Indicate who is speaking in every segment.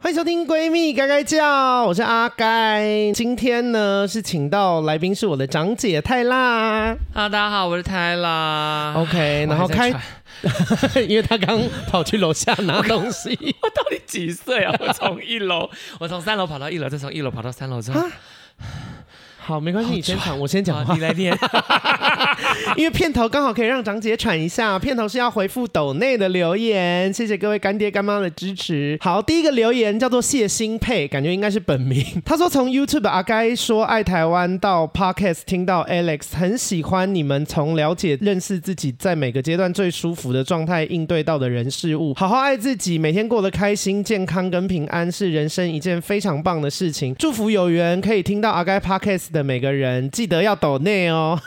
Speaker 1: 欢迎收听《闺蜜该该叫》，我是阿该。今天呢是请到来宾是我的长姐泰拉。
Speaker 2: Hello，大家好，我是泰拉。
Speaker 1: OK，然后
Speaker 2: 我还在
Speaker 1: 开
Speaker 2: 喘
Speaker 1: 因为他刚跑去楼下拿东西
Speaker 2: 我到底几岁啊？我从一楼， 我从三楼跑到一楼，再从一楼跑到三楼之后，
Speaker 1: 好，没关系，你先
Speaker 2: 喘
Speaker 1: 讲，我先讲
Speaker 2: 好
Speaker 1: 话
Speaker 2: 你。来念。
Speaker 1: 因为片头刚好可以让长姐喘一下，片头是要回复斗内的留言，谢谢各位干爹干妈的支持。好，第一个留言叫做谢新佩，感觉应该是本名。他说从 YouTube 阿该说爱台湾到 Podcast 听到 Alex，很喜欢你们从了解认识自己，在每个阶段最舒服的状态应对到的人事物，好好爱自己，每天过得开心、健康跟平安是人生一件非常棒的事情。祝福有缘可以听到阿该 Podcast 的每个人，记得要抖内哦。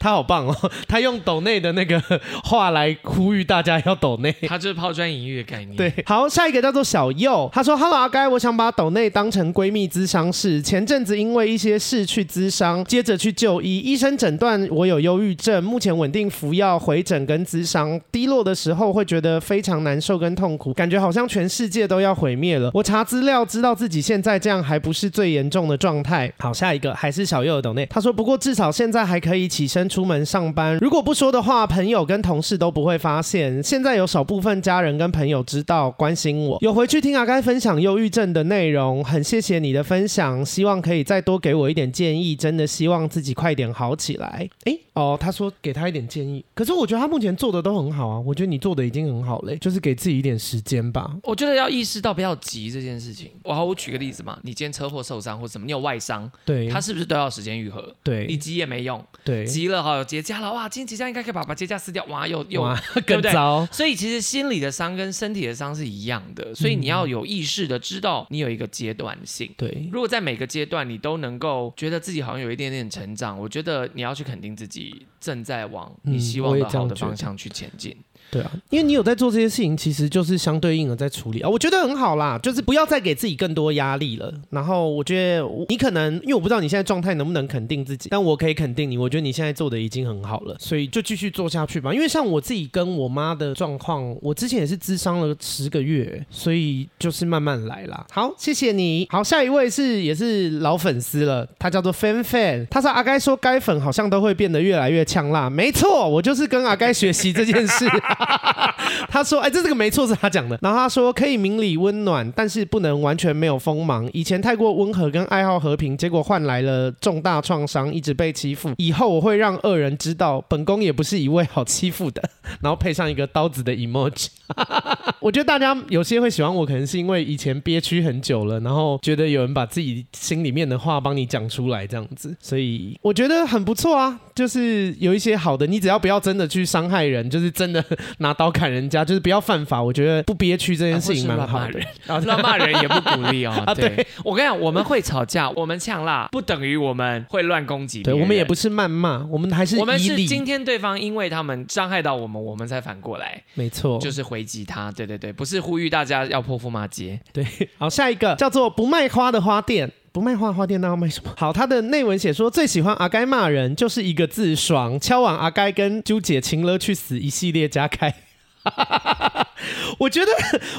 Speaker 1: 他好棒哦， 他用抖内的那个 话来呼吁大家要抖内。
Speaker 2: 他就是抛砖引玉的概念。
Speaker 1: 对，好，下一个叫做小右，他说：“Hello 阿该，我想把抖内当成闺蜜咨商室。前阵子因为一些事去咨商，接着去就医，医生诊断我有忧郁症，目前稳定服药、回诊跟咨商。低落的时候会觉得非常难受跟痛苦，感觉好像全世界都要毁灭了。我查资料知道自己现在这样还不是最严重的状态。好，下一个还是小右的抖内，他说：不过至少现在还可以起身出门上班，如果不说的话，朋友跟同事都不会发现。现在有少部分家人跟朋友知道关心我，有回去听阿该分享忧郁症的内容，很谢谢你的分享，希望可以再多给我一点建议，真的希望自己快点好起来。诶，哦，他说给他一点建议，可是我觉得他目前做的都很好啊，我觉得你做的已经很好嘞，就是给自己一点时间吧。
Speaker 2: 我觉得要意识到不要急这件事情。我好，我举个例子嘛，你今天车祸受伤或什么，你有外伤，
Speaker 1: 对，
Speaker 2: 他是不是都要时间愈合？你
Speaker 1: 对
Speaker 2: 急也没用，
Speaker 1: 对，
Speaker 2: 急了哈，有结痂了哇，今天结痂应该可以把把结痂撕掉，哇，又又
Speaker 1: 哇
Speaker 2: 对不
Speaker 1: 更
Speaker 2: 对
Speaker 1: 糟，
Speaker 2: 所以其实心理的伤跟身体的伤是一样的，所以你要有意识的知道你有一个阶段性。
Speaker 1: 对
Speaker 2: 如果在每个阶段你都能够觉得自己好像有一点点成长，我觉得你要去肯定自己正在往你
Speaker 1: 嗯
Speaker 2: 希
Speaker 1: 我
Speaker 2: 望
Speaker 1: 也
Speaker 2: 的
Speaker 1: 这样
Speaker 2: 好的
Speaker 1: 觉得
Speaker 2: 方向去前进。
Speaker 1: 对啊，因为你有在做这些事情，其实就是相对应的在处理啊，我觉得很好啦，就是不要再给自己更多压力了。然后我觉得我你可能因为我不知道你现在状态能不能肯定自己，但我可以肯定你，我觉得你现在做的已经很好了，所以就继续做下去吧。因为像我自己跟我妈的状况，我之前也是咨商了十个月，所以就是慢慢来啦。好，谢谢你。好，下一位是也是老粉丝了，他叫做 Fan Fan，他说阿该说该粉好像都会变得越来越呛辣，没错，我就是跟阿该学习这件事。 他说：“哎、这这个没错，是他讲的。”然后他说：“可以明理温暖，但是不能完全没有锋芒。以前太过温和跟爱好和平，结果换来了重大创伤，一直被欺负。以后我会让恶人知道，本宫也不是一位好欺负的。”然后配上一个刀子的 emoji。我觉得大家有些会喜欢我，可能是因为以前憋屈很久了，然后觉得有人把自己心里面的话帮你讲出来，这样子，所以我觉得很不错啊。就是有一些好的，你只要不要真的去伤害人，就是真的拿刀砍人家，就是不要犯法。我觉得不憋屈这件事情蛮好
Speaker 2: 啊或是
Speaker 1: 的
Speaker 2: 乱。乱骂人也不鼓励哦。
Speaker 1: 啊
Speaker 2: 对
Speaker 1: 对
Speaker 2: 我跟你讲，我们会吵架，我们呛辣，不等于我们会乱攻击别
Speaker 1: 对，
Speaker 2: 人。
Speaker 1: 我们也不是谩骂，我们还是
Speaker 2: 我们
Speaker 1: 以
Speaker 2: 是今
Speaker 1: 理，
Speaker 2: 天对方因为他们伤害到我们，我们才反过来
Speaker 1: 没错，
Speaker 2: 就是回击他。对对对，不是呼吁大家要泼妇骂街。
Speaker 1: 好，下一个叫做不卖花的花店。不卖花的花店，那要卖什么？好，他的内文写说最喜欢阿该骂人，就是一个字爽。敲完阿该跟朱姐情了去死一系列加开。 我觉得，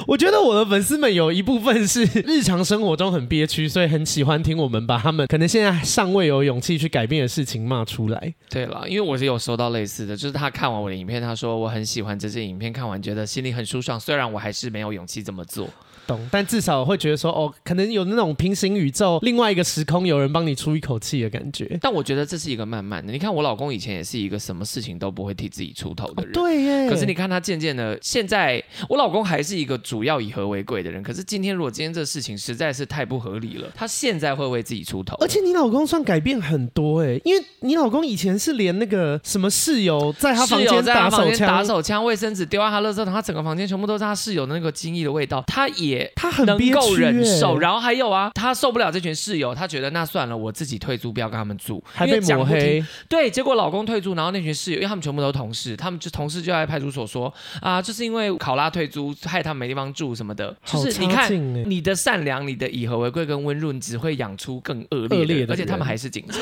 Speaker 1: 我觉得我的粉丝们有一部分是日常生活中很憋屈，所以很喜欢听我们把他们可能现在尚未有勇气去改变的事情骂出来。
Speaker 2: 对了，因为我是有收到类似的，就是他看完我的影片，他说我很喜欢这支影片，看完觉得心里很舒爽，虽然我还是没有勇气这么做。
Speaker 1: 懂，但至少会觉得说，哦，可能有那种平行宇宙另外一个时空有人帮你出一口气的感觉。
Speaker 2: 但我觉得这是一个慢慢的。你看我老公以前也是一个什么事情都不会替自己出头
Speaker 1: 哦
Speaker 2: 的人，
Speaker 1: 对耶，
Speaker 2: 可是你看他渐渐的，现在我老公还是一个主要以和为贵的人。可是今天如果今天这事情实在是太不合理了，他现在会为自己出头。
Speaker 1: 而且你老公算改变很多哎、因为你老公以前是连那个什么室友在他房
Speaker 2: 室友
Speaker 1: 间
Speaker 2: 在他
Speaker 1: 打
Speaker 2: 房
Speaker 1: 手
Speaker 2: 间打
Speaker 1: 枪，
Speaker 2: 手枪，卫生纸丢在他垃圾桶，他整个房间全部都是他室友的那个精液的味道，他也
Speaker 1: 他很
Speaker 2: 能
Speaker 1: 憋
Speaker 2: 够
Speaker 1: 屈、
Speaker 2: 忍
Speaker 1: 欸、
Speaker 2: 受。然后还有啊，他受不了这群室友，他觉得那算了，我自己退租，不要跟他们住，
Speaker 1: 还
Speaker 2: 因为
Speaker 1: 被抹
Speaker 2: 讲不听
Speaker 1: 黑，
Speaker 2: 对，结果老公退租，然后那群室友，因为他们全部都是同事，他们就同事就在派出所说啊，就是因为考拉退租，害他们没地方住什么的。就
Speaker 1: 好
Speaker 2: 是你
Speaker 1: 差
Speaker 2: 看，
Speaker 1: 劲哎、
Speaker 2: 你的善良、你的以和为贵跟温润，只会养出更恶
Speaker 1: 恶
Speaker 2: 劣的，
Speaker 1: 劣的
Speaker 2: 而且他们
Speaker 1: 人
Speaker 2: 还是警察，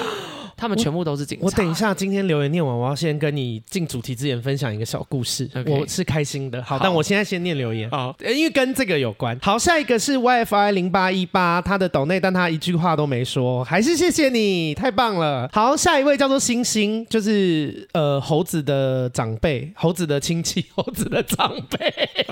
Speaker 2: 他们全部都是警察。
Speaker 1: 我等一下，今天留言念完，我要先跟你进主题之前分享一个小故事
Speaker 2: OK
Speaker 1: 我是开心的。好，
Speaker 2: 好
Speaker 1: 但我现在先念留言。
Speaker 2: 好，
Speaker 1: 呃因为跟这个有关。好，下一个是 YFI 零八一八，他的抖内，但他一句话都没说，还是谢谢你，太棒了。好，下一位叫做星星，就是呃猴子的长辈，猴子的亲戚， 猴子的长辈，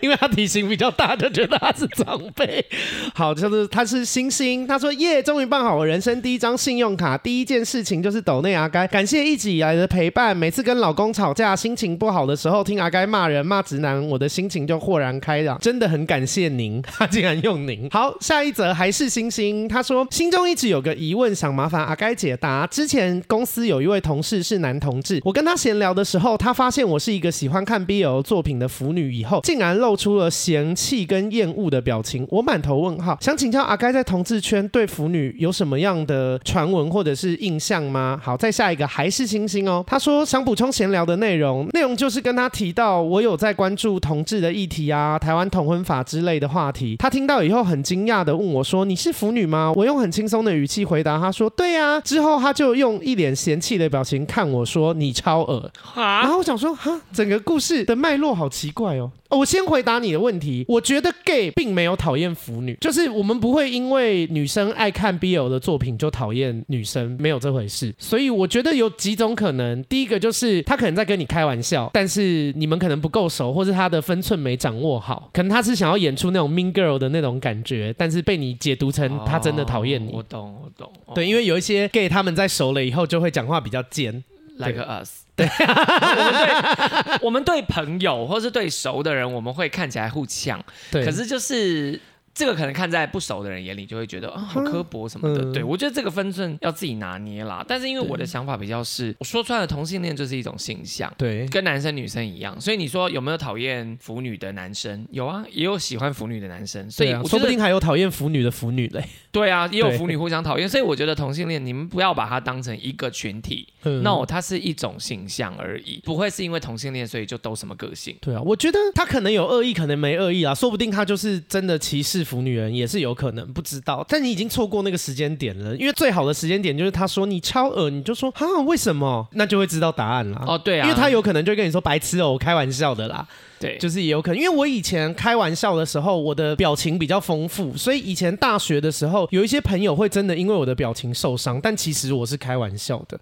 Speaker 1: 因为他体型比较大，就觉得他是长辈。 好，就是他是星星，他说耶，终于办好我人生第一张信用卡，第一件事情就是抖内阿该，感谢一直以来的陪伴。每次跟老公吵架，心情不好的时候，听阿该骂人骂直男，我的心情就豁然开朗，真的很感谢您，他竟然用您。好，下一则还是星星，他说心中一直有个疑问，想麻烦阿该解答。之前公司有一位同事是男同志，我跟他闲聊的时候，他发现我是一个喜欢看 BL 作品的腐女，以后竟然露出了嫌弃跟厌恶的表情，我满头问号，想请教阿该在同志圈对腐女有什么样的传闻或者是印象吗？好，再下一个还是星星哦，他说想补充闲聊的内容，内容就是跟他提到我有在关注同志的议题啊，台湾同婚法之类的话题，他听到以后很惊讶的问我说：“你是腐女吗？”我用很轻松的语气回答他说：“对啊。”之后他就用一脸嫌弃的表情看我说：“你超恶。”然
Speaker 2: 啊，
Speaker 1: 后我想说，哈，整个故事的脉络好奇怪哦。哦我先回答你的问题，我觉得 gay 并没有讨厌腐女，就是我们不会因为女生爱看 BL 的作品就讨厌女生，没有这回事。所以我觉得有几种可能，第一个就是他可能在跟你开玩笑，但是你们可能不够熟，或是他的分寸没掌握好，可能他是想要演出那种 mean girl 的那种感觉，但是被你解读成他真的讨厌
Speaker 2: 哦
Speaker 1: 你。
Speaker 2: 我懂，我懂。哦
Speaker 1: 对，因为有一些 gay 他们在熟了以后就会讲话比较尖，
Speaker 2: like us，对， 我们对我们对朋友或是对熟的人，我们会看起来互呛，
Speaker 1: 对，
Speaker 2: 可是就是。这个可能看在不熟的人眼里，就会觉得啊、好刻薄什么的。
Speaker 1: 嗯
Speaker 2: 对我觉得这个分寸要自己拿捏啦。但是因为我的想法比较是，我说穿了，同性恋就是一种性向，
Speaker 1: 对。
Speaker 2: 跟男生女生一样。所以你说有没有讨厌腐女的男生？有啊，也有喜欢腐女的男生。所以
Speaker 1: 对啊
Speaker 2: 我觉
Speaker 1: 说
Speaker 2: 得
Speaker 1: 不定还有讨厌腐女的腐女嘞。
Speaker 2: 对啊，也有
Speaker 1: 对
Speaker 2: 腐女互相讨厌。所以我觉得同性恋，你们不要把它当成一个群体，
Speaker 1: 嗯
Speaker 2: 那、哦我它是一种形象而已，不会是因为同性恋所以就都什么个性。
Speaker 1: 对啊，我觉得他可能有恶意，可能没恶意啊，说不定他就是真的歧视腐女人，也是有可能，不知道。但你已经错过那个时间点了，因为最好的时间点就是他说你超恶，你就说哈为什么，那就会知道答案啦。
Speaker 2: 哦，对啊，
Speaker 1: 因为他有可能就跟你说白痴哦，我开玩笑的啦，
Speaker 2: 对，
Speaker 1: 就是也有可能。因为我以前开玩笑的时候，我的表情比较丰富，所以以前大学的时候，有一些朋友会真的因为我的表情受伤，但其实我是开玩笑的。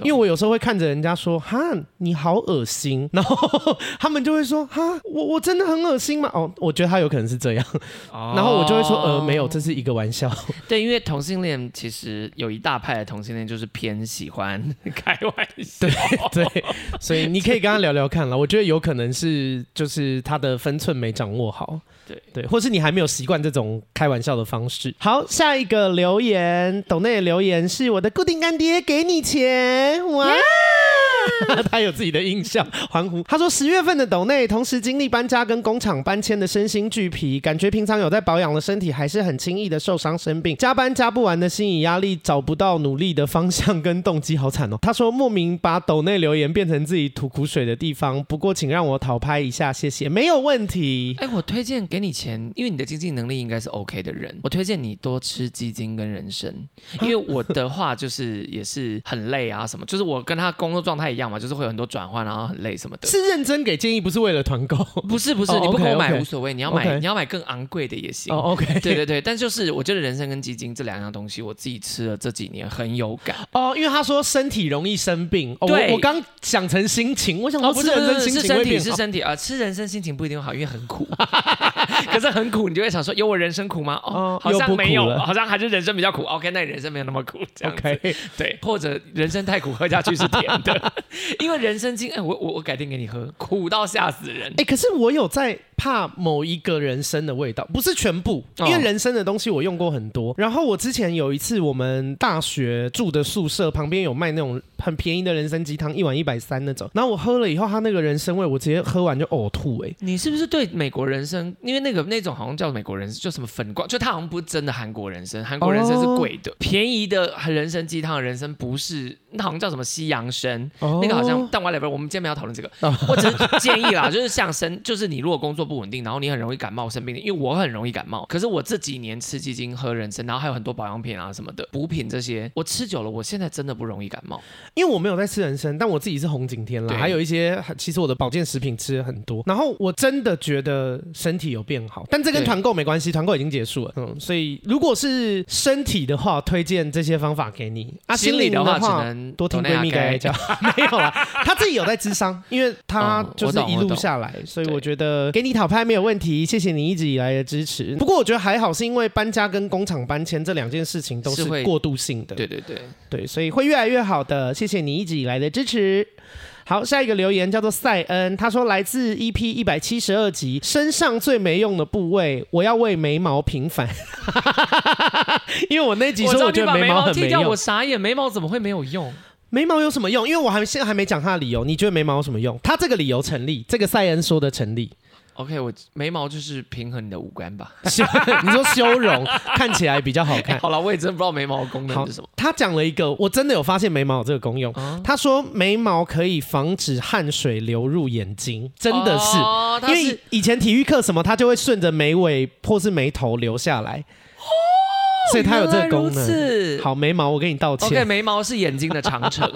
Speaker 1: 因为
Speaker 2: 为
Speaker 1: 我有时候会看着人家说哈，你好恶心， 然后他们就会说哈，我我真的很恶心吗？哦，我觉得他有可能是这样，然后我就会说呃，没有，这是一个玩笑。
Speaker 2: 对，因为同性恋其实有一大派的同性恋就是偏喜欢 开玩笑，
Speaker 1: 对对，所以你可以跟他聊聊看了，我觉得有可能是就是他的分寸没掌握好，
Speaker 2: 对
Speaker 1: 对，或是你还没有习惯这种开玩笑的方式。好，下一个留言，抖内的留言是我的固定干爹给你钱，哇。 他有自己的印象，欢呼。他说十月份的抖内，同时经历搬家跟工厂搬迁的身心俱疲，感觉平常有在保养的身体，还是很轻易的受伤生病。加班加不完的心理压力，找不到努力的方向跟动机，好惨哦。他说莫名把抖内留言变成自己吐苦水的地方，不过请让我讨拍一下，谢谢，没有问题。
Speaker 2: 哎，我推荐给你钱，因为你的经济能力应该是 OK 的人，我推荐你多吃鸡精跟人参，因为我的话就是也是很累啊，什么，就是我跟他工作状态一样嘛，就是会有很多转换，然后很累什么的。
Speaker 1: 是认真给建议，不是为了团购。
Speaker 2: 不是不是，
Speaker 1: 哦
Speaker 2: 你不跟我
Speaker 1: OK，
Speaker 2: 买
Speaker 1: OK
Speaker 2: 无所谓，你要买
Speaker 1: OK
Speaker 2: 你要买更昂贵的也 行。
Speaker 1: 哦，OK，
Speaker 2: 对对 对，但就是我觉得人参跟鸡精这两样东西，我自己吃了这几年很有感。
Speaker 1: 哦，因为他说身体容易生病，哦、
Speaker 2: 对
Speaker 1: 我我刚想成心情，我想
Speaker 2: 哦，
Speaker 1: 说
Speaker 2: 不
Speaker 1: 吃
Speaker 2: 是不
Speaker 1: 人
Speaker 2: 是
Speaker 1: 参
Speaker 2: 不是
Speaker 1: 心情
Speaker 2: 是
Speaker 1: 会
Speaker 2: 身体
Speaker 1: 变
Speaker 2: 是
Speaker 1: 好。
Speaker 2: 身体啊、呃吃人参心情不一定会好，因为很苦。 可是很苦，你就会想说，有我人生苦吗？哦，
Speaker 1: 哦
Speaker 2: 好
Speaker 1: 又不
Speaker 2: 像
Speaker 1: 苦
Speaker 2: 没有，
Speaker 1: 了
Speaker 2: 好像还是人生比较苦。OK，那你人生没有那么苦，这样子。
Speaker 1: 哦 OK，
Speaker 2: 对，或者人参太苦，喝下去是甜的， 因为人参精，哎，我我我改天给你喝，苦到吓死人
Speaker 1: 哎、。可是我有在怕某一个人参的味道，不是全部，因
Speaker 2: 哦
Speaker 1: 为人参的东西我用过很多。然后我之前有一次，我们大学住的宿舍旁边有卖那种很便宜的人参鸡汤，一碗一百三那种。然后我喝了以后，它那个人参味，我直接喝完就呕吐、哎，
Speaker 2: 你是不是对美国人参？因为那个那种好像叫美国人参，就什么粉罐，就它好像不是真的韩国人参，韩国人参是贵
Speaker 1: 哦
Speaker 2: 的，便宜的人参鸡汤的人参不是，那好像叫
Speaker 1: 哦
Speaker 2: 什么西 洋参，那个好像，但 whatever，我们今天没有讨论这个，我只是建议啦，就是像参，就是你如果工作不稳定，然后你很容易感冒生病，因为我很容易感参。可是我这几年吃鸡精、喝人参，然后还有很多保养品啊什么的补品这些，我吃久了，我现在真的不容易感冒。
Speaker 1: 因为我没有在吃人参，但我自己是红景天啦，
Speaker 2: 对
Speaker 1: 还有一些其实我的保健食品吃了很多，然后我真的觉得身体有变好，但这跟
Speaker 2: 对
Speaker 1: 团购没关系，团购已经结束了，嗯，所以如果是身体的话，推荐这些方法给你啊，
Speaker 2: 心
Speaker 1: 灵
Speaker 2: 理
Speaker 1: 的
Speaker 2: 话只能啊
Speaker 1: 多听闺蜜该
Speaker 2: 给。
Speaker 1: 讲， 没有啦，她自己有在智 商，因为她
Speaker 2: 嗯
Speaker 1: 就
Speaker 2: 我
Speaker 1: 是
Speaker 2: 懂
Speaker 1: 一
Speaker 2: 我
Speaker 1: 路
Speaker 2: 懂
Speaker 1: 下来，所以
Speaker 2: 对
Speaker 1: 我觉得给你讨拍没有问题，谢谢你一直以来的支持。不过我觉得还好，是因为搬家跟工厂搬迁这两件事情都
Speaker 2: 是
Speaker 1: 是
Speaker 2: 会
Speaker 1: 过渡性的，
Speaker 2: 对对对，
Speaker 1: 对，所以会越来越好的。谢谢你一直以来的支持。好，下一个留言叫做塞恩，他说来自 EP 一百七十二集，身上最没用的部位，我要为眉毛平反， 因为我那集
Speaker 2: 我知
Speaker 1: 说
Speaker 2: 道
Speaker 1: 我
Speaker 2: 你
Speaker 1: 觉得
Speaker 2: 把
Speaker 1: 眉
Speaker 2: 眉
Speaker 1: 毛
Speaker 2: 毛
Speaker 1: 很
Speaker 2: 剃
Speaker 1: 没
Speaker 2: 掉，
Speaker 1: 用
Speaker 2: 我，傻眼，眉毛怎么会没有用？
Speaker 1: 眉毛有什么用？因为我还现在还没讲他的理由，你觉得眉毛有什么用？他这个理由成立，这个塞恩说的成立，
Speaker 2: OK，我眉毛就是平衡你的五官吧。
Speaker 1: 修你说修容看起来比较好
Speaker 2: 哎
Speaker 1: 看，
Speaker 2: 好了，我也真不知道眉毛的功能
Speaker 1: 好
Speaker 2: 是什么。
Speaker 1: 他讲了一个，我真的有发现眉毛有这个功用。
Speaker 2: 啊
Speaker 1: 他说眉毛可以防止汗水流入眼睛，真的是。
Speaker 2: 哦它
Speaker 1: 因
Speaker 2: 是
Speaker 1: 为以前体育课什么，它就会顺着眉尾或是眉头流下来，所以它有这个功
Speaker 2: 哦原来如
Speaker 1: 能。
Speaker 2: 此
Speaker 1: 好，眉毛，我跟你道歉。
Speaker 2: OK，眉毛是眼睛的长城。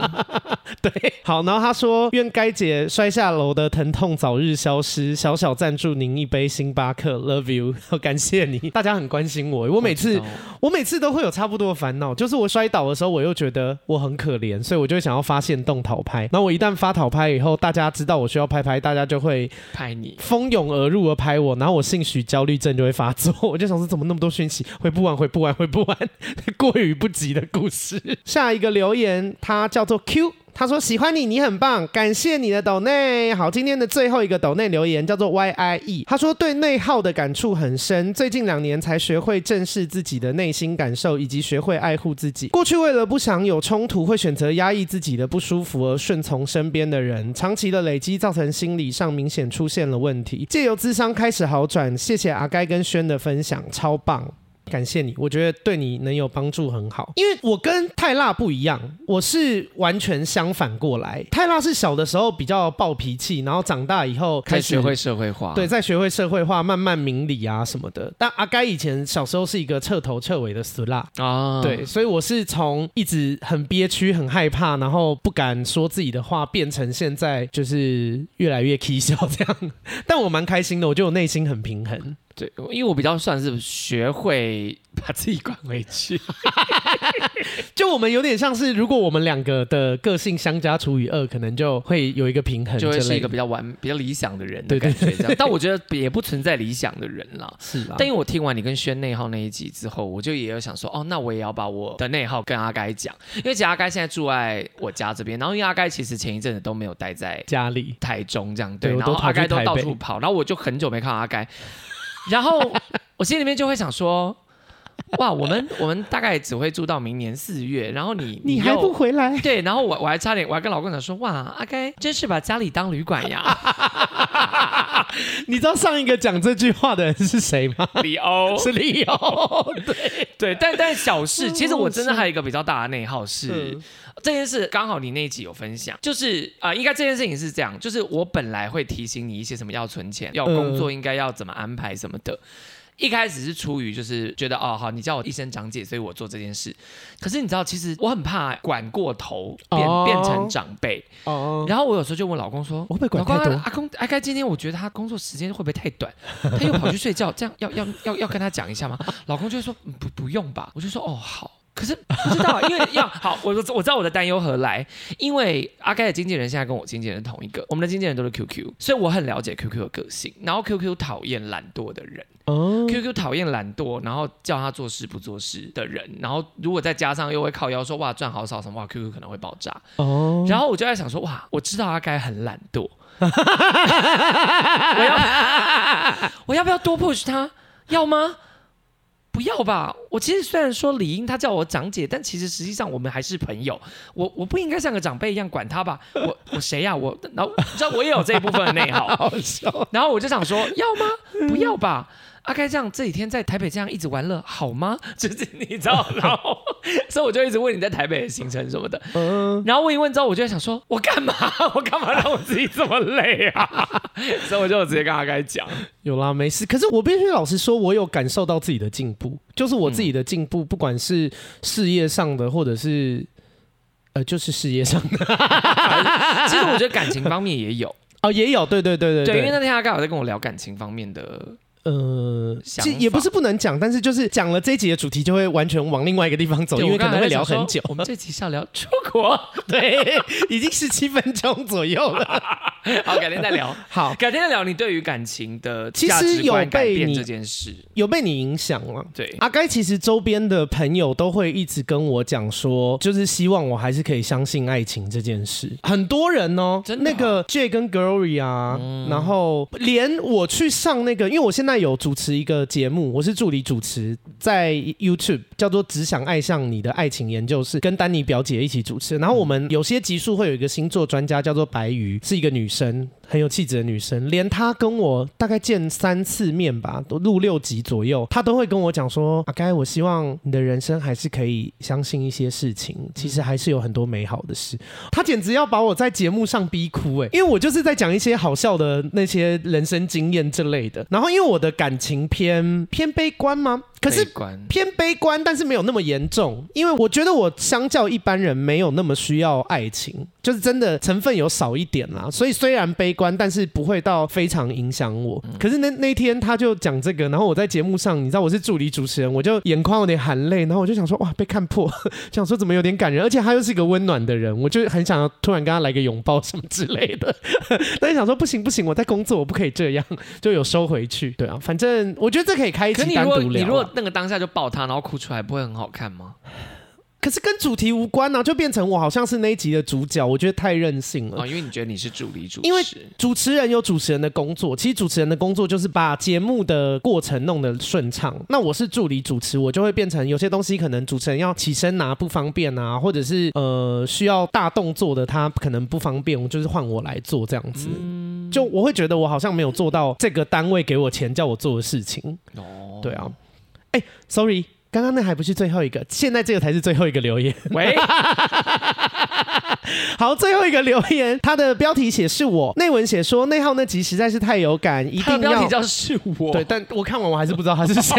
Speaker 1: 好，然后他说，愿该姐摔下楼的疼痛早日消失。小小赞助您一杯星巴克，Love you，感谢你，大家很关心 我。我每次
Speaker 2: 知道
Speaker 1: 我每次都会有差不多的烦恼，就是我摔倒的时候，我又觉得我很可怜，所以我就会想要发现动讨拍。然后我一旦发讨拍以后，大家知道我需要拍拍，大家就会
Speaker 2: 拍你，
Speaker 1: 蜂拥而入而拍我，然后我兴许焦虑症就会发作。 我就想说，怎么那么多讯息，回不完，回不完，回不完， 过于不及的故事。下一个留言，他叫做 Q。他说：“喜欢你，你很棒，感谢你的抖内。”好，今天的最后一个抖内留言叫做 Y I E。他说对内耗的感触很深，最近两年才学会正视自己的内心感受，以及学会爱护自己。过去为了不想有冲突，会选择压抑自己的不舒服而顺从身边的人，长期的累积造成心理上明显出现了问题。借由智商开始好转，谢谢阿该跟轩的分享，超棒。感谢你，我觉得对你能有帮助很好，因为我跟泰辣不一样，我是完全相反过来。泰辣是小的时候比较暴脾气，然后长大以后开
Speaker 2: 开
Speaker 1: 始
Speaker 2: 始学会社会化。
Speaker 1: 对，，再学会社会化，慢慢明理啊什么的。但阿该以前小时候是一个彻头彻尾的死辣，
Speaker 2: 啊，
Speaker 1: 对，，所以我是从一直很憋屈、很害怕，然后不敢说自己的话，变成现在就是越来越 k 笑这样。 但我蛮开心的，我觉得我内心很平衡。
Speaker 2: 对，因为我比较算是学会把自己管回 去。
Speaker 1: 就我们有点像是，如果我们两个的个性相加除以二，可能就会有一个平衡之
Speaker 2: 就
Speaker 1: 类
Speaker 2: 会
Speaker 1: 的，
Speaker 2: 是一个比较完、比较理想的人的
Speaker 1: 对对
Speaker 2: 感觉，这样。但我觉得也不存在理想的人啦。
Speaker 1: 是啦。
Speaker 2: 但因为我听完你跟轩内耗那一集之后，我就也有想说，哦，那我也要把我的内耗跟阿该讲，因为其实阿该现在住在我家这边，然后因为阿该其实前一阵子都没有待在
Speaker 1: 家里
Speaker 2: 台中这样，对，
Speaker 1: 对我
Speaker 2: 然
Speaker 1: 都
Speaker 2: 后
Speaker 1: 跑
Speaker 2: 阿
Speaker 1: 去
Speaker 2: 该都
Speaker 1: 台
Speaker 2: 到
Speaker 1: 北
Speaker 2: 处跑，然后我就很久没看到阿该，然后我心里面就会想说，哇，我们 我们大概只会住到明年四月，然后你
Speaker 1: 你还
Speaker 2: 又
Speaker 1: 不回来？
Speaker 2: 对，然后我我还差点，我还跟老公讲说，哇，阿该真是把家里当旅 馆呀，
Speaker 1: 你知道上一个讲这句话的人是谁吗？
Speaker 2: 李欧
Speaker 1: 是利友。
Speaker 2: 对，但但小事，其实我真的还有一个比较大的内耗是、
Speaker 1: 嗯
Speaker 2: 这件事，刚好你那一集有分享，就是啊、呃应该这件事情是这样，就是我本来会提醒你一些什么要存钱，要工作应该要怎么安排什么的。一开始是出于就是觉得哦好，你叫我一声长姐，所以我做这件事。可是你知道，其实我很怕管过头，变、
Speaker 1: 哦
Speaker 2: 变成长辈。
Speaker 1: 哦，
Speaker 2: 然后我有时候就问老公说：“
Speaker 1: 我会不会管
Speaker 2: 老公
Speaker 1: 太多
Speaker 2: 啊阿公阿该今天我觉得他工作时间会不会太短？ 他又跑去睡觉，这样要要要要跟他讲一下吗？” 老公就会说：“嗯不不用吧。”我就说：“哦好。”可是不知道，因为要 好，我我知道我的担忧何来，因为阿该的经纪人现在跟我经纪人同一个，我们的经纪人都是 QQ，所以我很了解 QQ 的个性。然后 QQ 讨厌懒惰的人。
Speaker 1: 哦，
Speaker 2: QQ 讨厌懒惰，然后叫他做事不做事的人，然后如果再加上又会靠腰说哇赚好少什么，哇 QQ 可能会爆炸。
Speaker 1: 哦，
Speaker 2: 然后我就在想说，哇，我知道阿该很懒惰，我要不要多 push 他？要吗？不要吧。我其实虽然说理应他叫我长姐，但其实实际上我们还是朋友。我我不应该像个长辈一样管他吧？我我谁呀、我然后你知道我也有这一部分的 内耗，
Speaker 1: 好笑。
Speaker 2: 然后我就想说，要吗？不 要吧。阿该这样这几天在台北这样一直玩乐好吗？就是你知道，然后所以我就一直问你在台北的行程什么的。
Speaker 1: 嗯，
Speaker 2: 然后问一问之后，我就在想说，我干嘛？ 我干嘛让我自己这么累 啊？所以我就直接跟阿该讲，
Speaker 1: 有啦，没事。可是我必须老实说，我有感受到自己的进步，就是我自己的进步，不管是事业上的，或者是呃，就是事业上的
Speaker 2: 其实我觉得感情方面也有，
Speaker 1: 哦，也有，对对对对
Speaker 2: 对，因为那天阿盖有在跟我聊感情方面的，
Speaker 1: 呃，
Speaker 2: 想
Speaker 1: 其实也
Speaker 2: 法
Speaker 1: 不是不能讲，但是就是讲了这一集的主题，就会完全往另外一个地方走，
Speaker 2: 对
Speaker 1: 因为
Speaker 2: 我刚
Speaker 1: 可
Speaker 2: 才
Speaker 1: 能会
Speaker 2: 在想
Speaker 1: 聊很久。
Speaker 2: 说 我们这期是要聊出 国，
Speaker 1: 对，已经十七分钟左右了。
Speaker 2: 好，哦改天再聊，
Speaker 1: 好，
Speaker 2: 改天再聊你对于感情的
Speaker 1: 其实
Speaker 2: 价值观
Speaker 1: 有被
Speaker 2: 改变
Speaker 1: 你
Speaker 2: 这件事。
Speaker 1: 有被你影响了。
Speaker 2: 对，
Speaker 1: 阿该其实周边的朋友都会一直跟我讲说，就是希望我还是可以相信爱情这件事。很多人哦，
Speaker 2: 真的
Speaker 1: 那
Speaker 2: 啊嗯
Speaker 1: 个 J 跟 Glory 啊，然后连我去上那个，因为我现在有主持一个节目，我是助理主持，在 YouTube 叫做《只想爱上你的爱情研究室》，跟丹尼表姐一起主持。然后我们有些集数会有一个星座专家叫做白鱼，是一个女生，很有气质的女生。连她跟我大概见三次面吧，都录六集左右，她都会跟我讲说：“阿该，我希望你的人生还是可以相信一些事情，其实还是有很多美好的事。”她简直要把我在节目上逼哭哎、欸因为我就是在讲一些好笑的那些人生经验之类的。然后因为我的感情偏偏悲观吗？可是
Speaker 2: 悲观
Speaker 1: 偏悲观，但是没有那么严重，因为我觉得我相较一般人没有那么需要爱情，就是真的成分有少一点啦。所以虽然悲观，但是不会到非常影响我。
Speaker 2: 嗯
Speaker 1: 可是那那天他就讲这个，然后我在节目上，你知道我是助理主持人，我就眼眶有点含泪，然后我就想说哇，被看破， 想说怎么有点感人，而且他又是一个温暖的人，我就很想要突然跟他来个拥抱什么之类的。 但是想说不行不行，我在工作，我不可以这样，就有收回去。对啊，反正我觉得这可以开一
Speaker 2: 可是
Speaker 1: 期
Speaker 2: 你如
Speaker 1: 单独
Speaker 2: 果
Speaker 1: 聊啊。
Speaker 2: 你如果那个当下就抱他，然后哭出来，不会很好看吗？
Speaker 1: 可是跟主题无关呢、啊，就变成我好像是那一集的主角，我觉得太任性了。
Speaker 2: 哦，因为你觉得你是助理主持，
Speaker 1: 因为主持人有主持人的工作，其实主持人的工作就是把节目的过程弄得顺畅。那我是助理主持，我就会变成有些东西可能主持人要起身拿不方便啊，或者是呃需要大动作的他可能不方便，我就是换我来做这样子。
Speaker 2: 嗯
Speaker 1: 就我会觉得我好像没有做到这个单位给我钱叫我做的事情。
Speaker 2: 哦，
Speaker 1: 对啊，哎、s o r r y 刚刚那还不是最后一个，现在这个才是最后一个留言。
Speaker 2: 喂，
Speaker 1: 好，最后一个留言，他的标题写是我，内文写说内耗那集实在是太有感，一
Speaker 2: 他的
Speaker 1: 定
Speaker 2: 标
Speaker 1: 要
Speaker 2: 题。叫是我，
Speaker 1: 对，但我看完我还是不知道他是谁。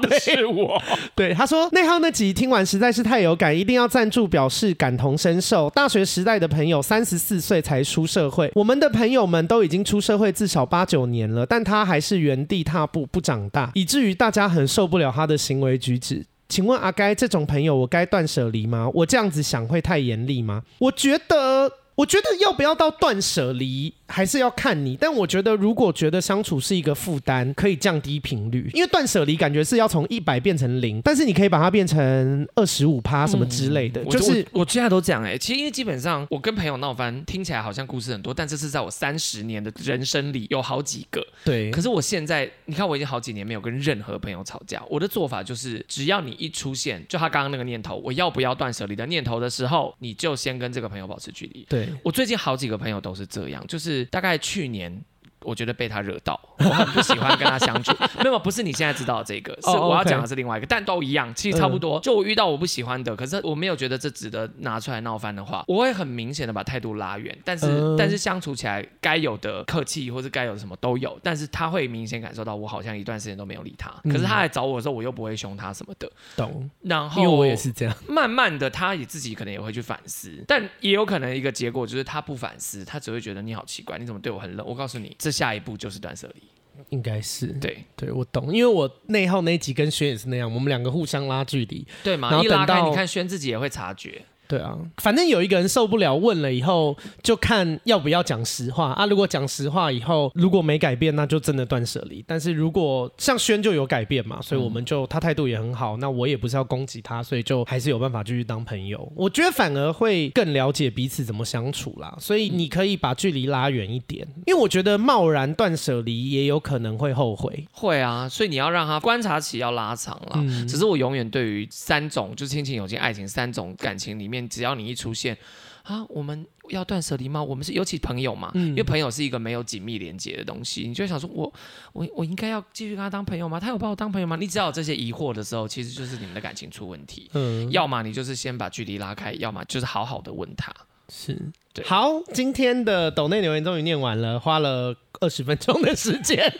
Speaker 1: 对
Speaker 2: 是我，
Speaker 1: 对，他说内耗那集听完实在是太有感，一定要赞助表示感同身受。大学时代的朋友，三十四岁才出社会，我们的朋友们都已经出社会至少八九年了，但他还是原地踏步不长大，以至于大家很受不了他的行为举止。请问阿该这种朋友，我该断舍离吗？我这样子想会太严厉吗？我觉得，我觉得要不要到断舍离，还是要看你。但我觉得，如果觉得相处是一个负担，可以降低频率，因为断舍离感觉是要从一百变成零，但是你可以把它变成二十五趴什么之类的，
Speaker 2: 我
Speaker 1: 嗯就是
Speaker 2: 我我现在都这样哎、其实因为基本上我跟朋友闹翻，听起来好像故事很多，但这是在我三十年的人生里有好几个。
Speaker 1: 对
Speaker 2: 可是我现在，你看我已经好几年没有跟任何朋友吵架，我的做法就是，只要你一出现，就他刚刚那个念头，我要不要断舍离的念头的时候，你就先跟这个朋友保持距离。
Speaker 1: 对。
Speaker 2: 我最近好几个朋友都是这样，就是大概去年。我觉得被他惹到，我很不喜欢跟他相处。没有，不是你现在知道的这个，是
Speaker 1: 哦
Speaker 2: 我要
Speaker 1: OK 嗯
Speaker 2: 讲的是另外一个，但都一样，其实差不多。就我遇到我不喜欢的，可是我没有觉得这值得拿出来闹翻的话，我会很明显的把态度拉远。但是，
Speaker 1: 嗯
Speaker 2: 但是相处起来该有的客气或是该有的什么都有，但是他会明显感受到我好像一段时间都没有理他。可是他来找我的时候，我又不会凶他什么的。
Speaker 1: 懂，
Speaker 2: 然
Speaker 1: 嗯
Speaker 2: 后
Speaker 1: 因为我也是这样。
Speaker 2: 慢慢的，他也自己可能也会去反思，但也有可能一个结果就是他不反思，他只会觉得你好奇怪，你怎么对我很冷？我告诉你，这下一步就是断舍离。
Speaker 1: 应该是
Speaker 2: 对
Speaker 1: 对，我懂，因为我内耗那一集跟轩也是那样，我们两个互相拉距离，
Speaker 2: 对嘛
Speaker 1: 然？后
Speaker 2: 一拉
Speaker 1: 等
Speaker 2: 开，
Speaker 1: 到
Speaker 2: 你看轩自己也会察觉。
Speaker 1: 对啊，反正有一个人受不了，问了以后就看要不要讲实话啊。如果讲实话以后，如果没改变，那就真的断舍离。但是如果像轩就有改变嘛，所以我们就、他态度也很好，那我也不是要攻击他，所以就还是有办法继续当朋友。我觉得反而会更了解彼此怎么相处啦。所以你可以把距离拉远一点，因为我觉得贸然断舍离也有可能会后悔。
Speaker 2: 会啊，所以你要让他观察期要拉长了。
Speaker 1: 嗯
Speaker 2: 只是我永远对于三种，就是亲情、友情、爱情三种感情里面，只要你一出现，啊，我们要断舍离吗？我们是尤其朋友嘛，
Speaker 1: 嗯
Speaker 2: 因为朋友是一个没有紧密连接的东西，你就会想说我我我应该要继续跟他当朋友吗？他有把我当朋友吗？你只要有这些疑惑的时候，其实就是你们的感情出问题。
Speaker 1: 嗯，
Speaker 2: 要么你就是先把距离拉开，要么就是好好的问他。
Speaker 1: 是
Speaker 2: 对
Speaker 1: 好，今天的抖内留言终于念完了，花了二十分钟的时间。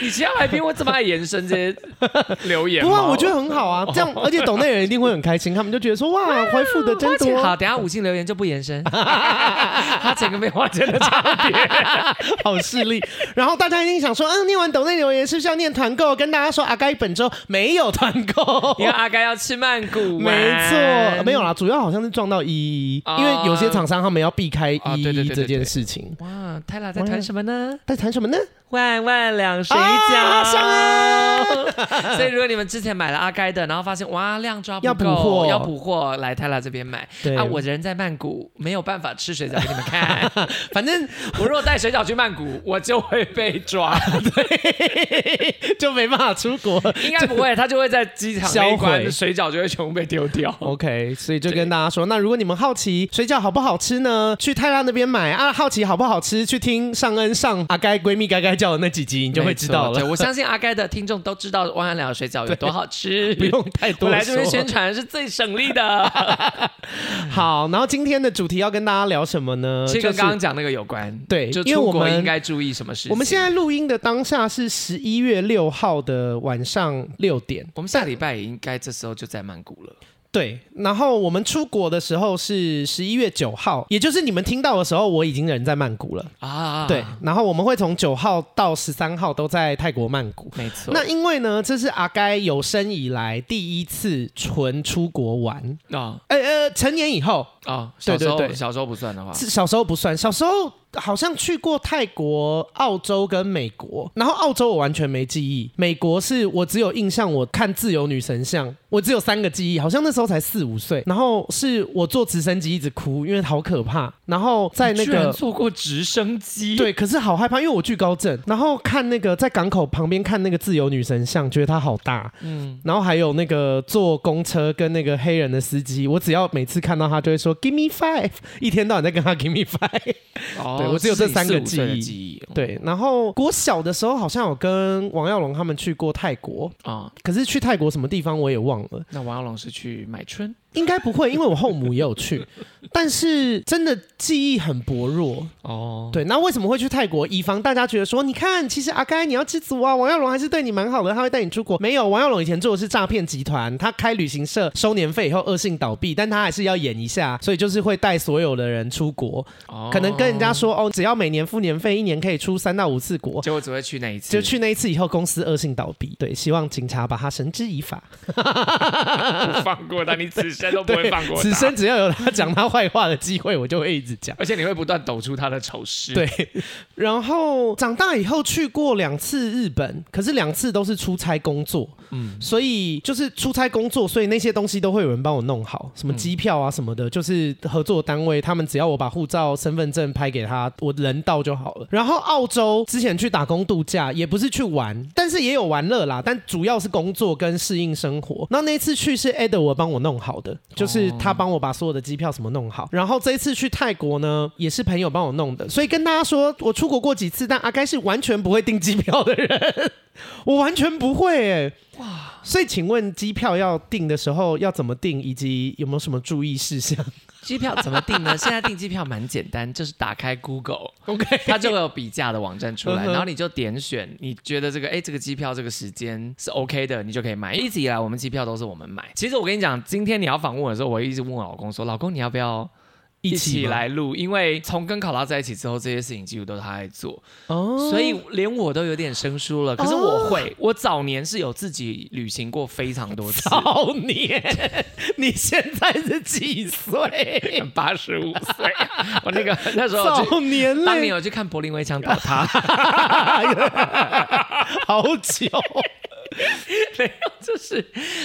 Speaker 2: 你其他来宾会这么爱延伸这些留言
Speaker 1: 不
Speaker 2: 吗？
Speaker 1: 过我觉得很好啊，这样，而且抖内人一定会很开心，他们就觉得说哇，回复的 真
Speaker 2: 花钱
Speaker 1: 多，
Speaker 2: 好，等一下五星留言就不 延伸，他整个没花钱的差别。
Speaker 1: 好势力。然后大家一定想说，嗯，念完抖内留言是不是要念团购？跟大家说，阿该本周没有团购
Speaker 2: 因。为阿该要吃曼谷丸，
Speaker 1: 没错，没有啦，主要好像是撞到一一一，
Speaker 2: 啊
Speaker 1: 因为有些厂商他们要避开一
Speaker 2: 啊对对对
Speaker 1: 一
Speaker 2: 对
Speaker 1: 这件事情。
Speaker 2: 哇，泰拉在谈什么呢？
Speaker 1: 在谈什么呢？
Speaker 2: 万万两水
Speaker 1: 啊上
Speaker 2: 饺。啊所以如果你们之前买了阿该的，然后发现哇量抓不够，
Speaker 1: 要补货
Speaker 2: 要补货，来泰拉这边买。
Speaker 1: 对
Speaker 2: 啊，我人在曼谷，没有办法吃水饺给你们看。
Speaker 1: 反正
Speaker 2: 我如果带水饺去曼谷，我就会被 抓。
Speaker 1: 就没办法出国。
Speaker 2: 应该不会，他就会在机场那一
Speaker 1: 销毁
Speaker 2: 关水饺就会全部被丢 掉。
Speaker 1: OK，所以就跟大家说，那如果你们好奇水饺好不好吃呢，去泰拉那边买啊；好奇好不好吃，去听尚恩上阿该闺蜜该该叫的那几集，你就会知道
Speaker 2: 没错对
Speaker 1: 了。
Speaker 2: 我相信阿该的听众都知道万安两水饺有多好吃，
Speaker 1: 不 用太
Speaker 2: 我
Speaker 1: 多
Speaker 2: 来这边
Speaker 1: 说。
Speaker 2: 宣
Speaker 1: 呃
Speaker 2: 传是最省力的，
Speaker 1: 好，然后今天的主题要跟大家聊什么呢？
Speaker 2: 这
Speaker 1: 就
Speaker 2: 跟
Speaker 1: 是
Speaker 2: 刚刚讲那个有关。
Speaker 1: 对
Speaker 2: 就
Speaker 1: 因为
Speaker 2: 出
Speaker 1: 我
Speaker 2: 国
Speaker 1: 们
Speaker 2: 应该注意什么事情？
Speaker 1: 我们现在录音的当下是十一月六号的晚上六点，
Speaker 2: 我们下礼拜也应该这时候就在曼谷了。
Speaker 1: 对。然后我们出国的时候是十一月九号，也就是你们听到的时候，我已经人在曼谷了。
Speaker 2: 啊，
Speaker 1: 对，，然后我们会从九号到十三号都在泰国曼谷。
Speaker 2: 没错。
Speaker 1: 那因为呢，这是阿该有生以来第一次纯出国玩，
Speaker 2: 哦
Speaker 1: 呃呃，成年以后，
Speaker 2: 哦，
Speaker 1: 对
Speaker 2: 小时候
Speaker 1: 对对
Speaker 2: 小时候不算的话，
Speaker 1: 是小时候不算，小时候好像去过泰国、澳洲跟美国，然后澳洲我完全没记忆，美国是我只有印象，我看《自由女神像》，我只有三个记忆，好像那时候才四五岁，然后是我坐直升机一直哭，因为好可怕，然后在那
Speaker 2: 居然
Speaker 1: 个。
Speaker 2: 坐过直升机，，
Speaker 1: 对，可是好害怕，因为我惧高症。然后看那个在港口旁边看那个自由女神像，觉得她好大，
Speaker 2: 嗯，
Speaker 1: 然后还有那个坐公车跟那个黑人的司机，我只要每次看到他就会说 “Give me five”，一 天到晚在跟他 “Give me five”。
Speaker 2: 哦
Speaker 1: 对我只有这三个
Speaker 2: 四五岁的
Speaker 1: 记忆
Speaker 2: 记忆，哦
Speaker 1: 对，然后国小的时候好像有跟王耀龙他们去过泰国，
Speaker 2: 啊，
Speaker 1: 可是去泰国什么地方我也忘了，
Speaker 2: 那王耀龙是去买春，
Speaker 1: 应该不会，因为我后母也有去，但是真的记忆很薄弱。
Speaker 2: 哦，
Speaker 1: 对，那为什么会去泰国？以防大家觉得说，你看，其实阿该你要知足啊，王耀龙还是对你蛮好的，他会带你出国。没有，王耀龙以前做的是诈骗集团，他开旅行社收年费以后恶性倒闭，但他还是要演一下，所以就是会带所有的人出国，
Speaker 2: 哦
Speaker 1: 可能跟人家说哦，只要每年付年费，一年可以出三到五次国。
Speaker 2: 结果只会去那一次，
Speaker 1: 就去那一次以后，公司恶性倒闭，对，希望警察把他绳之以法。
Speaker 2: 不 放过他，你此生都不
Speaker 1: 对
Speaker 2: 会放过他，
Speaker 1: 此生只要有他讲他坏话的机会，我就会一直讲。
Speaker 2: 而且你会不断抖出他的丑事。
Speaker 1: 对然后长大以后去过两次日本，可是两次都是出差工作，
Speaker 2: 嗯，
Speaker 1: 所以就是出差工作，所以那些东西都会有人帮我弄好，什么机票啊什么的，就是合作单位他们只要我把护照、身份证拍给他，我人到就好了。然后澳洲之前去打工度假，也不是去玩，但是也有玩乐啦，但主要是工作跟适应生活。那那次去是 Edward 帮我弄好的，就是他帮我把所有的机票什么弄好。然后这一次去泰国呢，也是朋友帮我弄的，所以跟大家说，我出国过几次，但阿该是完全不会订机票的人，我完全不会哎、所以，请问机票要订的时候要怎么订，以及有没有什么注意事项
Speaker 2: 机票怎么订呢？现在订机票蛮简单，就是打开 Google，
Speaker 1: ？OK，
Speaker 2: 它就会有比价的网站出
Speaker 1: 嗯
Speaker 2: 来，
Speaker 1: 哼
Speaker 2: 然后你就点选，你觉得这个哎这个机票这个时间是 OK 的，你就可以买。一直以来我们机票都是我们买。其实我跟你讲，今天你要访问我的时候，我一直问我老公说，老公你要不要？ 一起
Speaker 1: 吗
Speaker 2: 来录，因为从跟考拉在一起之后，这些事情几乎都是他在做，
Speaker 1: 哦。
Speaker 2: 所以连我都有点生疏了。可是我会，我早年是有自己旅行过非常多次，
Speaker 1: 少年， 你现在是几岁？
Speaker 2: 八十五 岁，我那个那时候我去
Speaker 1: 少年
Speaker 2: 当年
Speaker 1: 嘞，
Speaker 2: 有去看柏林围墙倒塌，
Speaker 1: 好 久。
Speaker 2: 就是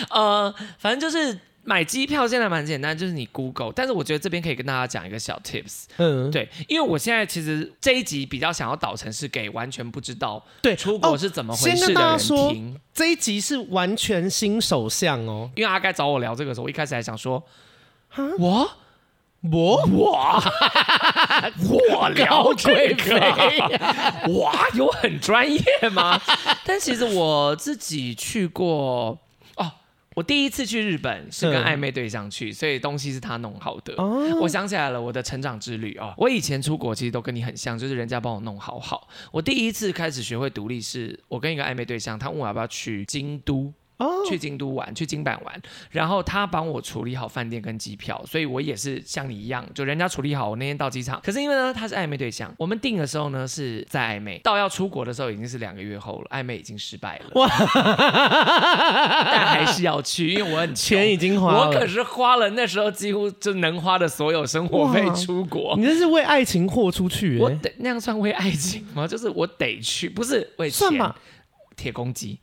Speaker 2: 呃，反正就是买机票现在蛮简单，就是你 Google。但是我觉得这边可以跟大家讲一个小 tips，
Speaker 1: 嗯，
Speaker 2: 对，因为我现在其实这一集比较想要导成是给完全不知道
Speaker 1: 对
Speaker 2: 出
Speaker 1: 哦
Speaker 2: 国是怎么回
Speaker 1: 先
Speaker 2: 事
Speaker 1: 跟
Speaker 2: 的
Speaker 1: 大家
Speaker 2: 人
Speaker 1: 说
Speaker 2: 听。
Speaker 1: 这一集是完全新首相哦。
Speaker 2: 因为阿该找我聊这个时候，我一开始还想说。我
Speaker 1: 我
Speaker 2: 我我聊贵妃，哇，有很专业吗？ 但其实我自己去过哦，我第一次去日本是跟
Speaker 1: 嗯
Speaker 2: 暧昧对象去，所以东西是他弄好的。
Speaker 1: 哦
Speaker 2: 我想起来了，我的成长之旅哦，我以前出国其实都跟你很像，就是人家帮我弄好好。我第一次开始学会独立是，我跟一个暧昧对象，他问我要不要去京都。
Speaker 1: 哦
Speaker 2: 去京都玩，去京阪玩，然后他帮我处理好饭店跟机票，所以我也是像你一样，就人家处理好，我那天到机场。可是因为呢，他是暧昧对象，我们订的时候呢是在暧昧，到要出国的时候已经是两个月后了，暧昧已经失败了，
Speaker 1: 哇，
Speaker 2: 但还是要去，因为我很穷
Speaker 1: 钱已经花
Speaker 2: 我
Speaker 1: 了，
Speaker 2: 可是花了那时候几乎就能花的所有生活费
Speaker 1: 哇
Speaker 2: 出国。
Speaker 1: 你这是为爱情豁出去、
Speaker 2: 我
Speaker 1: 欸，
Speaker 2: 得那样算为爱情吗？就是我得去，不是为钱
Speaker 1: 算吧？
Speaker 2: 铁公鸡，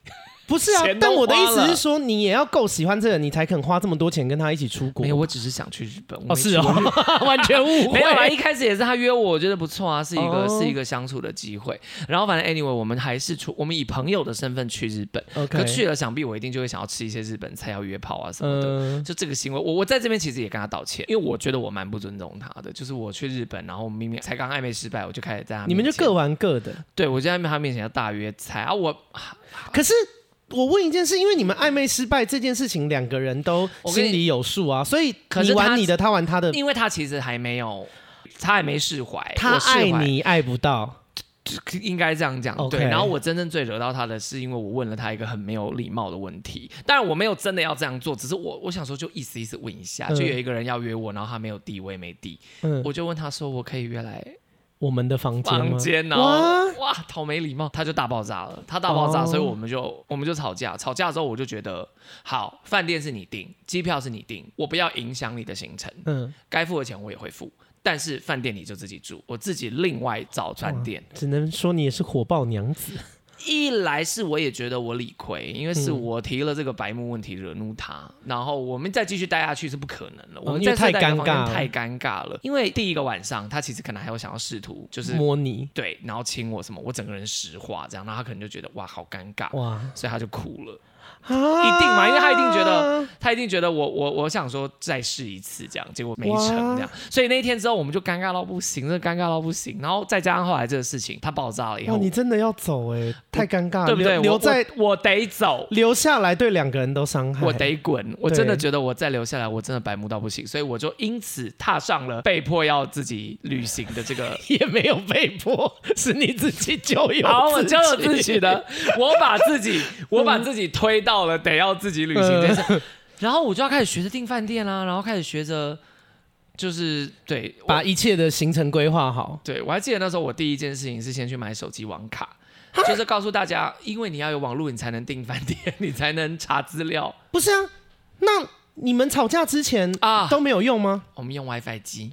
Speaker 1: 不是啊
Speaker 2: 钱，都
Speaker 1: 但我的意
Speaker 2: 花
Speaker 1: 思
Speaker 2: 了
Speaker 1: 是说，你也要够喜欢这个人，你才肯花这么多钱跟他一起出国
Speaker 2: 没。有，我只是想去日本。我
Speaker 1: 哦，
Speaker 2: 没
Speaker 1: 是
Speaker 2: 去过日本
Speaker 1: 哦， 完全误
Speaker 2: 没有啦，
Speaker 1: 会。
Speaker 2: 一开始也是他约我，我觉得不错啊，是一个、
Speaker 1: 哦
Speaker 2: 是一个相处的机会。然后反正 anyway，我们还是出，我们以朋友的身份去日本。
Speaker 1: OK，
Speaker 2: 可去了，想必我一定就会想要吃一些日本菜，要约炮啊什么的。
Speaker 1: 嗯，
Speaker 2: 就这个行为，我我在这边其实也跟他道歉，因为我觉得我蛮不尊重他的。就是我去日本，然后明明才刚暧昧失败，我就开始在他
Speaker 1: 你们就
Speaker 2: 面前
Speaker 1: 各玩各的。
Speaker 2: 对我就在他面前要大约菜啊，我
Speaker 1: 嗯可是我问一件事，因为你们暧昧失败这件事情，两个人都
Speaker 2: 我跟
Speaker 1: 心
Speaker 2: 你
Speaker 1: 里有数啊，所以
Speaker 2: 可
Speaker 1: 你
Speaker 2: 是他
Speaker 1: 玩你的，他玩他的，
Speaker 2: 因为他其实还没有，他还没释怀，
Speaker 1: 他
Speaker 2: 我释
Speaker 1: 爱
Speaker 2: 怀
Speaker 1: 你爱不到。
Speaker 2: 应该这样讲
Speaker 1: OK
Speaker 2: 对。然后我真正最惹到他的是，因为我问了他一个很没有礼貌的问题。当然我没有真的要这样做，只是我我想说就意思意思问一下，
Speaker 1: 嗯
Speaker 2: 就有一个人要约我，然后他没有地，我也没地，
Speaker 1: 嗯，
Speaker 2: 我就问他说我可以约来
Speaker 1: 我们的房间吗
Speaker 2: 房间，然
Speaker 1: 哇
Speaker 2: 后哇好没礼貌，他就大爆炸了，他大爆炸，
Speaker 1: 哦
Speaker 2: 所以我们就我们就吵架，吵架之后我就觉得好，饭店是你订，机票是你订，我不要影响你的行程，
Speaker 1: 嗯，
Speaker 2: 该付的钱我也会付。但是饭店你就自己住，我自己另外找饭店。
Speaker 1: 只能说你也是火爆娘子。
Speaker 2: 一来是我也觉得我理亏，因为是我提了这个白目问题惹怒他，然后我们再继续待下去是不可能了，我们
Speaker 1: 哦因为
Speaker 2: 再
Speaker 1: 太
Speaker 2: 待在
Speaker 1: 尴尬
Speaker 2: 房间
Speaker 1: 了
Speaker 2: 太尴尬了。因为第一个晚上他其实可能还有想要试图就是
Speaker 1: 摸你，
Speaker 2: 对，然后亲我什么，我整个人石化这样，然后他可能就觉得哇好尴尬，
Speaker 1: 哇，
Speaker 2: 所以他就哭了。
Speaker 1: 一
Speaker 2: 定嘛因为他一定觉
Speaker 1: 啊
Speaker 2: 得他一定觉得我我我想说再试一次这样，结果没成这样，所以那一天之后我们就尴尬到不行，真的尴尬到不行。然后再加上后来这个事情，他爆炸了以
Speaker 1: 哇，
Speaker 2: 后，
Speaker 1: 你真的要走哎、太尴尬了，
Speaker 2: 对不对？
Speaker 1: 留留
Speaker 2: 我
Speaker 1: 在
Speaker 2: 我我得走，
Speaker 1: 留下来对两个人都伤害。
Speaker 2: 我得滚！我
Speaker 1: 对。
Speaker 2: 真的觉得我再留下来，我真的白目到不行，所以我就因此踏上了被迫要自己旅行的这个
Speaker 1: 也没有被迫，是你自己咎由
Speaker 2: 好，我
Speaker 1: 自
Speaker 2: 教了自己的，我把自 己，我把自己推到了得要自己旅行
Speaker 1: 嗯
Speaker 2: 这件事，然后我就要开始学着订饭店啦、然后开始学着，就是对，我
Speaker 1: 把一切的行程规划好。
Speaker 2: 对我还记得那时候我第一件事情是先去买手机网卡，就是告诉大家，因为你要有网络，你才能订饭店，你才能查资料
Speaker 1: 不是啊，那你们吵架之前
Speaker 2: 啊。
Speaker 1: 都没有用吗？
Speaker 2: 我们用 WiFi 机，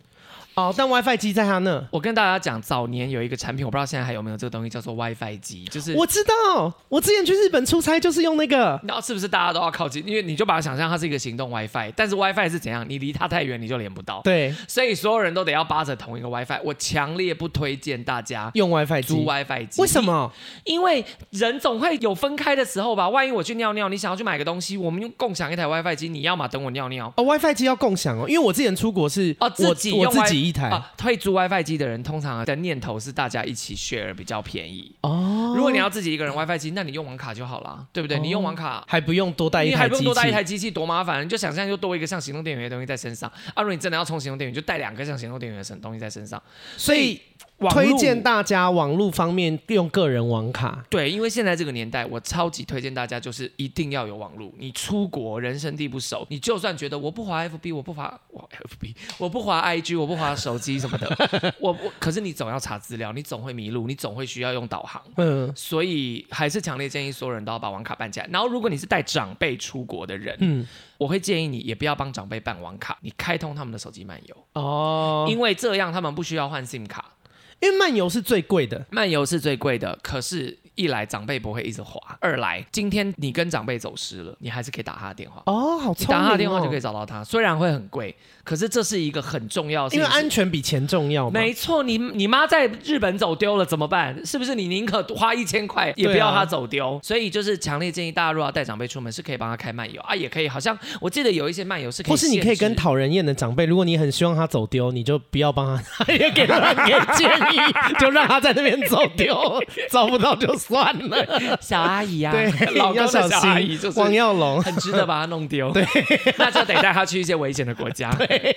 Speaker 1: 哦，但 WiFi 机在他那，
Speaker 2: 我跟大家讲，早年有一个产品，我不知道现在还有没有这个东西，叫做 WiFi 机，就是
Speaker 1: 我知道，我之前去日本出差就是用那个。
Speaker 2: 那是不是大家都要靠近？因为你就把它想象它是一个行动 WiFi，但是 WiFi 是怎样？你离它太远，你就连不到。
Speaker 1: 对，
Speaker 2: 所以所有人都得要扒着同一个 WiFi。我强烈不推荐大家
Speaker 1: 用 WiFi
Speaker 2: 租
Speaker 1: 机，
Speaker 2: WiFi
Speaker 1: 嗯
Speaker 2: 机。
Speaker 1: 为什？么？
Speaker 2: 因为人总会有分开的时候吧。万一我去尿尿，你想要去买个东西，我们用共享一台 WiFi 机，你要嘛等我尿尿。
Speaker 1: 哦，WiFi 机要共享哦，因为我之前出国是，
Speaker 2: 哦
Speaker 1: 我
Speaker 2: 自己
Speaker 1: 我
Speaker 2: 用
Speaker 1: 自
Speaker 2: Wi-
Speaker 1: 己一台，
Speaker 2: 啊，退租 WiFi 机的人通常的念头是大家一起 share 比较便宜。
Speaker 1: 哦，
Speaker 2: 如果你要自己一个人 WiFi 机，那你用网卡就好啦，对不对？你用网卡，
Speaker 1: 还不用多带一
Speaker 2: 你
Speaker 1: 台
Speaker 2: 还
Speaker 1: 机
Speaker 2: 不
Speaker 1: 器，
Speaker 2: 用多带一台机器，多麻烦！你就想象又多一个像行动电源的东西在身上。啊，如果你真的要充行动电源，就带两个像行动电源的东西在身上。
Speaker 1: 所以
Speaker 2: 网
Speaker 1: 推
Speaker 2: 路
Speaker 1: 荐大家网络方面用个人网卡。
Speaker 2: 对，因为现在这个年代，我超级推荐大家，就是一定要有网络。你出国人生地不熟，你就算觉得我不滑 FB，我不滑我 FB，我不滑 IG，我不滑手机什么的，我我可是你总要查资料，你总会迷路，你总会需要用导航。
Speaker 1: 嗯
Speaker 2: 所以还是强烈建议所有人都要把网卡办起来。然后，如果你是带长辈出国的人，
Speaker 1: 嗯，
Speaker 2: 我会建议你也不要帮长辈办网卡，你开通他们的手机漫游，
Speaker 1: 哦，
Speaker 2: 因为这样他们不需要换 SIM 卡。
Speaker 1: 因为漫游是最贵的，
Speaker 2: 漫游是最贵的，可是，一来长辈不会一直滑，二来今天你跟长辈走失了，你还是可以打他的电话。
Speaker 1: 哦，好
Speaker 2: 你
Speaker 1: 聪明、
Speaker 2: 打
Speaker 1: 哦，
Speaker 2: 他的电话就可以找到他，虽然会很贵，可是这是一个很重要的事
Speaker 1: 因
Speaker 2: 情。
Speaker 1: 为安全比钱重要嘛。
Speaker 2: 没错，你你妈在日本走丢了怎么办？是不是你宁可花一千块
Speaker 1: 啊
Speaker 2: 也不要她走丢？所以就是强烈建议大家，如果要带长辈出门，是可以帮他开漫游啊，也可以。好像我记得有一些漫游是可以，
Speaker 1: 或是你可以跟。讨人厌的长辈，如果你很希望他走丢，你就不要帮他， 他也给他给建议，就让他在那边走 丢，找不到就算了。
Speaker 2: 小阿姨啊，
Speaker 1: 对，
Speaker 2: 老公
Speaker 1: 要
Speaker 2: 的
Speaker 1: 小
Speaker 2: 小阿姨
Speaker 1: 心
Speaker 2: 就，
Speaker 1: 王
Speaker 2: 是
Speaker 1: 耀龙。
Speaker 2: 很值得把她弄丢。对， 那就得带她去一些危险的国 家，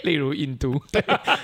Speaker 2: 例如印度。对，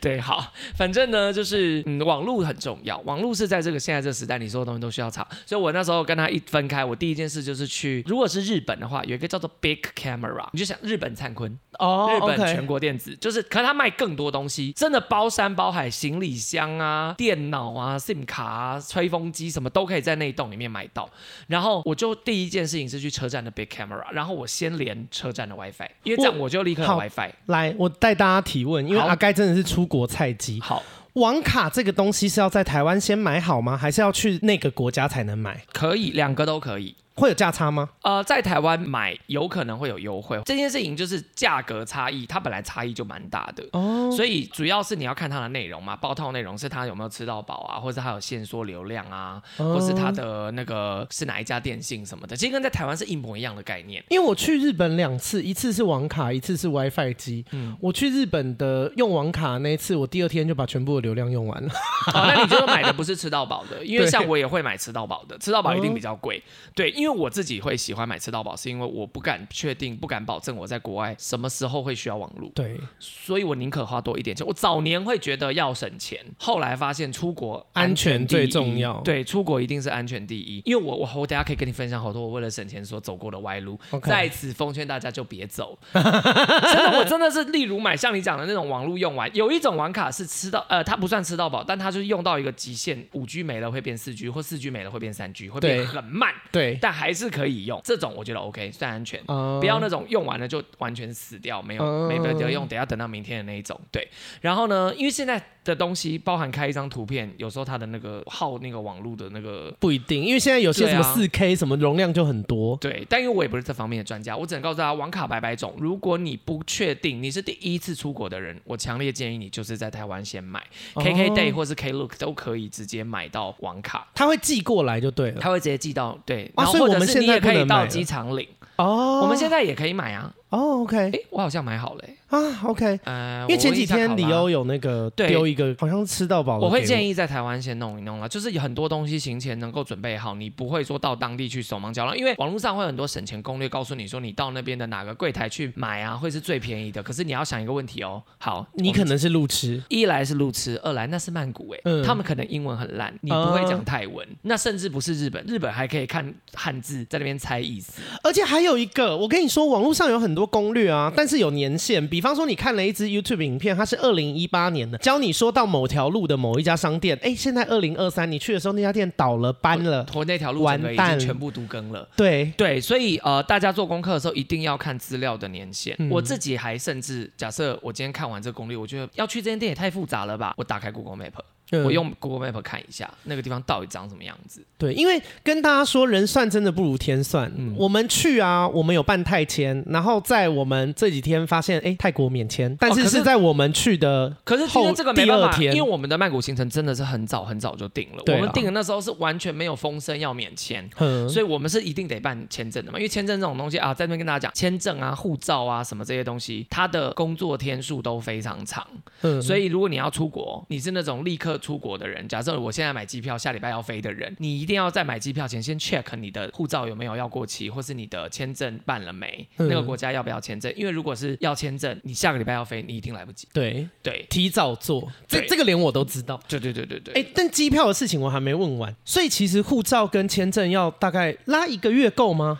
Speaker 2: 对，好，反正呢，就是嗯，网络很重要，网络是在这个现在这个时代，你所有东西都需要查。所以我那时候跟他一分开，我第一件事就是去，如果是日本的话，有一个叫做 Big Camera，你就想日本灿坤，
Speaker 1: 哦
Speaker 2: 日本全国电子，就是，可是他卖更多东西，真的包山包海，行李箱啊、电脑啊、SIM 卡啊、吹风机什么都可以在那一栋里面买到。然后我就第一件事情是去车站的 Big Camera，然后我先连车站的 WiFi，因为这样我就立刻有
Speaker 1: 好
Speaker 2: WiFi。
Speaker 1: 来，我带大家提问，因为
Speaker 2: 好
Speaker 1: 阿该真的是出国菜鸡。
Speaker 2: 好，
Speaker 1: 网卡这个东西是要在台湾先买好吗？还是要去那个国家才能买？
Speaker 2: 可以，两个都可以。
Speaker 1: 会有价差吗？
Speaker 2: 呃，在台湾买有可能会有优惠，这件事情就是价格差异，它本来差异就蛮大的。
Speaker 1: 哦，
Speaker 2: 所以主要是你要看它的内容嘛，包套内容是它有没有吃到饱啊，或者它有限缩流量啊，或
Speaker 1: 哦
Speaker 2: 是它的那个是哪一家电信什么的，其实跟在台湾是一模一样的概念。
Speaker 1: 因为我去日本两次，一次是网卡，一次是 WiFi 机。
Speaker 2: 嗯
Speaker 1: 我去日本的用网卡那一次，我第二天就把全部的流量用 完了。
Speaker 2: 哦，那你就买的不是吃到饱的，因为
Speaker 1: 对哦
Speaker 2: 像我也会买吃到饱的，吃到饱一定比较贵。对，因为我自己会喜欢买吃到饱，是因为我不敢确定，不敢保证我在国外什么时候会需要网络。
Speaker 1: 对，
Speaker 2: 所以我宁可花多一点钱。我早年会觉得要省钱，后来发现出国
Speaker 1: 安全
Speaker 2: 第一
Speaker 1: 最重要
Speaker 2: 对，出国一定是安全第一。因为我我我等一下可以跟你分享好多我为了省钱所走过的歪路
Speaker 1: OK
Speaker 2: 在此奉劝大家就别走。 真的，我真的是例如买像你讲的那种网络用完，有一种网卡是吃到呃，它不算吃到饱，但它就是用到一个极限，五 G 没了会变四 G，或四 G 没了会变三 G，会变
Speaker 1: 对
Speaker 2: 很慢，
Speaker 1: 对，
Speaker 2: 但还是可以用。这种我觉得 OK，算安全。
Speaker 1: 啊
Speaker 2: 不要那种用完了就完全死掉，没有、
Speaker 1: 嗯
Speaker 2: 没得用，等要等到明天的那一种。对，然后呢，因为现在的东西包含开一张图片，有时候它的那个耗那个网络的那个。
Speaker 1: 不一定，因为现在有些什么
Speaker 2: 对啊
Speaker 1: 四 K 什么容量就很多。
Speaker 2: 对，但因为我也不是这方面的专家，我只能告诉大家，网卡百百种。如果你不确定你是第一次出国的人，我强烈建议你就是在台湾先买、KK Day
Speaker 1: 哦
Speaker 2: 或是 Klook 都可以直接买到网卡，
Speaker 1: 他会寄过来就对了。
Speaker 2: 它会直接寄到对，
Speaker 1: 啊
Speaker 2: 然后
Speaker 1: 所以
Speaker 2: 或
Speaker 1: 我
Speaker 2: 者
Speaker 1: 们
Speaker 2: 是
Speaker 1: 现
Speaker 2: 你
Speaker 1: 在
Speaker 2: 也可
Speaker 1: 不
Speaker 2: 以
Speaker 1: 能买
Speaker 2: 到
Speaker 1: 了
Speaker 2: 机场领。
Speaker 1: 哦
Speaker 2: 我们现在也可以买啊，
Speaker 1: 哦，OK
Speaker 2: 诶，我好像买好了、诶
Speaker 1: 啊，OK。
Speaker 2: 呃，
Speaker 1: 因为前几天
Speaker 2: 理
Speaker 1: 李
Speaker 2: 由。
Speaker 1: 欧有那个
Speaker 2: 对
Speaker 1: 丢一个，好像吃到饱的给。
Speaker 2: 我会建
Speaker 1: 议
Speaker 2: 议在台湾先弄一弄了，就是有很多东西行前能够准备好，你不会说到当地去手忙脚乱，因为网络上会有很多省钱攻略告诉你说你到那边的哪个柜台去买啊，会是最便宜的。可是你要想一个问题哦，好，
Speaker 1: 你
Speaker 2: 我们
Speaker 1: 可能是路痴，
Speaker 2: 一来是路痴，二来那是曼谷哎、
Speaker 1: 嗯哦
Speaker 2: 他们可能英文很烂，你不会讲泰文，那甚至不是日本，日本还可以看汉字在那边猜意思。
Speaker 1: 而且还有一个，我跟你说，网络上有很多攻略啊，但是有年限。比方说，你看了一支 YouTube 影片，它是二零一八年的，教你说到某条路的某一家商店，哎，现在二零二三，你去的时候那家店倒了、搬了，
Speaker 2: 我那条路整个
Speaker 1: 呃完
Speaker 2: 已
Speaker 1: 蛋
Speaker 2: 经全部都更了。
Speaker 1: 对，
Speaker 2: 对，所以呃，大家做功课的时候一定要看资料的年限。
Speaker 1: 嗯
Speaker 2: 我自己还甚至假设我今天看完这攻略，我觉得要去这间店也太复杂了吧，我打开 Google Map，、
Speaker 1: 嗯
Speaker 2: 我用 Google Map 看一下那个地方到底长什么样子。
Speaker 1: 对，因为跟大家说，人算真的不如天算。
Speaker 2: 嗯
Speaker 1: 我们去啊，我们有办泰签，然后在我们这几天发现，哎，泰国免签，但
Speaker 2: 哦
Speaker 1: 是
Speaker 2: 可是
Speaker 1: 是在我们去的
Speaker 2: 可是今
Speaker 1: 后
Speaker 2: 天这个没办
Speaker 1: 第二
Speaker 2: 法，因
Speaker 1: 天
Speaker 2: 为我们的曼谷行程真的是很早很早就定了，
Speaker 1: 对
Speaker 2: 我
Speaker 1: 啊
Speaker 2: 们定的那时候是完全没有风声要免签。
Speaker 1: 嗯，
Speaker 2: 所以我们是一定得办签证的嘛，因为签证这种东西啊，在那边跟大家讲，签证啊、护照啊什么这些东西，它的工作天数都非常长。
Speaker 1: 嗯
Speaker 2: 所以如果你要出国，你是那种立刻出国的人，假设我现在买机票，下礼拜要飞的人，你一定要在买机票前先 check 你的护照有没有要过期，或是你的签证办了没，
Speaker 1: 嗯
Speaker 2: 那个国家要不要签证？因为如果是要签证，你下个礼拜要飞，你一定来不及。
Speaker 1: 对，
Speaker 2: 对，
Speaker 1: 提早做，这
Speaker 2: 对
Speaker 1: 这个连我都知道。
Speaker 2: 对对对对对。
Speaker 1: 哎，但机票的事情我还没问完，所以其实护照跟签证要大概拉一个月够吗？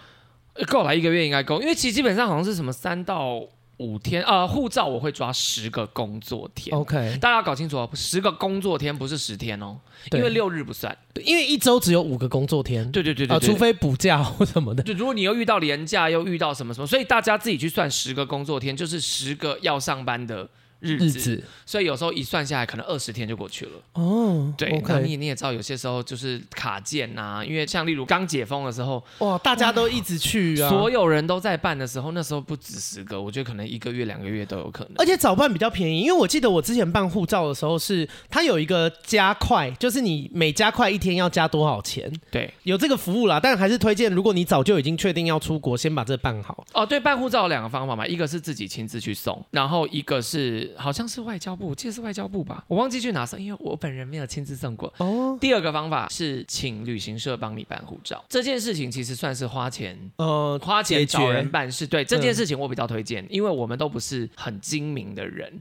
Speaker 2: 够呃来一个月应该够，因为其实基本上好像是什么三到五天啊，呃护、照我会抓十个工作天。
Speaker 1: OK，
Speaker 2: 大家要搞清楚哦，十个工作天不是十天哦，
Speaker 1: 对
Speaker 2: 因为六日不算。
Speaker 1: 因为一周只有五个工作天，
Speaker 2: 对对对对
Speaker 1: 啊，
Speaker 2: 对
Speaker 1: 除非补假或什么的。
Speaker 2: 对，如果你又遇到廉价，又遇到什么什么，所以大家自己去算十个工作天，就是十个要上班的日子，
Speaker 1: 日子
Speaker 2: 所以有时候一算下来，可能二十天就过去了。
Speaker 1: 哦，
Speaker 2: 对，那
Speaker 1: OK，
Speaker 2: 你你也知道，有些时候就是卡件呐、因为像例如刚解封的时候，
Speaker 1: 哇，大家都一直去啊，
Speaker 2: 所有人都在办的时候，那时候不止十个，我觉得可能一个月、两个月都有可能。
Speaker 1: 而且早办比较便宜，因为我记得我之前办护照的时候是，它有一个加快，就是你每加快一天要加多少钱，
Speaker 2: 对，
Speaker 1: 有这个服务啦。但还是推荐，如果你早就已经确定要出国，先把这办好。
Speaker 2: 哦，对，办护照有两个方法嘛，一个是自己亲自去送，然后一个是好像是外交部，我记得是外交部吧，我忘记去哪送，因为我本人没有亲自送过。
Speaker 1: 哦，
Speaker 2: 第二个方法是请旅行社帮你办护照，这件事情其实算是花钱。
Speaker 1: 呃，
Speaker 2: 花
Speaker 1: 解
Speaker 2: 钱
Speaker 1: 决
Speaker 2: 找人办事，对这件事情我比较推
Speaker 1: 嗯
Speaker 2: 荐，因为我们都不是很精明的人，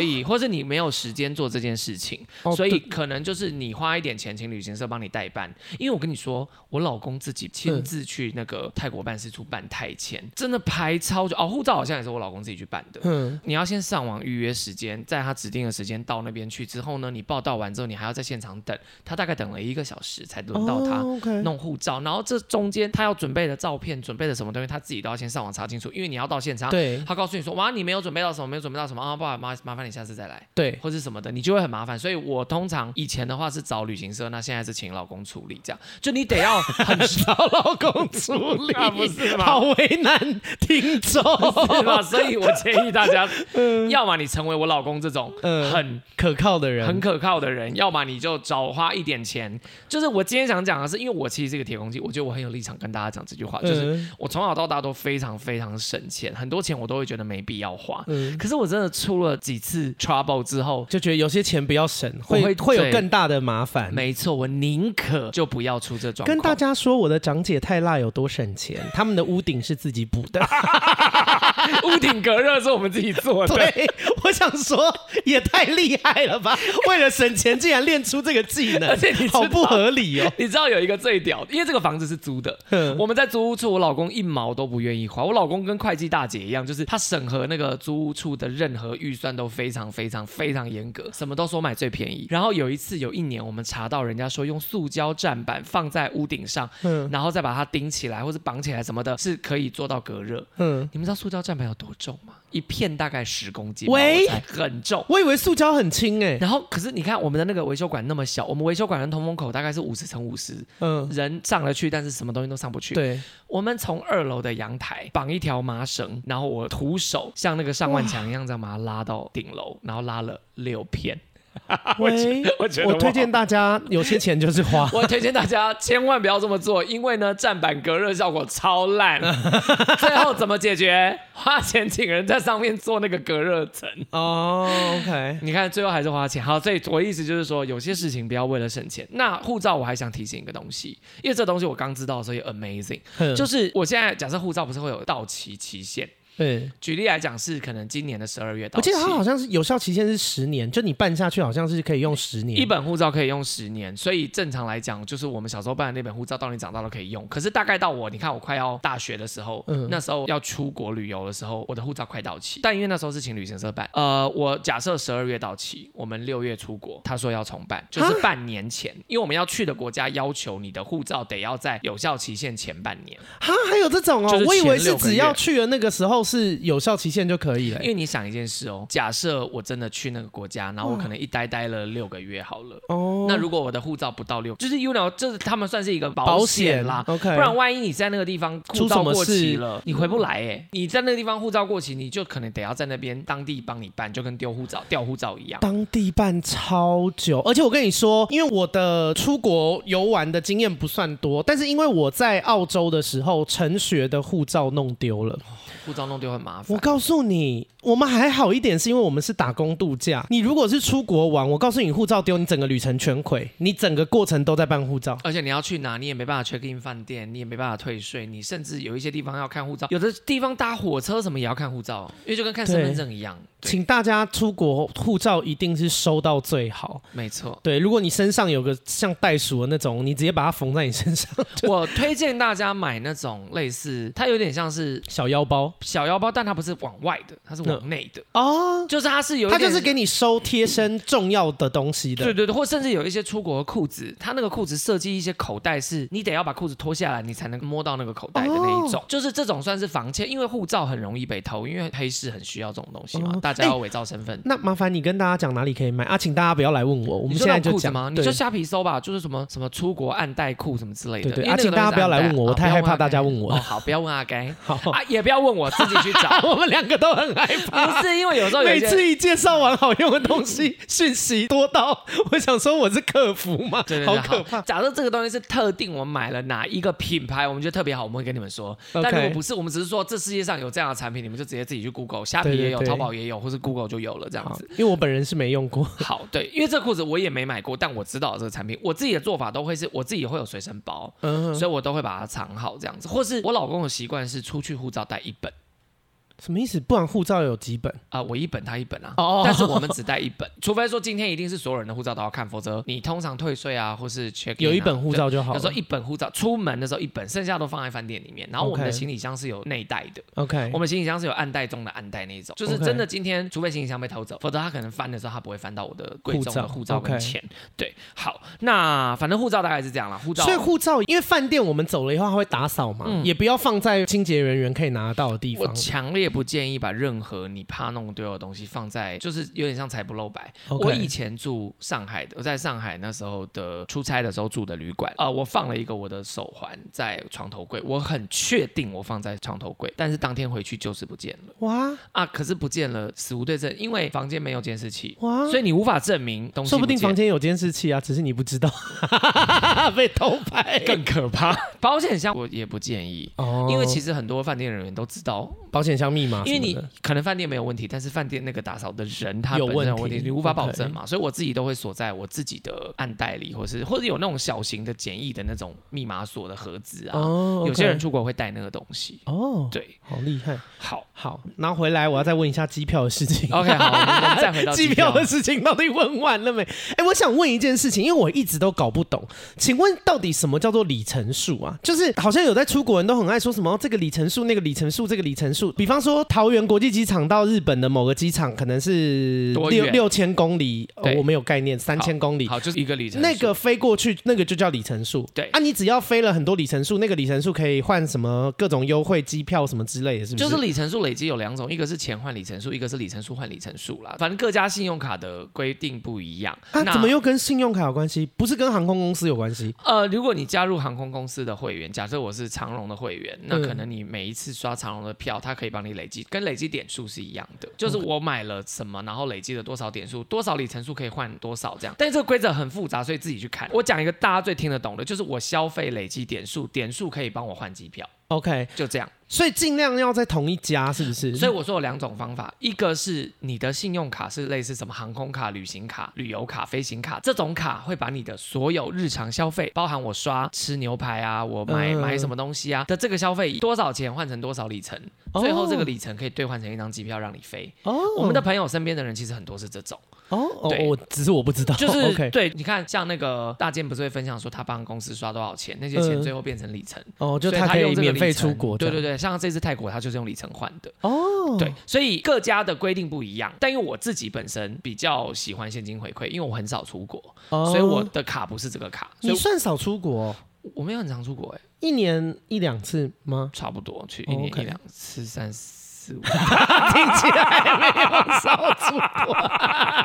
Speaker 2: 以或是你没有时间做这件事情，
Speaker 1: 哦
Speaker 2: 所以
Speaker 1: 对
Speaker 2: 可能就是你花一点钱请旅行社帮你代办。因为我跟你说，我老公自己
Speaker 1: 嗯
Speaker 2: 亲自去那个泰国办事处办泰签，真的排超久哦，护照好像也是我老公自己去办的。
Speaker 1: 嗯，
Speaker 2: 你要先上网预约时间，在他指定的时间到那边去之后呢，你报到完之后，你还要在现场等，他大概等了一个小时才轮到他。
Speaker 1: 哦 OK，
Speaker 2: 弄护照，然后这中间他要准备的照片、准备的什么东西，他自己都要先上网查清楚，因为你要到现场，
Speaker 1: 对
Speaker 2: 他告诉你说，哇，你没有准备到什么，没有准备到什么啊，不好意思，麻麻烦你下次再来，
Speaker 1: 对，
Speaker 2: 或是什么的，你就会很麻烦。所以我通常以前的话是找旅行社，那现在是请老公处理，这样就你得要很，
Speaker 1: 找老公处理
Speaker 2: 那不是吗
Speaker 1: 好为难听众，
Speaker 2: 对吧？所以我建议大 家，要么你成为我老公这种
Speaker 1: 嗯
Speaker 2: 很
Speaker 1: 可靠的人，
Speaker 2: 很可靠的人，要么你就少花一点钱。就是我今天想讲的是，因为我其实是一个铁公鸡，我觉得我很有立场跟大家讲这句话，就是
Speaker 1: 嗯
Speaker 2: 我从小到大都非常非常省钱，很多钱我都会觉得没必要花。
Speaker 1: 嗯
Speaker 2: 可是我真的出了几次 trouble 之后，
Speaker 1: 就觉得有些钱不要省，
Speaker 2: 我
Speaker 1: 会
Speaker 2: 会
Speaker 1: 会有
Speaker 2: 对
Speaker 1: 更大的麻烦。
Speaker 2: 没错，我宁可就不要出这状况。
Speaker 1: 嗯跟大家说，我的长姐太辣有多省钱，他们的屋顶是自己补 的。
Speaker 2: 屋顶隔热是我们自己做 的，
Speaker 1: 对，我想说也太厉害了 吧！为了省钱，竟然练出这个技能，
Speaker 2: 而且你知道
Speaker 1: 好不合理哦。
Speaker 2: 你知道有一个最屌的，因为这个房子是租的
Speaker 1: 嗯，
Speaker 2: 我们在租屋处，我老公一毛都不愿意花。我老公跟会计大姐一样，就是他审核那个租屋处的任何预算都非常非常非常严格，什么都说买最便宜。然后有一次有一年，我们查到人家说用塑胶站板放在屋顶上，
Speaker 1: 嗯
Speaker 2: 然后再把它钉起来或者绑起来什么的，是可以做到隔热。
Speaker 1: 嗯，
Speaker 2: 你们知道塑胶站板有多重吗？一片大概十公斤，
Speaker 1: 喂
Speaker 2: 我猜很重。
Speaker 1: 我以为塑胶很轻哎、
Speaker 2: 然后，可是你看我们的那个维修馆那么小，我们维修馆的通风口大概是五十乘五十，
Speaker 1: 嗯，
Speaker 2: 人上得去，但是什么东西都上不去。，
Speaker 1: 对，
Speaker 2: 我们从二楼的阳台绑一条麻绳，然后我徒手像那个上万强一样，这样把它拉到顶楼，然后拉了六片。
Speaker 1: 喂，
Speaker 2: 我觉得
Speaker 1: 我
Speaker 2: 我
Speaker 1: 推荐大家有些钱就是花
Speaker 2: 。我推荐大家千万不要这么做，因为呢，站板隔热效果超烂。最后怎么解决？花钱请人在上面做那个隔热层。
Speaker 1: 哦，OK，
Speaker 2: 你看，最后还是花钱。好，所以我意思就是说，有些事情不要为了省钱。那护照我还想提醒一个东西，因为这东西我刚知道的时候也 amazing，
Speaker 1: 哼
Speaker 2: 就是我现在假设护照不是会有到期期限，
Speaker 1: 对，
Speaker 2: 举例来讲是可能今年的十二月到
Speaker 1: 我
Speaker 2: 期
Speaker 1: 记得。它好像是有效期限是十年，就你办下去好像是可以用十年。
Speaker 2: 一本护照可以用十年，所以正常来讲，就是我们小时候办的那本护照，到你长大都可以用。可是大概到我，你看我快要大学的时候，
Speaker 1: 嗯
Speaker 2: 那时候要出国旅游的时候，我的护照快到期，但因为那时候是请旅行社办，呃，我假设十二月到期，我们六月出国，他说要重办，就是半年前，因为我们要去的国家要求你的护照得要在有效期限前半年，
Speaker 1: 哈，还有这种哦，
Speaker 2: 就是
Speaker 1: 我以为
Speaker 2: 前
Speaker 1: 是
Speaker 2: 六个
Speaker 1: 只要
Speaker 2: 月
Speaker 1: 去的那个时候是有效期限就可以了、欸
Speaker 2: 因为你想一件事哦，假设我真的去那个国家，然后
Speaker 1: 嗯
Speaker 2: 我可能一待待了六个月好了。
Speaker 1: 哦，
Speaker 2: 那如果我的护照不到六，就是 you know，就是他们算是一个
Speaker 1: 保
Speaker 2: 保
Speaker 1: 险
Speaker 2: 险啦。
Speaker 1: ，OK，
Speaker 2: 不然万一你在那个地方
Speaker 1: 出什
Speaker 2: 护照
Speaker 1: 么
Speaker 2: 过期
Speaker 1: 事
Speaker 2: 了，你回不来哎、你在那个地方护照过期，你就可能得要在那边当地帮你办，就跟丢护照、掉护照一样。
Speaker 1: 当地办超久，而且我跟你说，因为我的出国游玩的经验不算多，但是因为我在澳洲的时候，陈学的护照弄丢了。
Speaker 2: 护照弄丢很麻
Speaker 1: 我
Speaker 2: 烦。
Speaker 1: 告诉你，我们还好一点，是因为我们是打工度假。你如果是出国玩，我告诉你，护照丢，你整个旅程全亏，你整个过程都在办护照。
Speaker 2: 而且你要去哪，你也没办法 check in 饭店，你也没办法退税，你甚至有一些地方要看护照，有的地方搭火车什么也要看护照，因为就跟看身份证一样。对，
Speaker 1: 请大家出国护照一定是收到最好。
Speaker 2: 没错。
Speaker 1: 对，如果你身上有个像袋鼠的那种，你直接把它缝在你身上，
Speaker 2: 我推荐大家买那种类似，它有点像是
Speaker 1: 小腰包
Speaker 2: 小腰包，但它不是往外的，它是往内的，
Speaker 1: 哦。
Speaker 2: 就是它是有一
Speaker 1: 它
Speaker 2: 点，
Speaker 1: 就是给你收贴身重要的东西
Speaker 2: 对
Speaker 1: 的。
Speaker 2: 对对，或甚至有一些出国的裤子，它那个裤子设计一些口袋是，你得要把裤子脱下来，你才能摸到那个口
Speaker 1: 哦
Speaker 2: 袋的那一种，就是这种算是防窃，因为护照很容易被偷，因为黑市很需要这种东西嘛，
Speaker 1: 哦
Speaker 2: 大大家要伪造身份。
Speaker 1: 那麻烦你跟大家讲哪里可以买啊，请大家不要来问我，我
Speaker 2: 我
Speaker 1: 们现在就
Speaker 2: 裤子
Speaker 1: 讲
Speaker 2: 吗？你
Speaker 1: 对
Speaker 2: 就虾皮搜吧，就是什么什么出国暗带裤什么之类的。
Speaker 1: 对对
Speaker 2: 因为
Speaker 1: 啊
Speaker 2: 那个
Speaker 1: 请大家
Speaker 2: 东西是
Speaker 1: 不要来
Speaker 2: 暗带
Speaker 1: 问我
Speaker 2: 哦
Speaker 1: 我太
Speaker 2: 不要
Speaker 1: 害怕
Speaker 2: 阿
Speaker 1: 大家
Speaker 2: 该
Speaker 1: 问我
Speaker 2: 哦，好，不要问 阿该
Speaker 1: 好，啊
Speaker 2: 啊，也不要问我，自己去 找。
Speaker 1: 我们两个都很害怕。
Speaker 2: 不是因为有时候有
Speaker 1: 每
Speaker 2: 一些
Speaker 1: 次一介绍完好用的东西，讯息多到我想说我是客服嘛，
Speaker 2: 对对对，
Speaker 1: 好可怕。
Speaker 2: 假设这个东西是特定，我买了哪一个品牌，我们觉得特别好，我们会跟你们说。
Speaker 1: OK
Speaker 2: 但如果不是，我们只是说这世界上有这样的产品，你们就直接自己去 Google，虾皮
Speaker 1: 对对
Speaker 2: 也有，
Speaker 1: 对
Speaker 2: 淘宝也有，或是 Google 就有了这样
Speaker 1: 好
Speaker 2: 子。，
Speaker 1: 因为我本人是没用过。
Speaker 2: 好，对，因为这裤子我也没买过，但我知道这个产品。我自己的做法都会是我自己会有随身包，
Speaker 1: 嗯，
Speaker 2: 所以我都会把它藏好这样子。或是我老公的习惯是出去护照带一本
Speaker 1: 什么意思？不然护照有几本？
Speaker 2: 啊、我一本他一本啊。
Speaker 1: 哦
Speaker 2: 但是我们只带一本，除非说今天一定是所有人的护照都要看，否则你通常退税啊，或是 check in 啊
Speaker 1: 有一本护
Speaker 2: 对
Speaker 1: 照就好
Speaker 2: 有时候
Speaker 1: 了。
Speaker 2: 一本护照，出门的时候一本，剩下都放在饭店里面。然后我们的
Speaker 1: OK
Speaker 2: 行李箱是有内带的
Speaker 1: OK，
Speaker 2: 我们行李箱是有暗袋中的暗袋那一种，就是
Speaker 1: OK
Speaker 2: 真的今天，除非行李箱被偷走，否则他可能翻的时候他不会翻到我的贵重的护
Speaker 1: 护
Speaker 2: 照
Speaker 1: 照
Speaker 2: 跟
Speaker 1: OK
Speaker 2: 钱。对，好，那反正护照大概是这样啦，护照
Speaker 1: 所以护照，因为饭店我们走了以后他会打扫嘛，
Speaker 2: 嗯
Speaker 1: 也不要放在清洁人员可以拿得到的地
Speaker 2: 我
Speaker 1: 方。
Speaker 2: 强烈不建议把任何你怕弄丢的东西放在，就是有点像财不露白。
Speaker 1: OK
Speaker 2: 我以前住上海的，我在上海那时候的出差的时候住的旅馆，啊，我放了一个我的手环在床头柜，我很确定我放在床头柜，但是当天回去就是不见了
Speaker 1: 哇
Speaker 2: 啊，可是不见了，死无对证，因为房间没有监视器，
Speaker 1: 哇，
Speaker 2: 所以你无法证明东西
Speaker 1: 说不定
Speaker 2: 见
Speaker 1: 房间有监视器啊，只是你不知道， 被偷拍
Speaker 2: 更可怕，保险箱我也不建议。
Speaker 1: 哦
Speaker 2: 因为其实很多饭店人员都知道
Speaker 1: 保险箱密啊码什么的，
Speaker 2: 因为你啊可能饭店没有问题，但是饭店那个打扫的人他
Speaker 1: 有
Speaker 2: 本身有
Speaker 1: 问
Speaker 2: 问题，
Speaker 1: 题
Speaker 2: 你无法保证嘛。所以我自己都会锁在我自己的暗袋里，或是或者有那种小型的简易的那种密码锁的盒子啊。
Speaker 1: 哦，
Speaker 2: 有些
Speaker 1: OK
Speaker 2: 人出国会带那个东西。
Speaker 1: 哦，
Speaker 2: 对，
Speaker 1: 好厉害。
Speaker 2: 好
Speaker 1: 好，然后回来我要再问一下机票的事情。
Speaker 2: ，OK，好，我们再回到
Speaker 1: 机
Speaker 2: 机票
Speaker 1: 票的事情到底问完了没？哎，我想问一件事情，因为我一直都搞不懂，请问到底什么叫做里程数啊？就是好像有在出国人都很爱说什么、哦这个里程数、那个里程数、这个里程数。比方说桃园国际机场到日本的某个机场可能是
Speaker 2: 多
Speaker 1: 六
Speaker 2: 远
Speaker 1: 六千公里、呃
Speaker 2: 对
Speaker 1: 我没有概念，三千公里。
Speaker 2: 好，就是一个里程数。
Speaker 1: 那个飞过去，那个就叫里程数。
Speaker 2: 对
Speaker 1: 啊，你只要飞了很多里程数，那个里程数可以换什么各种优惠机票什么之类的，是不
Speaker 2: 就是里程数累积有两种，一个是钱换里程数，一个是里程数换里程数啦。反正各家信用卡的规定不一样。
Speaker 1: 啊，
Speaker 2: 那
Speaker 1: 怎么又跟信用卡有关系？不是跟航空公司有关系？
Speaker 2: 呃，如果你加入航空公司的会员，假设我是长荣的会员，那
Speaker 1: 嗯
Speaker 2: 可能你每一次刷长荣的票，它可以帮你累积，跟累积点数是一样的，就是我买了什么，然后累积了多少点数，多少里程数可以换多少这样。但是这个规则很复杂，所以自己去看。我讲一个大家最听得懂的，就是我消费累积点数，点数可以帮我换机票，
Speaker 1: OK，
Speaker 2: 就这样。
Speaker 1: 所以尽量要在同一家，是不是？
Speaker 2: 所以我说有两种方法，一个是你的信用卡是类似什么航空卡、旅行卡、旅游卡、飞行卡这种卡，会把你的所有日常消费，包含我刷吃牛排啊，我买、
Speaker 1: 嗯
Speaker 2: 买什么东西啊的这个消费，多少钱换成多少里程，
Speaker 1: 哦
Speaker 2: 最后这个里程可以兑换成一张机票让你飞。
Speaker 1: 哦，
Speaker 2: 我们的朋友身边的人其实很多是这种，
Speaker 1: 哦哦，
Speaker 2: 对
Speaker 1: 我只是我不知道，
Speaker 2: 就是
Speaker 1: OK，
Speaker 2: 对，你看像那个大健不是会分享说他帮公司刷多少钱，那些钱
Speaker 1: 嗯
Speaker 2: 最后变成里程，
Speaker 1: 哦，就
Speaker 2: 所以
Speaker 1: 他可
Speaker 2: 用
Speaker 1: 以
Speaker 2: 这个
Speaker 1: 免费
Speaker 2: 里程
Speaker 1: 出国，
Speaker 2: 对对，对，像这次泰国他就是用里程换的。
Speaker 1: 哦，
Speaker 2: 对，所以各家的规定不一样，但因为我自己本身比较喜欢现金回馈，因为我很少出国，
Speaker 1: 哦，
Speaker 2: 所以我的卡不是这个卡，所
Speaker 1: 你
Speaker 2: 以
Speaker 1: 算少出国哦，
Speaker 2: 我没有很常出国、欸，哎，
Speaker 1: 一年一两次吗？
Speaker 2: 差不多去
Speaker 1: 哦
Speaker 2: 一年一
Speaker 1: OK
Speaker 2: 两次、三四五，
Speaker 1: 听起来没有少出国，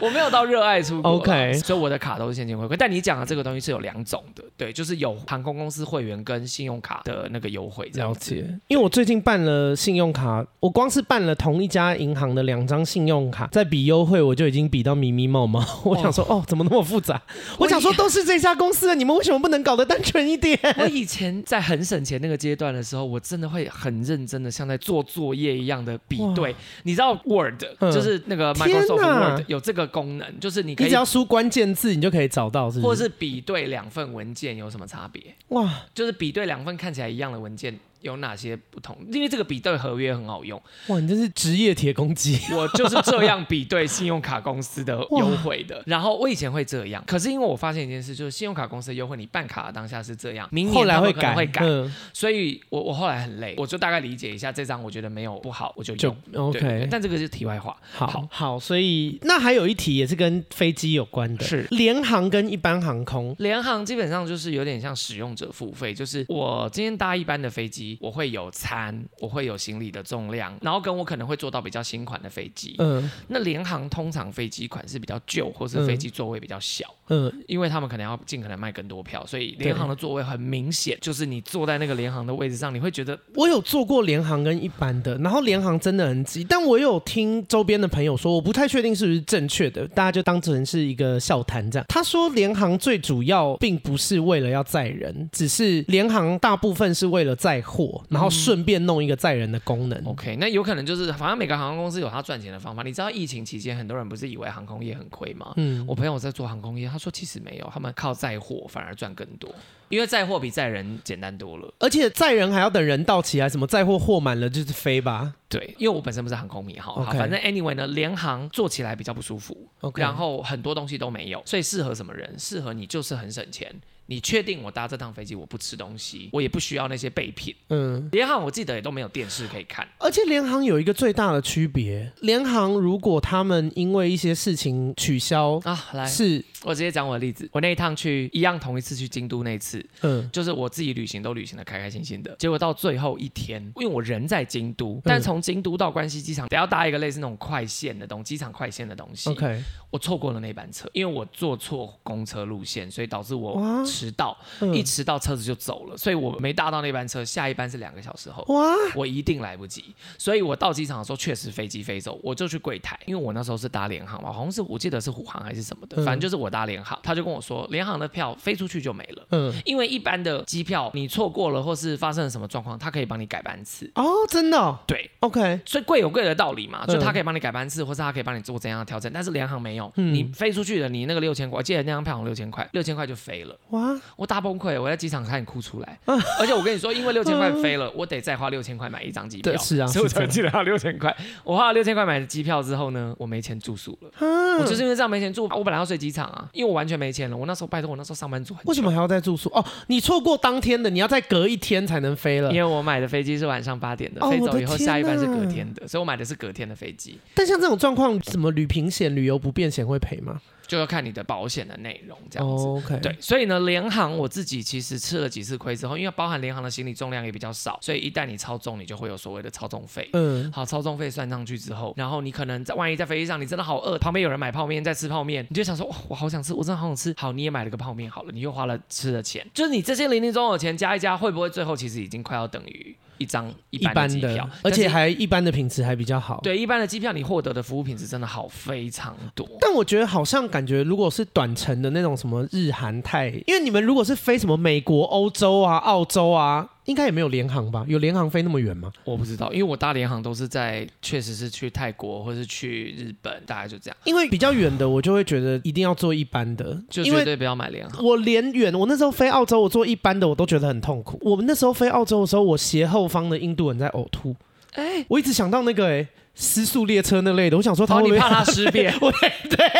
Speaker 2: 我没有到热爱出国啦
Speaker 1: OK
Speaker 2: 所以我的卡都是现金回馈。但你讲的这个东西是有两种的，对，就是有航空公司会员跟信用卡的那个优惠这样
Speaker 1: 了
Speaker 2: 子。
Speaker 1: 解。因为我最近办了信用卡，我光是办了同一家银行的两张信用卡，在比优惠，我就已经比到迷迷冒 冒。我想说，哦，怎么那么复杂？我想说，都是这家公司的，你们为什么不能搞得单纯一点？
Speaker 2: 我以前在很省钱那个阶段的时候，我真的会很认真的像在做作业一样的比对。你知道 Word、
Speaker 1: 嗯
Speaker 2: 就是那个
Speaker 1: 天
Speaker 2: Microsoft
Speaker 1: 哪
Speaker 2: Word 有这个功能，就是 你可
Speaker 1: 你
Speaker 2: 以
Speaker 1: 只要输关键字，你就可以找到，是不
Speaker 2: 或
Speaker 1: 是？
Speaker 2: 是比对两份文件有什么差别，
Speaker 1: 哇，
Speaker 2: 就是比对两份看起来一样的文件有哪些不同。因为这个比对合约很 好用，
Speaker 1: 哇，你真是职业铁公鸡。
Speaker 2: 我就是这样比对信用卡公司的优惠的。然后我以前会这样，可是因为我发现一件事，就是信用卡公司的优惠，你办卡的当下是这样，明 年
Speaker 1: 后来
Speaker 2: 他们
Speaker 1: 会
Speaker 2: 可能
Speaker 1: 改，
Speaker 2: 会改。
Speaker 1: 嗯，
Speaker 2: 所以我我后来很累，我就大概理解一下这张，我觉得没有不好，我就
Speaker 1: 就
Speaker 2: 用。对对
Speaker 1: OK
Speaker 2: 对。但这个是题外话。
Speaker 1: 好好，所以那还有一题也是跟飞机有关的，
Speaker 2: 是
Speaker 1: 联航跟一般航空。
Speaker 2: 联航基本上就是有点像使用者付费，就是我今天搭一班的飞机，西，我会有餐，我会有行李的重量，然后跟我可能会坐到比较新款的飞机。
Speaker 1: 嗯
Speaker 2: 那联航通常飞机款式比较旧，或是飞机座位比较小，
Speaker 1: 嗯，
Speaker 2: 因为他们可能要尽可能卖更多票，所以联航的座位很明显，就是你坐在那个联航的位置上，你会觉得
Speaker 1: 我有坐过联航跟一般的，然后联航真的很挤，但我有听周边的朋友说，我不太确定是不是正确的，大家就当成是一个笑谈这样。他说联航最主要并不是为了要载人，只是联航大部分是为了载货，然后顺便弄一个载人的功能。
Speaker 2: OK，那有可能就是，反正每个航空公司有它赚钱的方法。你知道疫情期间，很多人不是以为航空业很亏吗？
Speaker 1: 嗯，
Speaker 2: 我朋友在做航空业，他说其实没有，他们靠载货反而赚更多，因为载货比载人简单多了。
Speaker 1: 而且载人还要等人到齐啊，什么载货货满了就是飞吧。
Speaker 2: 对，因为我本身不是航空迷哈，好
Speaker 1: OK
Speaker 2: 反正 anyway 呢，联航做起来比较不舒服
Speaker 1: OK，
Speaker 2: 然后很多东西都没有，所以适合什么人？适合你就是很省钱。你确定我搭这趟飞机，我不吃东西，我也不需要那些备品。
Speaker 1: 嗯。
Speaker 2: 联航我记得也都没有电视可以看。
Speaker 1: 而且联航有一个最大的区别，联航如果他们因为一些事情取消，
Speaker 2: 啊，来，
Speaker 1: 是
Speaker 2: 我直接讲我的例子。我那一趟去一样，同一次去京都那一次，
Speaker 1: 嗯
Speaker 2: 就是我自己旅行都旅行的开开心心的，结果到最后一天，因为我人在京都，但从京都到关西机场得要搭一个类似那种快线的东机场快线的东西。
Speaker 1: ，OK，
Speaker 2: 我错过了那班车，因为我坐错公车路线，所以导致
Speaker 1: 哇
Speaker 2: 我迟到，
Speaker 1: 嗯
Speaker 2: 一迟到车子就走了，所以我没搭到那班车，下一班是两个小时后。
Speaker 1: 哇，
Speaker 2: 我一定来不及，所以我到机场的时候确实飞机飞走，我就去柜台，因为我那时候是搭联航嘛，好像是我记得是虎航还是什么的，
Speaker 1: 嗯
Speaker 2: 反正就是我搭联航，他就跟我说联航的票飞出去就没了。
Speaker 1: 嗯，
Speaker 2: 因为一般的机票你错过了，或是发生了什么状况，它可以帮你改班次。
Speaker 1: 哦，真的、哦、
Speaker 2: 对，
Speaker 1: ，OK，
Speaker 2: 所以贵有贵的道理嘛，
Speaker 1: 嗯
Speaker 2: 就它可以帮你改班次，或是它可以帮你做怎样的调整。但是联航没有，
Speaker 1: 嗯
Speaker 2: 你飞出去了，你那个六千块，我记得那张票好像六千块，六千块就飞了，
Speaker 1: 哇，
Speaker 2: 我大崩溃，我在机场差点哭出来。
Speaker 1: 啊
Speaker 2: 而且我跟你说，因 为六千块飞了，我得再花六千块买一张机票
Speaker 1: 对，。是啊，
Speaker 2: 所以我
Speaker 1: 是这
Speaker 2: 才
Speaker 1: 样
Speaker 2: 记得要六千块。我花了六千块买的机票之后呢，我没钱住宿了。
Speaker 1: 啊
Speaker 2: 我就是因为这样没钱住，我本来要睡机场啊，因为我完全没钱了。我那时候拜托，我那时候上班族很
Speaker 1: 为什么还要再住宿？哦，你错过当天的，你要再隔一天才能飞了
Speaker 2: 因。为我买的飞机是晚上八点的，
Speaker 1: 哦
Speaker 2: 飞
Speaker 1: 我
Speaker 2: 走
Speaker 1: 的
Speaker 2: 以后
Speaker 1: 天
Speaker 2: 下一班是
Speaker 1: 哪
Speaker 2: 隔天的，所以我买的是隔天的飞机，
Speaker 1: 但像这种状况，什么旅平险、旅游不便险会赔吗？
Speaker 2: 就要看你的保险的内容这样子。
Speaker 1: 哦 OK，
Speaker 2: 对，，所以呢，联航我自己其实吃了几次亏之后，因为包含联航的行李重量也比较少，所以一旦你超重，你就会有所谓的超重费。
Speaker 1: 嗯，
Speaker 2: 好，超重费算上去之后，然后你可能在万一在飞机上你真的好饿，旁边有人买泡面在吃泡面，你就想说哇，我好想吃，我真的好想吃。好，你也买了个泡面好了，你又花了吃的钱，就是你这些零零总总的钱加一加，会不会最后其实已经快要等于一张一
Speaker 1: 一
Speaker 2: 般的机票，
Speaker 1: 而
Speaker 2: 但是
Speaker 1: 且还一般的品质还比较好。
Speaker 2: 对，一般的机票你获得的服务品质真的好非常多。
Speaker 1: 但我觉得好像感觉，如果是短程的那种什么日韩泰，因为你们如果是飞什么美国、欧洲啊、澳洲啊，应该也没有联航吧？有联航飞那么远吗？
Speaker 2: 我不知道，因为我搭联航都是在，确实是去泰国或是去日本，大概就这样，
Speaker 1: 因为比较远的，我就会觉得一定要坐一班的，
Speaker 2: 就
Speaker 1: 因
Speaker 2: 绝
Speaker 1: 为。
Speaker 2: 对不要买联航。
Speaker 1: 我连远，我那时候飞澳洲，我坐一班的，我都觉得很痛苦。我们那时候飞澳洲的时候，我斜后方的印度人在呕吐，
Speaker 2: 哎，
Speaker 1: 我一直想到那个哎、失速列车那类的，我 想说他
Speaker 2: 哦，
Speaker 1: 会不
Speaker 2: 你
Speaker 1: 会、
Speaker 2: 怕他尸变？
Speaker 1: 我对，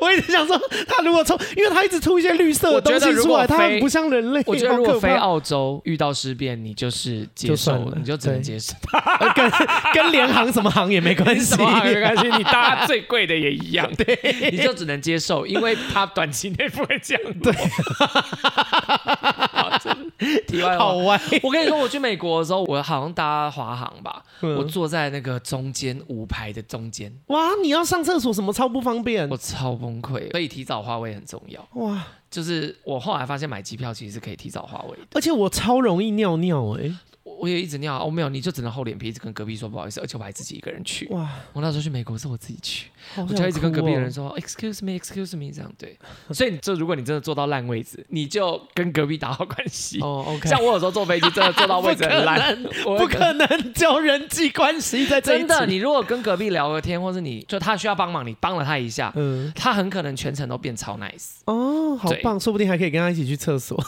Speaker 1: 我一直想说他如果从，因为他一直吐一些绿色的
Speaker 2: 我觉
Speaker 1: 东
Speaker 2: 得
Speaker 1: 西
Speaker 2: 如
Speaker 1: 出
Speaker 2: 果
Speaker 1: 来，他
Speaker 2: 飞
Speaker 1: 很不像人类。
Speaker 2: 我觉得如果
Speaker 1: 好可怕
Speaker 2: 飞澳洲遇到尸变，你就是接
Speaker 1: 就算
Speaker 2: 受，
Speaker 1: 了
Speaker 2: 你就只能
Speaker 1: 对
Speaker 2: 接 受。
Speaker 1: 呃跟 跟联航什么航也没关系
Speaker 2: 什。么航没关系，你 搭最贵的也一样，对，你就只能接受，因为它 短期内不会降 落。好真的题外话
Speaker 1: 好，歪，
Speaker 2: 我跟你说，我去美国的时候，我好像搭华航吧，
Speaker 1: 嗯
Speaker 2: 哦我坐在那个中间五排的中间，
Speaker 1: 哇！你要上厕所什么超不方便
Speaker 2: 我超崩溃。所以提早花位很重要，
Speaker 1: 哇！
Speaker 2: 就是我后来发现买机票其实是可以提早花位的。
Speaker 1: 而且我超容易尿尿哎、
Speaker 2: 我我也一直尿啊，哦没有，你就只能厚脸皮一直跟隔壁说不好意思，而且我还自己一个人去。
Speaker 1: 哇！
Speaker 2: 我那时候去美国是我自己去，
Speaker 1: 好想
Speaker 2: 我就一直跟
Speaker 1: 哭
Speaker 2: 隔壁的人
Speaker 1: 哦
Speaker 2: 说、excuse me excuse me 这样对， 所以你就如果你真的坐到烂位置，你就跟隔壁打好关 系。
Speaker 1: 哦，OK，
Speaker 2: 像我有时候坐飞机真的坐到位置很 烂，我
Speaker 1: 不
Speaker 2: 会跟
Speaker 1: 可能教人际关系在这一
Speaker 2: 真的，
Speaker 1: 集
Speaker 2: 你如果跟隔壁聊个天，或是你就他需要帮忙，你帮了他一 下，
Speaker 1: 嗯
Speaker 2: 他很可能全程都变超 nice
Speaker 1: 哦，好棒，说不定还可以跟他一起去厕所。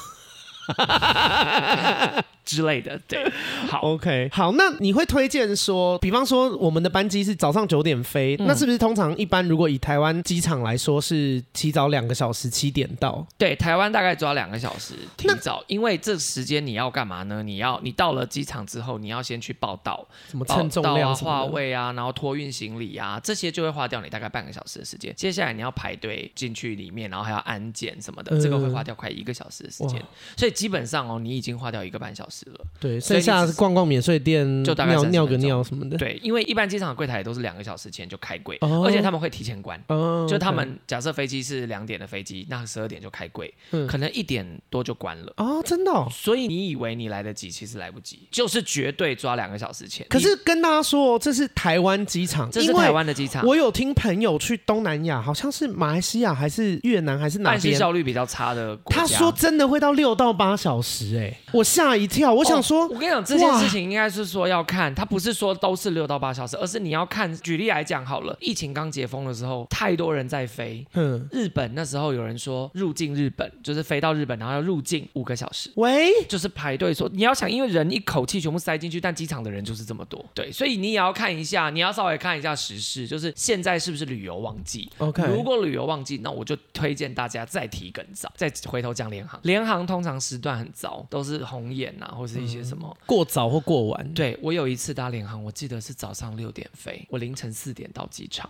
Speaker 2: 之类的。对，好，
Speaker 1: OK，好，那你会推荐说，比方说我们的班机是早上九点飞，
Speaker 2: 嗯
Speaker 1: 那是不是通常一般如果以台湾机场来说是提早两个小时七点到？
Speaker 2: 对，台湾大概抓两个小时提早，因为这时间你要干嘛呢？你要你到了机场之后，你要先去报到，
Speaker 1: 什么
Speaker 2: 报
Speaker 1: 称重
Speaker 2: 到啊、
Speaker 1: 量什
Speaker 2: 化
Speaker 1: 么的？
Speaker 2: 位啊，然后托运行李啊，这些就会花掉你大概半个小时的时间。接下来你要排队进去里面，然后还要安检什么的，这个会
Speaker 1: 嗯
Speaker 2: 花掉快一个小时的时间
Speaker 1: 哇。
Speaker 2: 所以基本上哦，你已经花掉一个半小时了。
Speaker 1: 对，
Speaker 2: 所
Speaker 1: 剩
Speaker 2: 以你
Speaker 1: 下
Speaker 2: 只是
Speaker 1: 逛逛免税店，
Speaker 2: 就大概
Speaker 1: 尿
Speaker 2: 30
Speaker 1: 尿个
Speaker 2: 分钟
Speaker 1: 尿什么的。
Speaker 2: 对，因为一般机场的柜台都是两个小时前就开柜，
Speaker 1: 哦
Speaker 2: 而且他们会提前关。
Speaker 1: 哦
Speaker 2: 就他
Speaker 1: OK
Speaker 2: 们假设飞机是两点的飞机，那十二点就开柜，
Speaker 1: 嗯
Speaker 2: 可能一点多就关了。
Speaker 1: 哦，真的哦。
Speaker 2: 所以你以为你来得及，其实来不及，就是绝对抓两个小时前。
Speaker 1: 可
Speaker 2: 你
Speaker 1: 是跟大家说，哦，这是台湾机场，
Speaker 2: 这
Speaker 1: 因
Speaker 2: 是
Speaker 1: 为
Speaker 2: 台湾的机场，
Speaker 1: 我有听朋友去东南亚，好像是马来西亚还是越南还是哪
Speaker 2: 办事
Speaker 1: 边，
Speaker 2: 效率比较差的国家。
Speaker 1: 他说真的会到六到八小时、欸，哎，我吓一跳，我想说，
Speaker 2: 哦我跟你讲，这件
Speaker 1: 哇
Speaker 2: 事情应该是说要看，它不是说都是六到八小时，而是你要看。举例来讲好了，疫情刚解封的时候，太多人在飞。
Speaker 1: 嗯，
Speaker 2: 日本那时候有人说入境日本就是飞到日本，然后要入境五个小时，
Speaker 1: 喂，
Speaker 2: 就是排队说你要想，因为人一口气全部塞进去，但机场的人就是这么多，对，所以你也要看一下，你要稍微看一下时事，就是现在是不是旅游旺季。
Speaker 1: OK，
Speaker 2: 如果旅游旺季，那我就推荐大家再提更早，再回头讲联航。联航通常时段很早，都是红眼啊，或是一些什么。
Speaker 1: 过早或过晚，
Speaker 2: 对我有一次搭联航，我记得是早上六点飞，我凌晨四点到机场。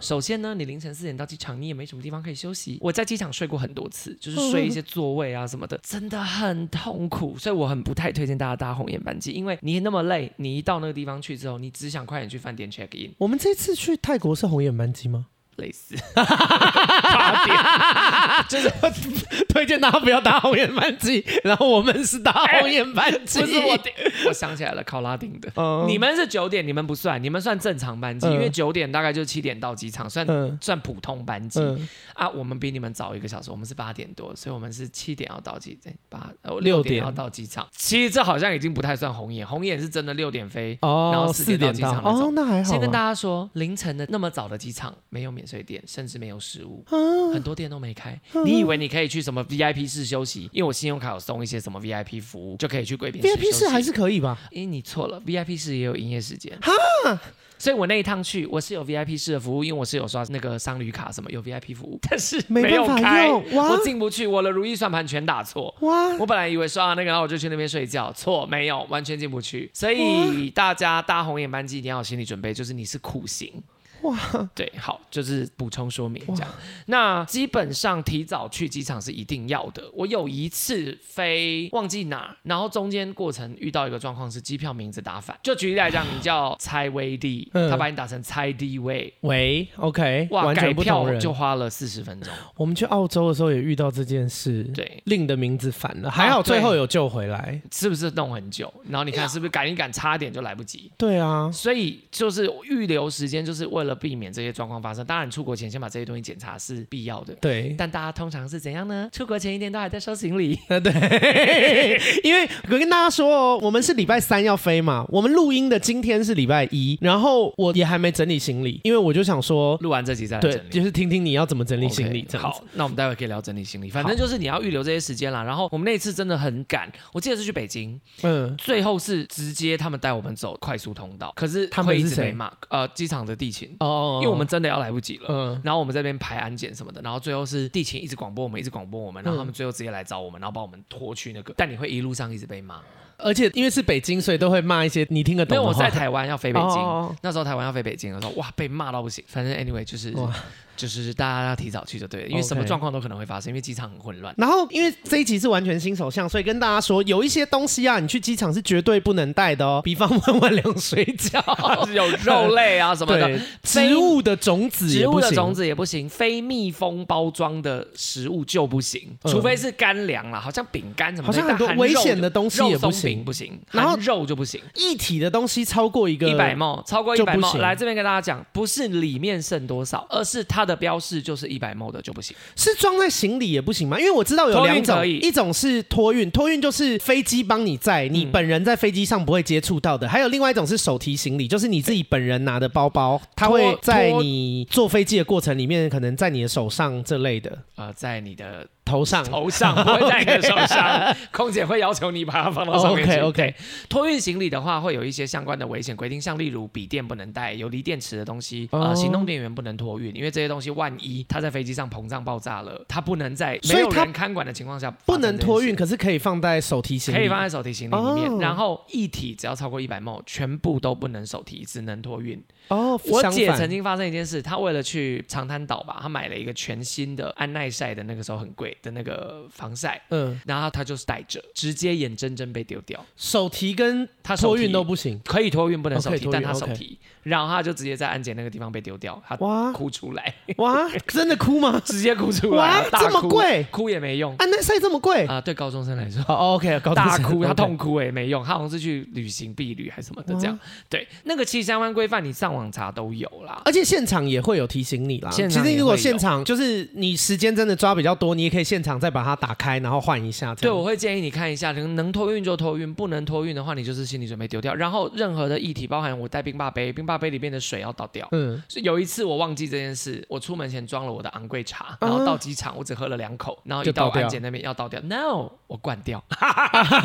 Speaker 2: 首先呢，你凌晨四点到机场，你也没什么地方可以休息。我在机场睡过很多次，就是睡一些座位啊什么的，真的很痛苦，所以我很不太推荐大家搭红眼班机，因为你那么累，你一到那个地方去之后，你只想快点去饭店 check in，
Speaker 1: 我们这次去泰国是红眼班机吗？
Speaker 2: 类似 八点。
Speaker 1: 推荐大家不要搭红眼班机，然后我们是搭红眼班机，
Speaker 2: 哎不是我订，我想起来了，考拉丁的。
Speaker 1: 嗯
Speaker 2: 你们是九点，你们不算，你们算正常班机，
Speaker 1: 嗯
Speaker 2: 因为九点大概就是七点到机场，算
Speaker 1: 嗯
Speaker 2: 算普通班机。
Speaker 1: 嗯，
Speaker 2: 啊，我们比你们早一个小时，我们是八点多，所以我们是七点要到机，对，八呃
Speaker 1: 六
Speaker 2: 六
Speaker 1: 点
Speaker 2: 点要到机场。其实这好像已经不太算红眼，红眼是真的六点飞。然
Speaker 1: 哦，
Speaker 2: 后
Speaker 1: 四
Speaker 2: 四
Speaker 1: 点
Speaker 2: 点到机
Speaker 1: 到
Speaker 2: 场，那种
Speaker 1: 哦，那还好啊，
Speaker 2: 先跟大家说，凌晨的那么早的机场没有免税店，甚至没有食
Speaker 1: 啊
Speaker 2: 物，很多店都没开。你以为你可以去什么 VIP 室休息？因为我信用卡有送一些什么 VIP 服务，就可以去贵宾室
Speaker 1: VIP
Speaker 2: 休
Speaker 1: 室
Speaker 2: 息
Speaker 1: 还是可以吧？
Speaker 2: 诶，你错了，VIP 室也有营业时间。所以我那一趟去，我是有 VIP 室的服务，因为我是有刷那个商旅卡什么有 VIP 服务，但是
Speaker 1: 没
Speaker 2: 有
Speaker 1: 办法
Speaker 2: 开，
Speaker 1: 用哇
Speaker 2: 我进不去，我的如意算盘全打错。
Speaker 1: 哇，
Speaker 2: 我本来以为啊刷了那个，然后我就去那边睡觉，错，没有，完全进不去。所以大家搭红眼班机一定要有心理准备，就是你是苦行。哇，对，好，就是补充说明这样。那基本上提早去机场是一定要的。我有一次飞忘记哪儿，然后中间过程遇到一个状况是机票名字打反。就举例来讲，你叫蔡威利，
Speaker 1: 嗯
Speaker 2: 他把你打成蔡地位，
Speaker 1: 喂，OK，
Speaker 2: 哇，
Speaker 1: 完
Speaker 2: 改
Speaker 1: 全不同
Speaker 2: 票
Speaker 1: 人。
Speaker 2: 就花了四十分钟。
Speaker 1: 我们去澳洲的时候也遇到这件事，
Speaker 2: 对，啊
Speaker 1: 令的名字反了，还好最后有救回来。
Speaker 2: 是不是弄很久？然后
Speaker 1: 哎
Speaker 2: 你看是不是赶一赶，差点就来不及。
Speaker 1: 对啊，
Speaker 2: 所以就是预留时间，就是为了避免这些状况发生。当然，出国前先把这些东西检查是必要的。
Speaker 1: 对，
Speaker 2: 但大家通常是怎样呢？出国前一天都还在收行李，
Speaker 1: 呃对， 因为我跟大家说哦，我们是礼拜三要飞嘛，我们录音的今天是礼拜一，然后我也还没整理行李，因为我就想说，
Speaker 2: 录完这集再来
Speaker 1: 对
Speaker 2: 嗯整，理。
Speaker 1: 就是听听你要怎么整理
Speaker 2: OK，
Speaker 1: 行李这样子
Speaker 2: 好，那我们待会可以聊整理行李。反正就是你要预留这些时间啦。然后我们那一次真的很赶，我记得是去北京，
Speaker 1: 嗯，
Speaker 2: 最后是直接他们带我们走快速通道，可是
Speaker 1: 他们
Speaker 2: 会一
Speaker 1: 是
Speaker 2: 直
Speaker 1: 谁
Speaker 2: 被骂。呃，机场的地勤，
Speaker 1: 哦
Speaker 2: 因为我们真呃的要来不及了。
Speaker 1: 嗯
Speaker 2: 然后我们在那边排安检什么的，然后最后是地勤一直广播我们，一直广播我们，
Speaker 1: 嗯
Speaker 2: 然后他们最后直接来找我们，然后把我们拖去那个，但你会一路上一直被骂。
Speaker 1: 而且因为是北京，所以都会骂一些你听得
Speaker 2: 因
Speaker 1: 懂
Speaker 2: 为
Speaker 1: 的
Speaker 2: 我
Speaker 1: 话
Speaker 2: 在。台湾要飞北京，
Speaker 1: 哦
Speaker 2: 那时候台湾要飞北京的时候，哇，被骂到不行。反正 anyway 就是
Speaker 1: 哇
Speaker 2: 就是大家要提早去就对了，因为
Speaker 1: OK
Speaker 2: 什么状况都可能会发生，因为机场 很混乱。
Speaker 1: 然后，因为这一集是完全新手相，所以跟大家说，有一些东西啊，你去机场是绝对不能带的哦，比方万万凉水 饺，
Speaker 2: 有肉类啊什么的，
Speaker 1: 对，植物的种子也
Speaker 2: 植物
Speaker 1: 不
Speaker 2: 的
Speaker 1: 行
Speaker 2: 种子也不行，非密封包装的食物就不行，
Speaker 1: 嗯
Speaker 2: 除非是干粮啦，好像饼干什
Speaker 1: 好
Speaker 2: 么的，
Speaker 1: 像很多
Speaker 2: 但含
Speaker 1: 危
Speaker 2: 肉
Speaker 1: 险
Speaker 2: 就
Speaker 1: 的东西
Speaker 2: 肉
Speaker 1: 也不
Speaker 2: 松
Speaker 1: 行
Speaker 2: 饼不行，
Speaker 1: 然后
Speaker 2: 含肉就不行。
Speaker 1: 一体的东西超过一个
Speaker 2: 一百毛，超过一百
Speaker 1: 就不
Speaker 2: 毛，
Speaker 1: 行
Speaker 2: 来这边跟大家讲，不是里面剩多少，而是它的标示就是一百毛的就不行。
Speaker 1: 是装在行李也不行吗？因为我知道有两
Speaker 2: 托运
Speaker 1: 种，
Speaker 2: 可以
Speaker 1: 一种是托运，托运就是飞机帮你载，你本人在飞机上不会接触到的；还有另外一种是手提行李，就是你自己本人拿的包包，它
Speaker 2: 哎托
Speaker 1: 会在
Speaker 2: 托
Speaker 1: 你坐飞机的过程里面，可能在你的手上这类的
Speaker 2: 呃，在你的
Speaker 1: 头上。
Speaker 2: 头上， 不会在你的手 上，空姐会要求你把它放到上面去。哎
Speaker 1: OK OK，
Speaker 2: 托运行李的话，会有一些相关的危险规定，像例如笔电不能带，有锂电池的东西，
Speaker 1: 哦
Speaker 2: 呃，行动电源不能托运，因为这些东西万一它在飞机上膨胀爆炸了，它不能在
Speaker 1: 所以
Speaker 2: 没有
Speaker 1: 它
Speaker 2: 人看管的情况下
Speaker 1: 不能托运，
Speaker 2: 发
Speaker 1: 可
Speaker 2: 生这件事。
Speaker 1: 是可以放在手提行李。
Speaker 2: 可以放在手提行李里面，
Speaker 1: 哦
Speaker 2: 然后一体只要超过一百 ml，全部都不能手提，只能托运。
Speaker 1: 哦，
Speaker 2: 我
Speaker 1: 相
Speaker 2: 姐
Speaker 1: 反
Speaker 2: 曾经发生一件事，她为了去长滩岛吧，她买了一个全新的安耐晒的，那个时候很贵， Spray 的那个防晒，
Speaker 1: 嗯，
Speaker 2: 然后他就是戴着，直接眼睁睁被丢掉。
Speaker 1: 手提跟
Speaker 2: 他手
Speaker 1: 托
Speaker 2: 提
Speaker 1: 运都不行，
Speaker 2: 可以托运，不能
Speaker 1: 哦
Speaker 2: 手
Speaker 1: 可以
Speaker 2: 提，
Speaker 1: 托
Speaker 2: 但
Speaker 1: 运
Speaker 2: 他手
Speaker 1: ，OK
Speaker 2: 提，然后他就直接在安检那个地方被丢掉，他
Speaker 1: 哇
Speaker 2: 哭出来，
Speaker 1: 哇，真的哭吗？
Speaker 2: 直接哭 出来，
Speaker 1: 哇
Speaker 2: 大
Speaker 1: 这么
Speaker 2: 哭
Speaker 1: 贵
Speaker 2: 哭也没用啊、
Speaker 1: 安耐晒这么贵？
Speaker 2: 对高中生来说。
Speaker 1: 哦，OK，高中
Speaker 2: 大
Speaker 1: 生
Speaker 2: 哭，他
Speaker 1: OK
Speaker 2: 痛哭也没用，他好像是去旅行避旅还是什么的这样。对，那个其实相关规范你上网查都有啦。
Speaker 1: 而且现场也会有提醒你啦。
Speaker 2: 现
Speaker 1: 其
Speaker 2: 场也会有
Speaker 1: 实如果现场就是你时间真的抓比较多，你也可以现场再把它打开，然后换一下。这
Speaker 2: 对，
Speaker 1: 样
Speaker 2: 我会建议你看一下，能能托运就托运，不能托运的话，你就是心理准备丢掉。然后任何的议题，包含我带冰霸杯，冰霸杯里面的水要倒掉。
Speaker 1: 嗯，
Speaker 2: 是有一次我忘记这件事，我出门前装了我的昂贵茶，然后到机场我只喝了两口，然后一
Speaker 1: 就
Speaker 2: 到
Speaker 1: 倒掉
Speaker 2: 安检那边要倒掉，no，我灌掉，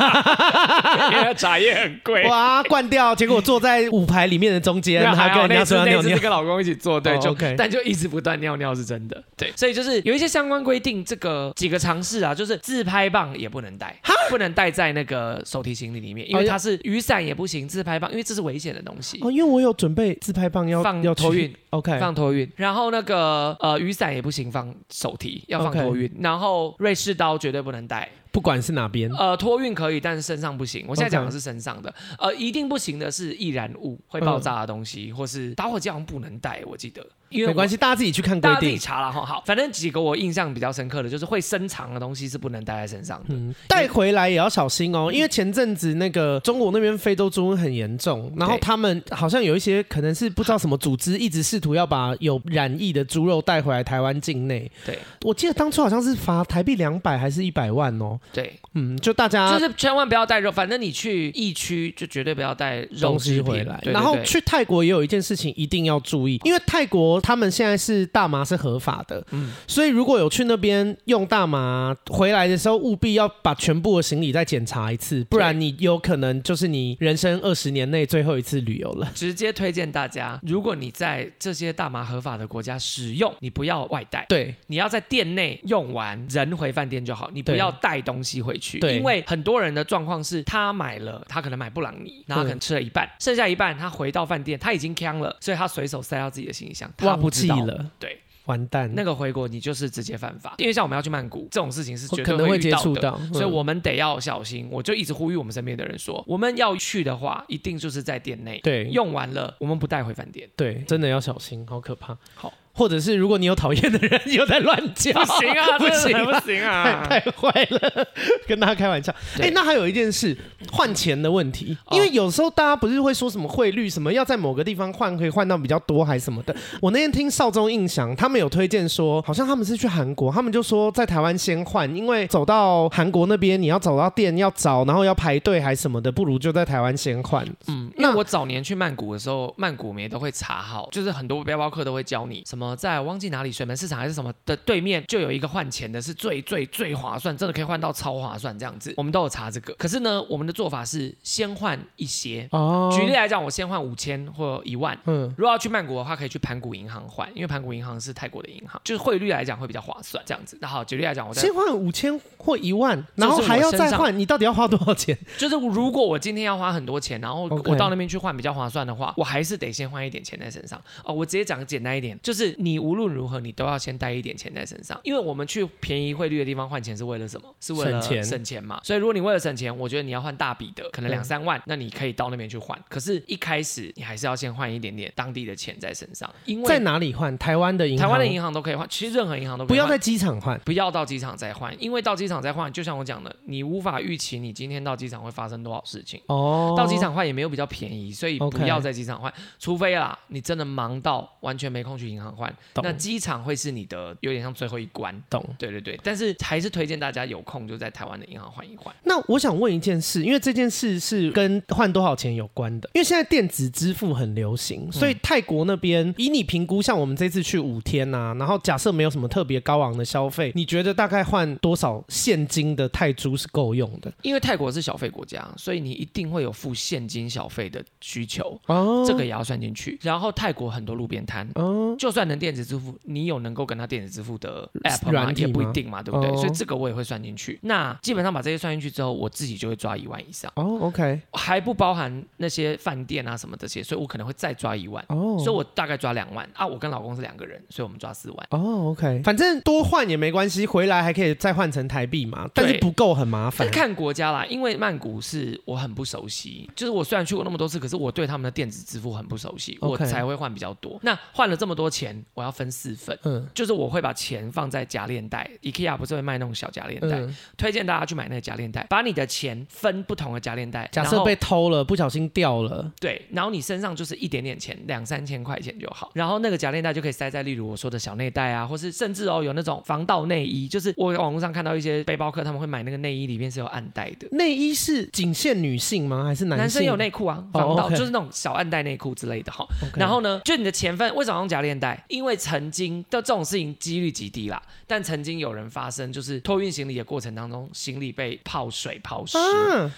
Speaker 2: 因为茶叶很贵。
Speaker 1: 哇，灌掉，结果坐在舞排里面的中间，还
Speaker 2: 还
Speaker 1: 跟
Speaker 2: 好
Speaker 1: 人
Speaker 2: 那
Speaker 1: 家
Speaker 2: 次
Speaker 1: 说要
Speaker 2: 那
Speaker 1: 尿
Speaker 2: 次是
Speaker 1: 尿。
Speaker 2: 跟老公一起做，对，
Speaker 1: 哦
Speaker 2: 就、
Speaker 1: OK
Speaker 2: 但就一直不断尿尿是真的，对，所以就是有一些相关规定，这个几个尝试啊，就是自拍棒也不能带，不能带在那个手提行李里面，因为
Speaker 1: 哦
Speaker 2: 它是雨伞也不行，自拍棒，因为这是危险的东西。
Speaker 1: 哦，因为我有准备自拍棒要
Speaker 2: 放
Speaker 1: 要
Speaker 2: 托
Speaker 1: 去
Speaker 2: 运
Speaker 1: ，OK，
Speaker 2: 放托运，然后那个呃雨伞也不行，放手提要放
Speaker 1: OK
Speaker 2: 托运然后瑞士刀绝对不能带，
Speaker 1: 不管是哪边，
Speaker 2: 呃托运可以，但是身上不行。我现在
Speaker 1: OK
Speaker 2: 讲的是身上的呃一定不行的是易燃物，会
Speaker 1: 嗯
Speaker 2: 爆炸的东西，或是打火机好像不能带，我记得，因为
Speaker 1: 没关
Speaker 2: 系。
Speaker 1: 系，大家自己去看规
Speaker 2: 大家自己
Speaker 1: 定。
Speaker 2: 查了哈，好，反正几个我印象比较深刻的就是会伸长的东西是不能带在身上的，
Speaker 1: 嗯，带回来也要小心哦，因为前阵子那个中国那边非洲猪瘟很严重，然后
Speaker 2: 对
Speaker 1: 他们好像有一些可能是不知道什么组织一直试图要把有染疫的猪肉带回来台湾境内，
Speaker 2: 对
Speaker 1: 我记得当初好像是罚台币两百还是一百万哦，
Speaker 2: 对，
Speaker 1: 嗯，就大家
Speaker 2: 就是千万不要带肉，反正你去疫区就绝对不要带肉
Speaker 1: 东西
Speaker 2: 制品
Speaker 1: 回来。
Speaker 2: 对对
Speaker 1: 然后
Speaker 2: 对
Speaker 1: 去泰国也有一件事情一定要注意，因为泰国他们现在是大麻是合法的，
Speaker 2: 嗯
Speaker 1: 所以如果有去那边用大麻回来的时候，务必要把全部的行李再检查一次，不然你有可能就是你人生二十年内最后一次旅游了。
Speaker 2: 直接推荐大家，如果你在这些大麻合法的国家使用，你不要外带。
Speaker 1: 对，
Speaker 2: 你要在店内用完，人回饭店就好，你不
Speaker 1: 对
Speaker 2: 要带东西回去。
Speaker 1: 对
Speaker 2: 因为很多人的状况是他买了，他可能买布朗尼，然后他可能
Speaker 1: 嗯
Speaker 2: 吃了一半，剩下一半他回到饭店，他已经呛了，所以他随手塞到自己的行李箱，他不
Speaker 1: 忘
Speaker 2: 知
Speaker 1: 记
Speaker 2: 道。
Speaker 1: 了，
Speaker 2: 对，
Speaker 1: 完蛋，
Speaker 2: 那个回国你就是直接犯法，因为像我们要去曼谷这种事情是
Speaker 1: 我
Speaker 2: 绝
Speaker 1: 可
Speaker 2: 对
Speaker 1: 能
Speaker 2: 会
Speaker 1: 会
Speaker 2: 遇
Speaker 1: 接
Speaker 2: 到
Speaker 1: 触
Speaker 2: 的。
Speaker 1: 到，嗯
Speaker 2: 所以我们得要小心。我就一直呼吁我们身边的人说，我们要去的话，一定就是在店内。
Speaker 1: 对
Speaker 2: 用完了我们不带回饭 店。
Speaker 1: 对真的要小心，好可怕。
Speaker 2: 好，
Speaker 1: 或者是如果你有讨厌的人， 又在乱叫，
Speaker 2: 不行 啊，
Speaker 1: 不行啊
Speaker 2: 真的不行啊！
Speaker 1: 太太坏了， 跟大家开玩笑。哎、
Speaker 2: 对
Speaker 1: 那还有一件事，换钱的问题，
Speaker 2: 哦
Speaker 1: 因为有时候大家不是会说什么汇率，什么要在某个地方换可以换到比较多，还是什么的。我那天听少中印象，他们有推荐说，好像他们是去韩国，他们就说在台湾先换，因为走到韩国那边你要走到店要找，然后要排队还什么的，不如就在台湾先换。
Speaker 2: 嗯，因为
Speaker 1: 那
Speaker 2: 我早年去曼谷的时候，曼谷我们也都会查好，就是很多背包客都会教你什么在忘记哪里水门市场还是什么的对面就有一个换钱的，是最最最划算，真的可以换到超划算这样子。我们都有查这个，可是呢，我们的做法是先换一些。
Speaker 1: 哦
Speaker 2: 举例来讲，我先换五千或一万，
Speaker 1: 嗯，
Speaker 2: 如果要去曼谷的话，可以去盘古银行换，因为盘古银行是泰国的银行，就是汇率来讲会比较划算。这样子，那好，举例来讲，我在
Speaker 1: 先换五千或一万，然后
Speaker 2: 这是我
Speaker 1: 还要
Speaker 2: 身
Speaker 1: 再
Speaker 2: 上
Speaker 1: 换，你到底要花多少钱？
Speaker 2: 就是如果我今天要花很多钱，然后
Speaker 1: OK
Speaker 2: 我到那边去换比较划算的话，我还是得先换一点钱在身上。哦，我直接讲简单一点，就是你无论如何你都要先带一点钱在身上，因为我们去便宜汇率的地方换钱是为了什么？是为了
Speaker 1: 省钱
Speaker 2: 省钱嘛。所以如果你为了省钱，我觉得你要换大笔的，可能
Speaker 1: 对
Speaker 2: 两三万，那你可以到那边去换。可是，一开始你还是要先换一点点当地的钱在身上，因为
Speaker 1: 在哪里换？台湾的银行，
Speaker 2: 台湾的银行都可以换，其实任何银行都可
Speaker 1: 不
Speaker 2: 以
Speaker 1: 要
Speaker 2: 换
Speaker 1: 在机场换。
Speaker 2: 不要到机场再换，因为到机场再换，就像我讲的，你无法预期你今天到机场会发生多少事情。
Speaker 1: 哦，
Speaker 2: 到机场换也没有比较便宜，所以不
Speaker 1: OK
Speaker 2: 要在机场换除非啦，你真的忙到完全没空去银行换，
Speaker 1: 懂
Speaker 2: 那机场会是你的有点像最后一关。
Speaker 1: 懂。
Speaker 2: 对对对，但是还是推荐大家有空就在台湾的银行换一换。
Speaker 1: 那我想问一件事，因为这件事是跟换多少钱有关的，因为现在电子支付很流行，所以泰国那边以你评估，像我们这次去五天啊，然后假设没有什么特别高昂的消费，你觉得大概换多少现金的泰铢是够用的？
Speaker 2: 因为泰国是小费国家，所以你一定会有付现金小费的需求，
Speaker 1: 哦
Speaker 2: 这个也要算进去。然后泰国很多路边摊，
Speaker 1: 哦，
Speaker 2: 就算能电子支付，你有能够跟他电子支付的 app 吗？
Speaker 1: 软体
Speaker 2: 也不一
Speaker 1: 吗
Speaker 2: 定嘛，对不对？
Speaker 1: 哦
Speaker 2: 所以这个我也会算进去。那基本上把这些算进去之后，我自己就会抓一万以上，
Speaker 1: 哦，OK，
Speaker 2: 还不包含那些饭店啊什么这些，所以我可能会再抓一万。
Speaker 1: 哦，
Speaker 2: 所以我大概抓两万啊，我跟老公是两个人，所以我们抓四万。
Speaker 1: 哦，OK，反正多换也没关系，回来还可以再换成台币嘛，但是
Speaker 2: 对
Speaker 1: 不够很麻
Speaker 2: 但
Speaker 1: 烦
Speaker 2: 是。看国家啦，因为曼谷是我很不熟悉，就是我虽然去过那么多次，可是我对他们的电子支付很不熟悉
Speaker 1: OK
Speaker 2: 我才会换比较多。那换了这么多钱，我要分四份，
Speaker 1: 嗯
Speaker 2: 就是我会把钱放在夹链袋，IKEA 不是会卖那种小夹链袋，
Speaker 1: 嗯，
Speaker 2: 推荐大家去买那个夹链袋，把你的钱分不同的夹链袋，
Speaker 1: 假
Speaker 2: 然
Speaker 1: 设
Speaker 2: 后
Speaker 1: 被偷了，不小心掉了，
Speaker 2: 对，然后你身上就是一点点钱，两三千块钱就好。然后那个夹链袋就可以塞在，例如我说的小内袋啊，或是甚至哦有那种防盗内衣，就是我网络上看到一些背包客他们会买那个内衣，里面是有暗袋的。
Speaker 1: 内衣是仅限女性吗？还是男性？
Speaker 2: 男生有内裤啊，防
Speaker 1: 哦
Speaker 2: 盗
Speaker 1: ，OK
Speaker 2: 就是那种小暗袋内裤之类的哈。
Speaker 1: OK，啊
Speaker 2: 然后呢，就你的钱分为什么用夹链袋？因为曾经的这种事情几率极低啦，但曾经有人发生，就是托运行李的过程当中，行李被泡水泡湿。
Speaker 1: 啊，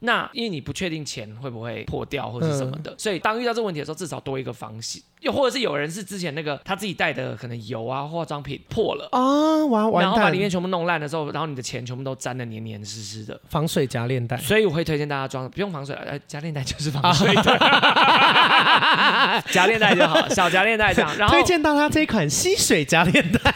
Speaker 2: 那因为你不确定钱会不会破掉或是什么
Speaker 1: 嗯
Speaker 2: 的，所以当遇到这个问题的时候，至少多一个防洗。又或者是有人是之前那个他自己带的可能油啊化妆品破了。
Speaker 1: 啊，完
Speaker 2: 然
Speaker 1: 完
Speaker 2: 后把
Speaker 1: 蛋
Speaker 2: 里，面全部弄烂的时候，然后你的钱全部都沾的黏黏湿湿的，
Speaker 1: 防水夹链带。
Speaker 2: 所以我会推荐大家装，不用防水了，呃，夹链袋就是防水 的，夹链袋就好，小夹链袋这样。然后
Speaker 1: 推荐大家这一款吸水夹链带，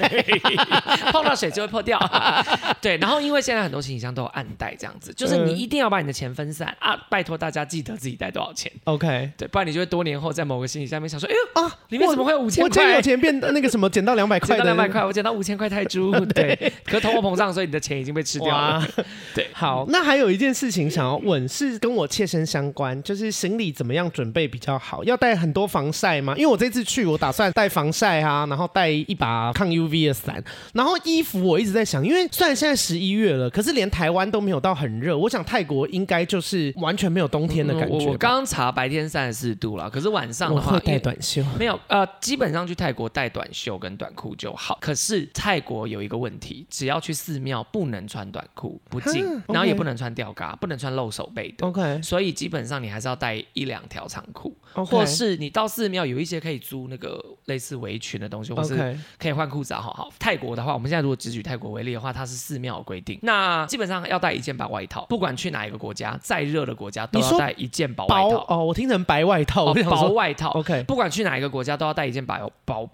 Speaker 2: 碰到水就会破掉。 对，然后因为现在很多行李箱都有暗袋这样子，就是
Speaker 1: 嗯
Speaker 2: 你一定要把你的钱分散啊！拜托大家记得自己带多少钱，
Speaker 1: OK，
Speaker 2: 对，不然你就会多年后在某个行李箱里面想说，哎呦，
Speaker 1: 啊，
Speaker 2: 里面怎么会有五
Speaker 1: 我
Speaker 2: 千
Speaker 1: 今天
Speaker 2: 块
Speaker 1: 有？钱变那个什么，捡到两百块
Speaker 2: 捡
Speaker 1: 的
Speaker 2: 到两百块，我捡到五千块泰铢，对，可是通货膨胀，所以你的钱已经被吃掉了。
Speaker 1: 哇，
Speaker 2: 对
Speaker 1: 好，那还有一件事情想要问，是跟我切身相关，就是行李怎么样准备比较好？要带很多防晒吗？因为我这次去，我打算带防晒啊，然后带一把抗 UV 的伞，然后衣服我一直在想，因为虽然现在十一月了，可是连台湾都没有到很热，我想泰国应该就是完全没有冬天的感觉吧、
Speaker 2: 嗯我我刚查白天三十四度了，可是晚上
Speaker 1: 我
Speaker 2: 的话
Speaker 1: 会，带短袖，
Speaker 2: 没有，呃，基本上去泰国带短袖跟短裤就好。可是泰国有一个问题，只要去寺庙不能穿短裤，不进
Speaker 1: 哈，
Speaker 2: 然后也
Speaker 1: OK 嗯
Speaker 2: 不能穿吊嘎，不能穿露手背的。
Speaker 1: OK，
Speaker 2: 所以基本上你还是要带一两条长裤
Speaker 1: o k
Speaker 2: 或是你到寺庙有一些可以租那个类似围裙的东西，或是
Speaker 1: OK
Speaker 2: 可以换裤子啊。好好，泰国的话，我们现在如果只举泰国为例的话，它是寺庙有规定，那基本上要带一件薄外套，不管去哪一个国家，再热的国家都
Speaker 1: 你
Speaker 2: 要
Speaker 1: 说
Speaker 2: 带一件薄外
Speaker 1: 薄
Speaker 2: 套，
Speaker 1: 哦，我听成白外套，我想
Speaker 2: 薄
Speaker 1: 说
Speaker 2: 外套。
Speaker 1: OK
Speaker 2: 不管去哪一个国家，都要带一件薄薄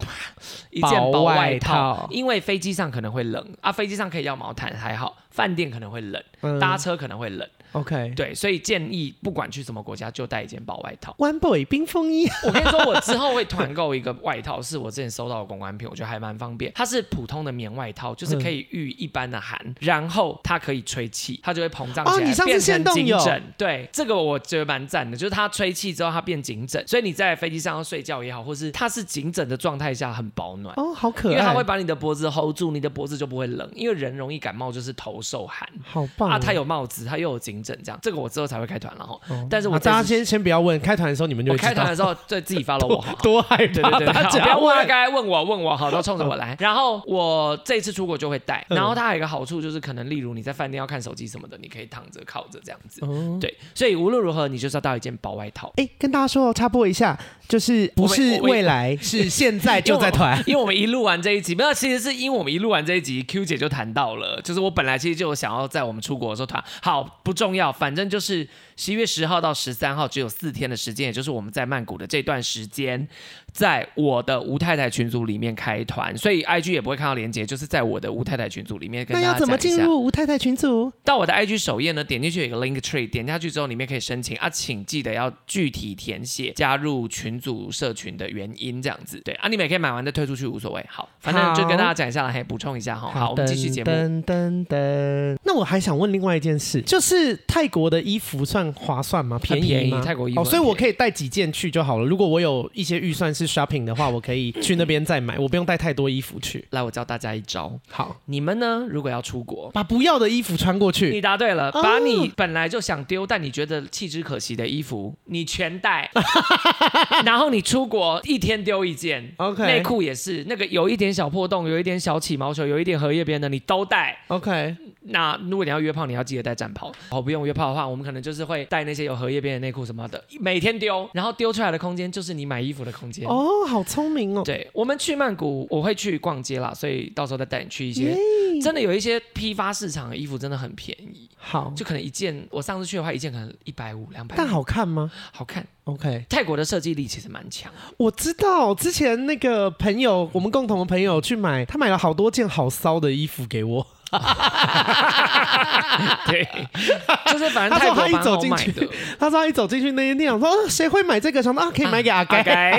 Speaker 2: 一件薄外
Speaker 1: 薄外套
Speaker 2: 套，因为飞机上可能会冷啊，飞机上可以要毛毯还好，饭店可能会冷，
Speaker 1: 嗯
Speaker 2: 搭车可能会冷，
Speaker 1: OK。。
Speaker 2: 对，所以建议不管去什么国家就带一件薄外套
Speaker 1: One Boy 冰风衣，
Speaker 2: 我跟你说，我之后会团购一个外套，是我之前收到的公关品，我觉得还蛮方便。它是普通的棉外套，
Speaker 1: 嗯
Speaker 2: 就是可以御一般的寒，然后它可以吹气，它就会膨胀起来，
Speaker 1: 哦你上次
Speaker 2: 变
Speaker 1: 限
Speaker 2: 成
Speaker 1: 动
Speaker 2: 颈
Speaker 1: 有
Speaker 2: 枕。对，这个我觉得蛮赞的，就是它吹气之后它变颈枕，所以你在飞机上要睡觉也好，或是它是颈枕的状态下很保暖。
Speaker 1: 哦，好可
Speaker 2: 因
Speaker 1: 爱，
Speaker 2: 为它会把你的脖子 hold 住，你的脖子就不会冷。因为人容易感冒，就是头受寒
Speaker 1: 好棒
Speaker 2: 啊。它
Speaker 1: 有，
Speaker 2: 有帽子，它又有颈枕，这样这个我之后才会开团了哈。
Speaker 1: 哦
Speaker 2: 但是我
Speaker 1: 啊
Speaker 2: 这
Speaker 1: 大家
Speaker 2: 次
Speaker 1: 先先不要问，开团的时候你们就
Speaker 2: 我
Speaker 1: 会知
Speaker 2: 开团
Speaker 1: 道
Speaker 2: 的时候，对自己发 了我哈。
Speaker 1: 多害
Speaker 2: 对
Speaker 1: 怕，
Speaker 2: 对对，
Speaker 1: 大
Speaker 2: 好
Speaker 1: 家
Speaker 2: 不要问他，
Speaker 1: 问
Speaker 2: 该问我问我好，都嗯冲着我来。然后我这一次出国就会带，然后它还有一个好处就是，可能例如你在饭店要看手机什么的，你可以躺着靠着这样子。
Speaker 1: 哦
Speaker 2: 对，所以无论如何，你就是要带一件薄外套。
Speaker 1: 哎，跟大家说哦，插播一下，就是不
Speaker 2: 我
Speaker 1: 是
Speaker 2: 们我。
Speaker 1: 未来，是现在就在团
Speaker 2: 因为我们一录完这一集，没有，其实是因为我们一录完这一集，Q 姐就谈到了，就是我本来其实就有想要在我们出国的时候谈，好不重要，反正就是十一月十号到十三号只有四天的时间，也就是我们在曼谷的这段时间，在我的吴太太群组里面开团，所以 IG 也不会看到连接，就是在我的吴太太群组里面跟
Speaker 1: 那
Speaker 2: 大家
Speaker 1: 要哎怎么
Speaker 2: 讲一
Speaker 1: 进
Speaker 2: 下。
Speaker 1: 入吴太太群组？
Speaker 2: 到我的 IG 首页呢，点进去有一个 link tree，点下去之后，里面可以申请啊，请记得要具体填写加入群组社群的原因，这样子。对啊，你们也可以买完再退出去，无所谓。好，反正就跟大家讲一下啦，嘿，补充一下哈。好，我们继续节目。
Speaker 1: 噔噔噔。那我还想问另外一件事，就是泰国的衣服算划算吗？
Speaker 2: 很
Speaker 1: 便宜吗？
Speaker 2: 泰国衣
Speaker 1: 哦，
Speaker 2: 服呃很便宜，
Speaker 1: 所以我可以带几件去就好了。如果我有一些预算是 shopping 的话，我可以去那边再买，我不用带太多衣服去。
Speaker 2: 来，我教大家一招。
Speaker 1: 好，
Speaker 2: 你们呢，如果要出国，
Speaker 1: 把不要的衣服穿过去。
Speaker 2: 你答对了，
Speaker 1: 哦
Speaker 2: 把你本来就想丢但你觉得弃之可惜的衣服，你全 带，然后你出国一天丢一件。
Speaker 1: OK
Speaker 2: 内裤也是，那个有一点小破洞，有一点小起毛球，有一点荷叶边的，你都带。
Speaker 1: OK，
Speaker 2: 那如果你要约炮，你要记得带战袍。好，不用约炮的话，我们可能就是会带那些有荷叶边的内裤什么的，每天丢，然后丢出来的空间就是你买衣服的空间。
Speaker 1: 哦，好聪明哦！
Speaker 2: 对，我们去曼谷，我会去逛街啦，所以到时候再带你去一些真的有一些批发市场的衣服，真的很便宜，
Speaker 1: 好，
Speaker 2: 就可能一件，我上次去的话，一件可能一百五、两百，
Speaker 1: 哦但好看吗
Speaker 2: 好看。
Speaker 1: ？OK，
Speaker 2: 泰国的设计力其实蛮 强，
Speaker 1: 我知道之前那个朋友，我们共同的朋友去买，他买了好多件好骚的衣服给我。
Speaker 2: 对，就是反
Speaker 1: 他
Speaker 2: 正泰
Speaker 1: 说
Speaker 2: 国
Speaker 1: 他一
Speaker 2: 蛮
Speaker 1: 走
Speaker 2: 好
Speaker 1: 进
Speaker 2: 买
Speaker 1: 去
Speaker 2: 的。
Speaker 1: 他说他一走进去那些店，我说啊谁会买这个？想到啊，可以买给阿该。
Speaker 2: 该。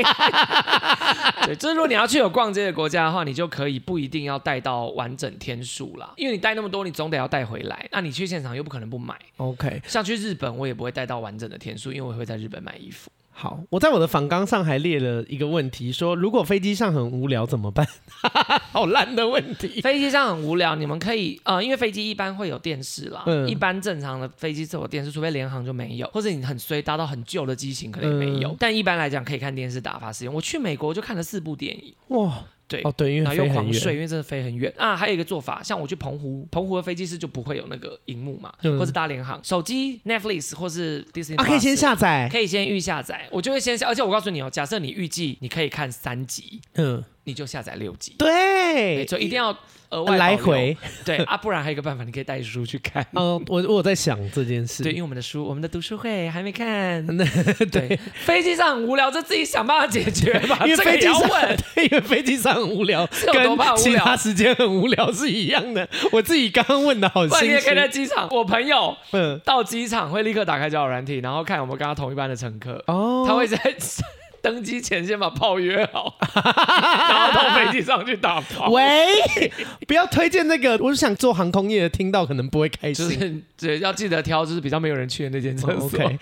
Speaker 2: 对，就是如果你要去有逛街的国家的话，你就可以不一定要带到完整天数啦，因为你带那么多，你总得要带回来。那你去现场又不可能不买，
Speaker 1: OK，
Speaker 2: 像去日本我也不会带到完整的天数，因为我会在日本买衣服。
Speaker 1: 好，我在我的访纲上还列了一个问题，说如果飞机上很无聊怎么办？ 好烂的问题。
Speaker 2: 飞机上很无聊，你们可以呃，因为飞机一般会有电视啦，
Speaker 1: 嗯
Speaker 2: 一般正常的飞机是有电视，除非联航就没有，或者你很衰搭到很旧的机型可能也没有。
Speaker 1: 嗯
Speaker 2: 但一般来讲可以看电视打发时间。我去美国就看了四部电影，
Speaker 1: 哇，
Speaker 2: 对，
Speaker 1: 哦对，因
Speaker 2: 然
Speaker 1: 为
Speaker 2: 后
Speaker 1: 飞
Speaker 2: 又
Speaker 1: 很
Speaker 2: 狂睡，
Speaker 1: 远。
Speaker 2: 因为真的飞很远啊。还有一个做法，像我去澎湖，澎湖的飞机是就不会有那个荧幕嘛，
Speaker 1: 嗯
Speaker 2: 或是搭联航，手机 Netflix 或是 Disney，、
Speaker 1: 啊，可以先，下载。
Speaker 2: 可以先预下载。我就会先下，而且我告诉你哦，假设你预计你可以看三集，
Speaker 1: 嗯，
Speaker 2: 你就下载六集，
Speaker 1: 对
Speaker 2: 没，错，一定要额外
Speaker 1: 呃来
Speaker 2: 保留
Speaker 1: 回。
Speaker 2: 对啊，不然还有一个办法，你可以带书去 看。
Speaker 1: 嗯，我我有在想这件事。
Speaker 2: 对，因为我们的书，我们的读书会还没 看。
Speaker 1: 对
Speaker 2: 对，飞机上很无聊，就自己想办法解决吧。
Speaker 1: 因为
Speaker 2: 这个
Speaker 1: 飞
Speaker 2: 也
Speaker 1: 机
Speaker 2: 要
Speaker 1: 上
Speaker 2: 问，
Speaker 1: 对，因为飞机上很无聊，
Speaker 2: 是有多怕
Speaker 1: 跟
Speaker 2: 无
Speaker 1: 其
Speaker 2: 聊
Speaker 1: 他时间很无聊是一样的。我自己刚刚问的好
Speaker 2: 不然你
Speaker 1: 心
Speaker 2: 也可以在
Speaker 1: 虚。
Speaker 2: 机场。我朋友
Speaker 1: 嗯，
Speaker 2: 到机场会立刻打开交友软体，然后看有没有跟他同一班的乘客，
Speaker 1: 哦，
Speaker 2: 他会在 登机前先把炮约 好，然后到飞机上去打炮。
Speaker 1: 喂， 不要推荐那个，我是想做航空业的，听到可能不会开
Speaker 2: 就
Speaker 1: 心。
Speaker 2: 是对，要记得挑，就是比较没有人去的那间厕
Speaker 1: 哦
Speaker 2: 所。
Speaker 1: OK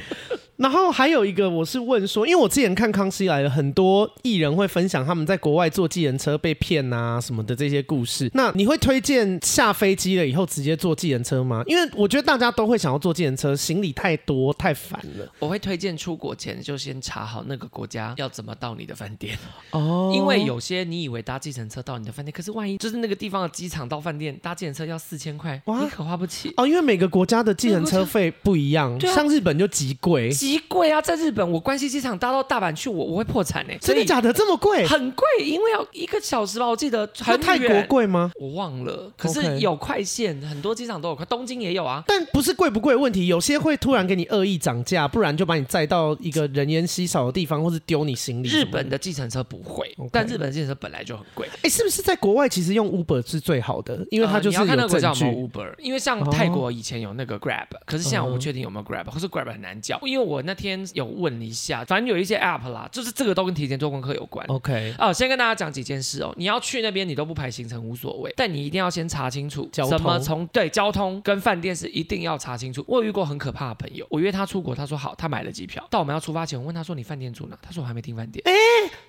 Speaker 1: 然后还有一个，我是问说，因为我之前看《康熙来了》，很多艺人会分享他们在国外坐计程车被骗啊什么的这些故事。那你会推荐下飞机了以后直接坐计程车吗？因为我觉得大家都会想要坐计程车，行李太多太烦了。
Speaker 2: 我会推荐出国前就先查好那个国家要怎么到你的饭店。
Speaker 1: 哦
Speaker 2: 因为有些你以为搭计程车到你的饭店，可是万一就是那个地方的机场到饭店搭计程车要四千块，
Speaker 1: 哇
Speaker 2: 你可花不起。
Speaker 1: 哦，因为每个国家的计程车费不一样，
Speaker 2: 对啊
Speaker 1: 像日本就极贵，
Speaker 2: 极贵啊！在日本，我关西机场搭到大阪去，我我会破产哎、
Speaker 1: 真的假的这么贵？
Speaker 2: 很贵，因为要一个小时吧，我记得
Speaker 1: 那
Speaker 2: 很
Speaker 1: 泰国
Speaker 2: 远，
Speaker 1: 贵吗？
Speaker 2: 我忘了。可
Speaker 1: OK
Speaker 2: 是有快线，很多机场都有快，东京也有啊。
Speaker 1: 但不是贵不贵的问题，有些会突然给你恶意涨价，不然就把你载到一个人烟稀少的地方，或是丢你行李什么
Speaker 2: 日
Speaker 1: 的。
Speaker 2: 本的计程车不会
Speaker 1: OK
Speaker 2: 但日本的计程车本来就很贵，
Speaker 1: 哎、是不是在国外其实用 Uber 是最好的？因为它
Speaker 2: 呃
Speaker 1: 就是
Speaker 2: 你要看那
Speaker 1: 有
Speaker 2: 个国家
Speaker 1: 证
Speaker 2: 有
Speaker 1: 据。
Speaker 2: 没有 Uber，因为像
Speaker 1: 哦
Speaker 2: 泰国以前有那个 Grab，、可是现在我不确定有没有 Grab，、或是 Grab 很难叫。因为我那天有问一下，反正有一些 App 啦，就是这个都跟提前做功课有关。
Speaker 1: OK，
Speaker 2: 哦，先跟大家讲几件事哦。你要去那边，你都不排行程无所谓，但你一定要先查清楚
Speaker 1: 交通
Speaker 2: 怎么从对交通跟饭店是一定要查清楚。我有遇过很可怕的朋友，我约他出国，他说好，他买了机票。到我们要出发前，我问他说你饭店住哪？他说我还没订饭店。哎、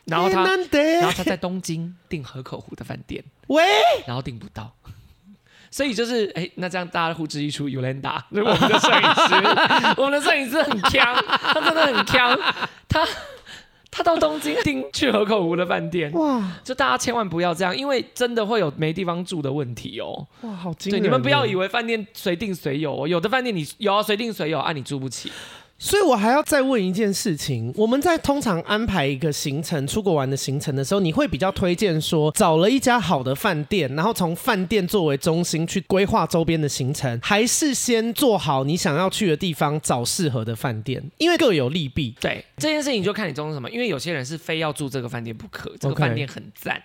Speaker 2: 然后他，
Speaker 1: 难
Speaker 2: 然
Speaker 1: 得
Speaker 2: 后他在东京订河口湖的饭店。
Speaker 1: 喂，
Speaker 2: 然后订不到。 所以就是，哎、那这样大家呼之欲出 Yolanda，就是我们的摄影师， 我们的摄影师很强，他真的很强，他他到东京订去河口湖的饭店，
Speaker 1: 哇
Speaker 2: 就大家千万不要这样，因为真的会有没地方住的问题哦。
Speaker 1: 哇，好惊
Speaker 2: 对，
Speaker 1: 人！
Speaker 2: 你们不要以
Speaker 1: 为，
Speaker 2: 为饭店随订随有哦，有的饭店你有啊随订随有啊，你住不起。
Speaker 1: 所以我还要再问一件事情：我们在通常安排一个行程、出国玩的行程的时候，你会比较推荐说找了一家好的饭店，然后从饭店作为中心去规划周边的行程，还是先做好你想要去的地方，找适合的饭店？因为各有利弊。
Speaker 2: 对这件事情就看你中什么，因为有些人是非要住这个饭店不可，这个
Speaker 1: OK
Speaker 2: 饭店很赞。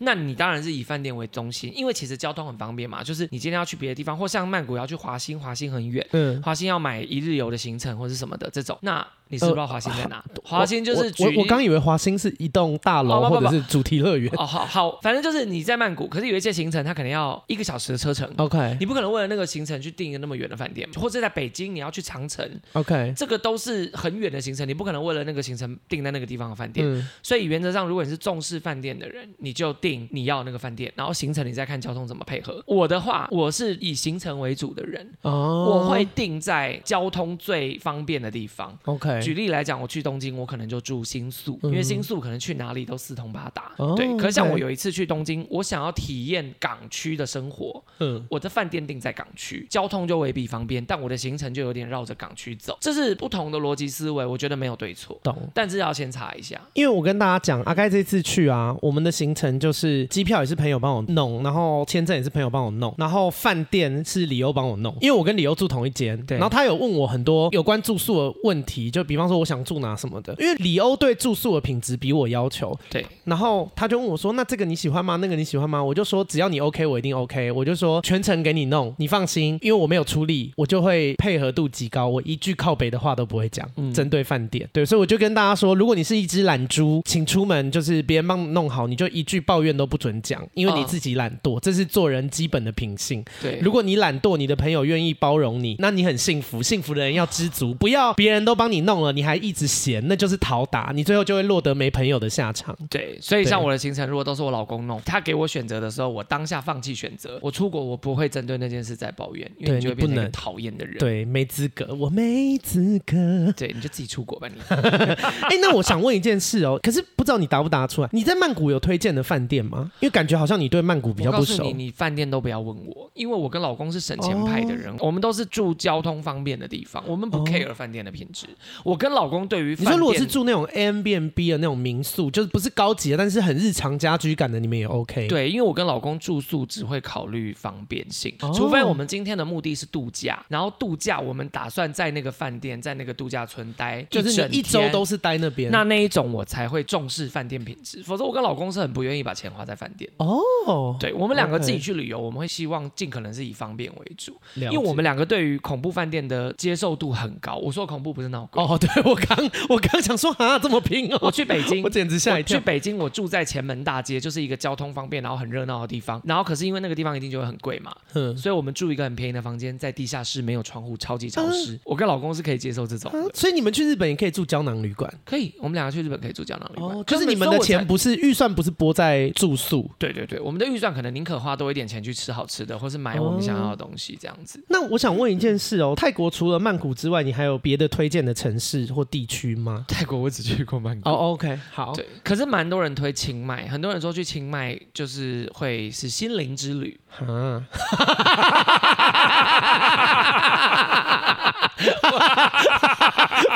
Speaker 2: 那你当然是以饭店为中心，因为其实交通很方便嘛。就是你今天要去别的地方，或像曼谷要去华欣，华欣很远，
Speaker 1: 嗯，
Speaker 2: 华欣要买一日游的行程或是什么的这种。那你是不知道华欣在哪？华欣就
Speaker 1: 啊我
Speaker 2: 是举
Speaker 1: 我我
Speaker 2: 例
Speaker 1: 刚以为华兴是一栋大楼
Speaker 2: 哦不
Speaker 1: 或
Speaker 2: 不
Speaker 1: 者
Speaker 2: 不
Speaker 1: 是主题乐园。
Speaker 2: 哦，好好，反正就是你在曼谷，可是有一些行程它可能要一个小时的车程。
Speaker 1: OK
Speaker 2: 你不可能为了那个行程去订一个那么远的饭店，或者在北京你要去长城，
Speaker 1: OK，
Speaker 2: 这个都是很远的行程，你不可能为了那个行程订在那个地方的饭店。
Speaker 1: 嗯
Speaker 2: 所以原则上，如果你是重视饭店的人，你就定你要那个饭店，然后行程你再看交通怎么配合。我的话，我是以行程为主的人，
Speaker 1: 哦，
Speaker 2: 我会定在交通最方便的地方。
Speaker 1: OK，
Speaker 2: 举例来讲，我去东京，我可能就住新宿，因为
Speaker 1: 嗯
Speaker 2: 新宿可能去哪里都四通八达。
Speaker 1: 哦
Speaker 2: 对，可是像
Speaker 1: OK
Speaker 2: 我有一次去东京，我想要体验港区的生活，
Speaker 1: 嗯
Speaker 2: 我的饭店定在港区，交通就未必方便，但我的行程就有点绕着港区走，这是不同的逻辑思维，我觉得没有对错，
Speaker 1: 懂。
Speaker 2: 但是要先查一下。
Speaker 1: 因为我跟大家讲，阿盖这次去啊，我们的行程就是机票也是朋友帮我弄，然后签证也是朋友帮我弄，然后饭店是李优帮我弄，因为我跟李优住同一间。
Speaker 2: 对
Speaker 1: 然后他有问我很多有关住宿的问题，就比方说我想住哪什么的，因为李欧对住宿的品质比我要求，
Speaker 2: 对，
Speaker 1: 然后他就问我说：“那这个你喜欢吗？那个你喜欢吗？”我就说：“只要你 OK，我一定 OK。”我就说：“全程给你弄，你放心，因为我没有出力，我就会配合度极高，我一句靠北的话都不会讲。
Speaker 2: 嗯
Speaker 1: 针对饭店，对，所以我就跟大家说，如果你是一只懒猪，请出门就是别人帮你弄好，你就一句抱怨都不准讲，因为你
Speaker 2: 嗯
Speaker 1: 自己懒惰，这是做人基本的品性。
Speaker 2: 对，
Speaker 1: 如果你懒惰，你的朋友愿意包容你，那你很幸福。幸福的人要知足，不要别人都帮你弄了，你还一直嫌，那就是讨打，你最后就会落得没朋友的下场。
Speaker 2: 对，所以
Speaker 1: 对
Speaker 2: 像我的行程，如果都是我老公弄，他给我选择的时候，我当下放弃选择。我出国，我不会针对那件事在抱怨，因为
Speaker 1: 对
Speaker 2: 你就会
Speaker 1: 你不
Speaker 2: 变成一个
Speaker 1: 能
Speaker 2: 讨厌的人。
Speaker 1: 对，没资格，我没资格。
Speaker 2: 对，你就自己出国吧，你。
Speaker 1: 哎、那我想问一件事哦，可是不知道你答不答得出来？你在曼谷有推荐的饭店吗？因为感觉好像你对曼谷 比较
Speaker 2: 我告
Speaker 1: 不
Speaker 2: 诉
Speaker 1: 熟
Speaker 2: 你，。你饭店都不要问我，因为我跟老公是省钱派的人，我们都是住交通方便的地方，我们不
Speaker 1: 哦
Speaker 2: care 饭店的品质。我跟老公对于
Speaker 1: 你
Speaker 2: 饭
Speaker 1: 说
Speaker 2: 店，
Speaker 1: 如果是住那种 Airbnb 的那种民宿，就是不是高级的，但是很日常家居感的，你们也 OK。，
Speaker 2: 对，因为我跟老公住宿只会考虑方便性，
Speaker 1: 哦
Speaker 2: 除非我们今天的目的是度假，然后度假我们打算在那个饭店，在那个度假村待，
Speaker 1: 就是你一周都。是待那边。
Speaker 2: 那那一种我才会重视饭店品质，否则我跟老公是很不愿意把钱花在饭店。
Speaker 1: 哦，
Speaker 2: 对我们两个
Speaker 1: OK
Speaker 2: 自己去旅游，我们会希望尽可能是以方便为主，
Speaker 1: 因
Speaker 2: 因为我们两个对于恐怖饭店的接受度很高。我说恐怖不是闹鬼。
Speaker 1: 哦，对我刚我刚想说啊，这么拼
Speaker 2: 我
Speaker 1: 哦，
Speaker 2: 去北 京
Speaker 1: 我，简直吓一
Speaker 2: 我去
Speaker 1: 跳。
Speaker 2: 北京，我住在前门大街，就是一个交通方便然后很热闹的地方。然后可是因为那个地方一定就会很贵嘛，
Speaker 1: 嗯，
Speaker 2: 所以我们住一个很便宜的房间，在地下室没有窗户，超级
Speaker 1: 嗯
Speaker 2: 潮湿。我跟老公是可以接受这种的，
Speaker 1: 所以你们去日本也可以住胶囊旅馆
Speaker 2: 可以。我们两个去日本可以住胶囊旅馆，
Speaker 1: 哦，就是你们
Speaker 2: 所以
Speaker 1: 的
Speaker 2: 我才
Speaker 1: 钱。不是预算不是拨在住宿，
Speaker 2: 对对对，我们的预算可能宁可花多一点钱去吃好吃的，或是买我们想要的东西，这样子。
Speaker 1: 那我想问一件事
Speaker 2: 嗯
Speaker 1: 哦，泰国除了曼谷之外，你还有别的推荐的城市或地区吗？
Speaker 2: 泰国我只去过曼
Speaker 1: 哦、。o k 好，
Speaker 2: 对，可是蛮多人推清迈，很多人说去清迈就是会是心灵之旅。
Speaker 1: 啊，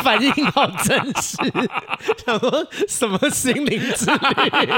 Speaker 1: 反应好真 实，想说什么心灵之 旅？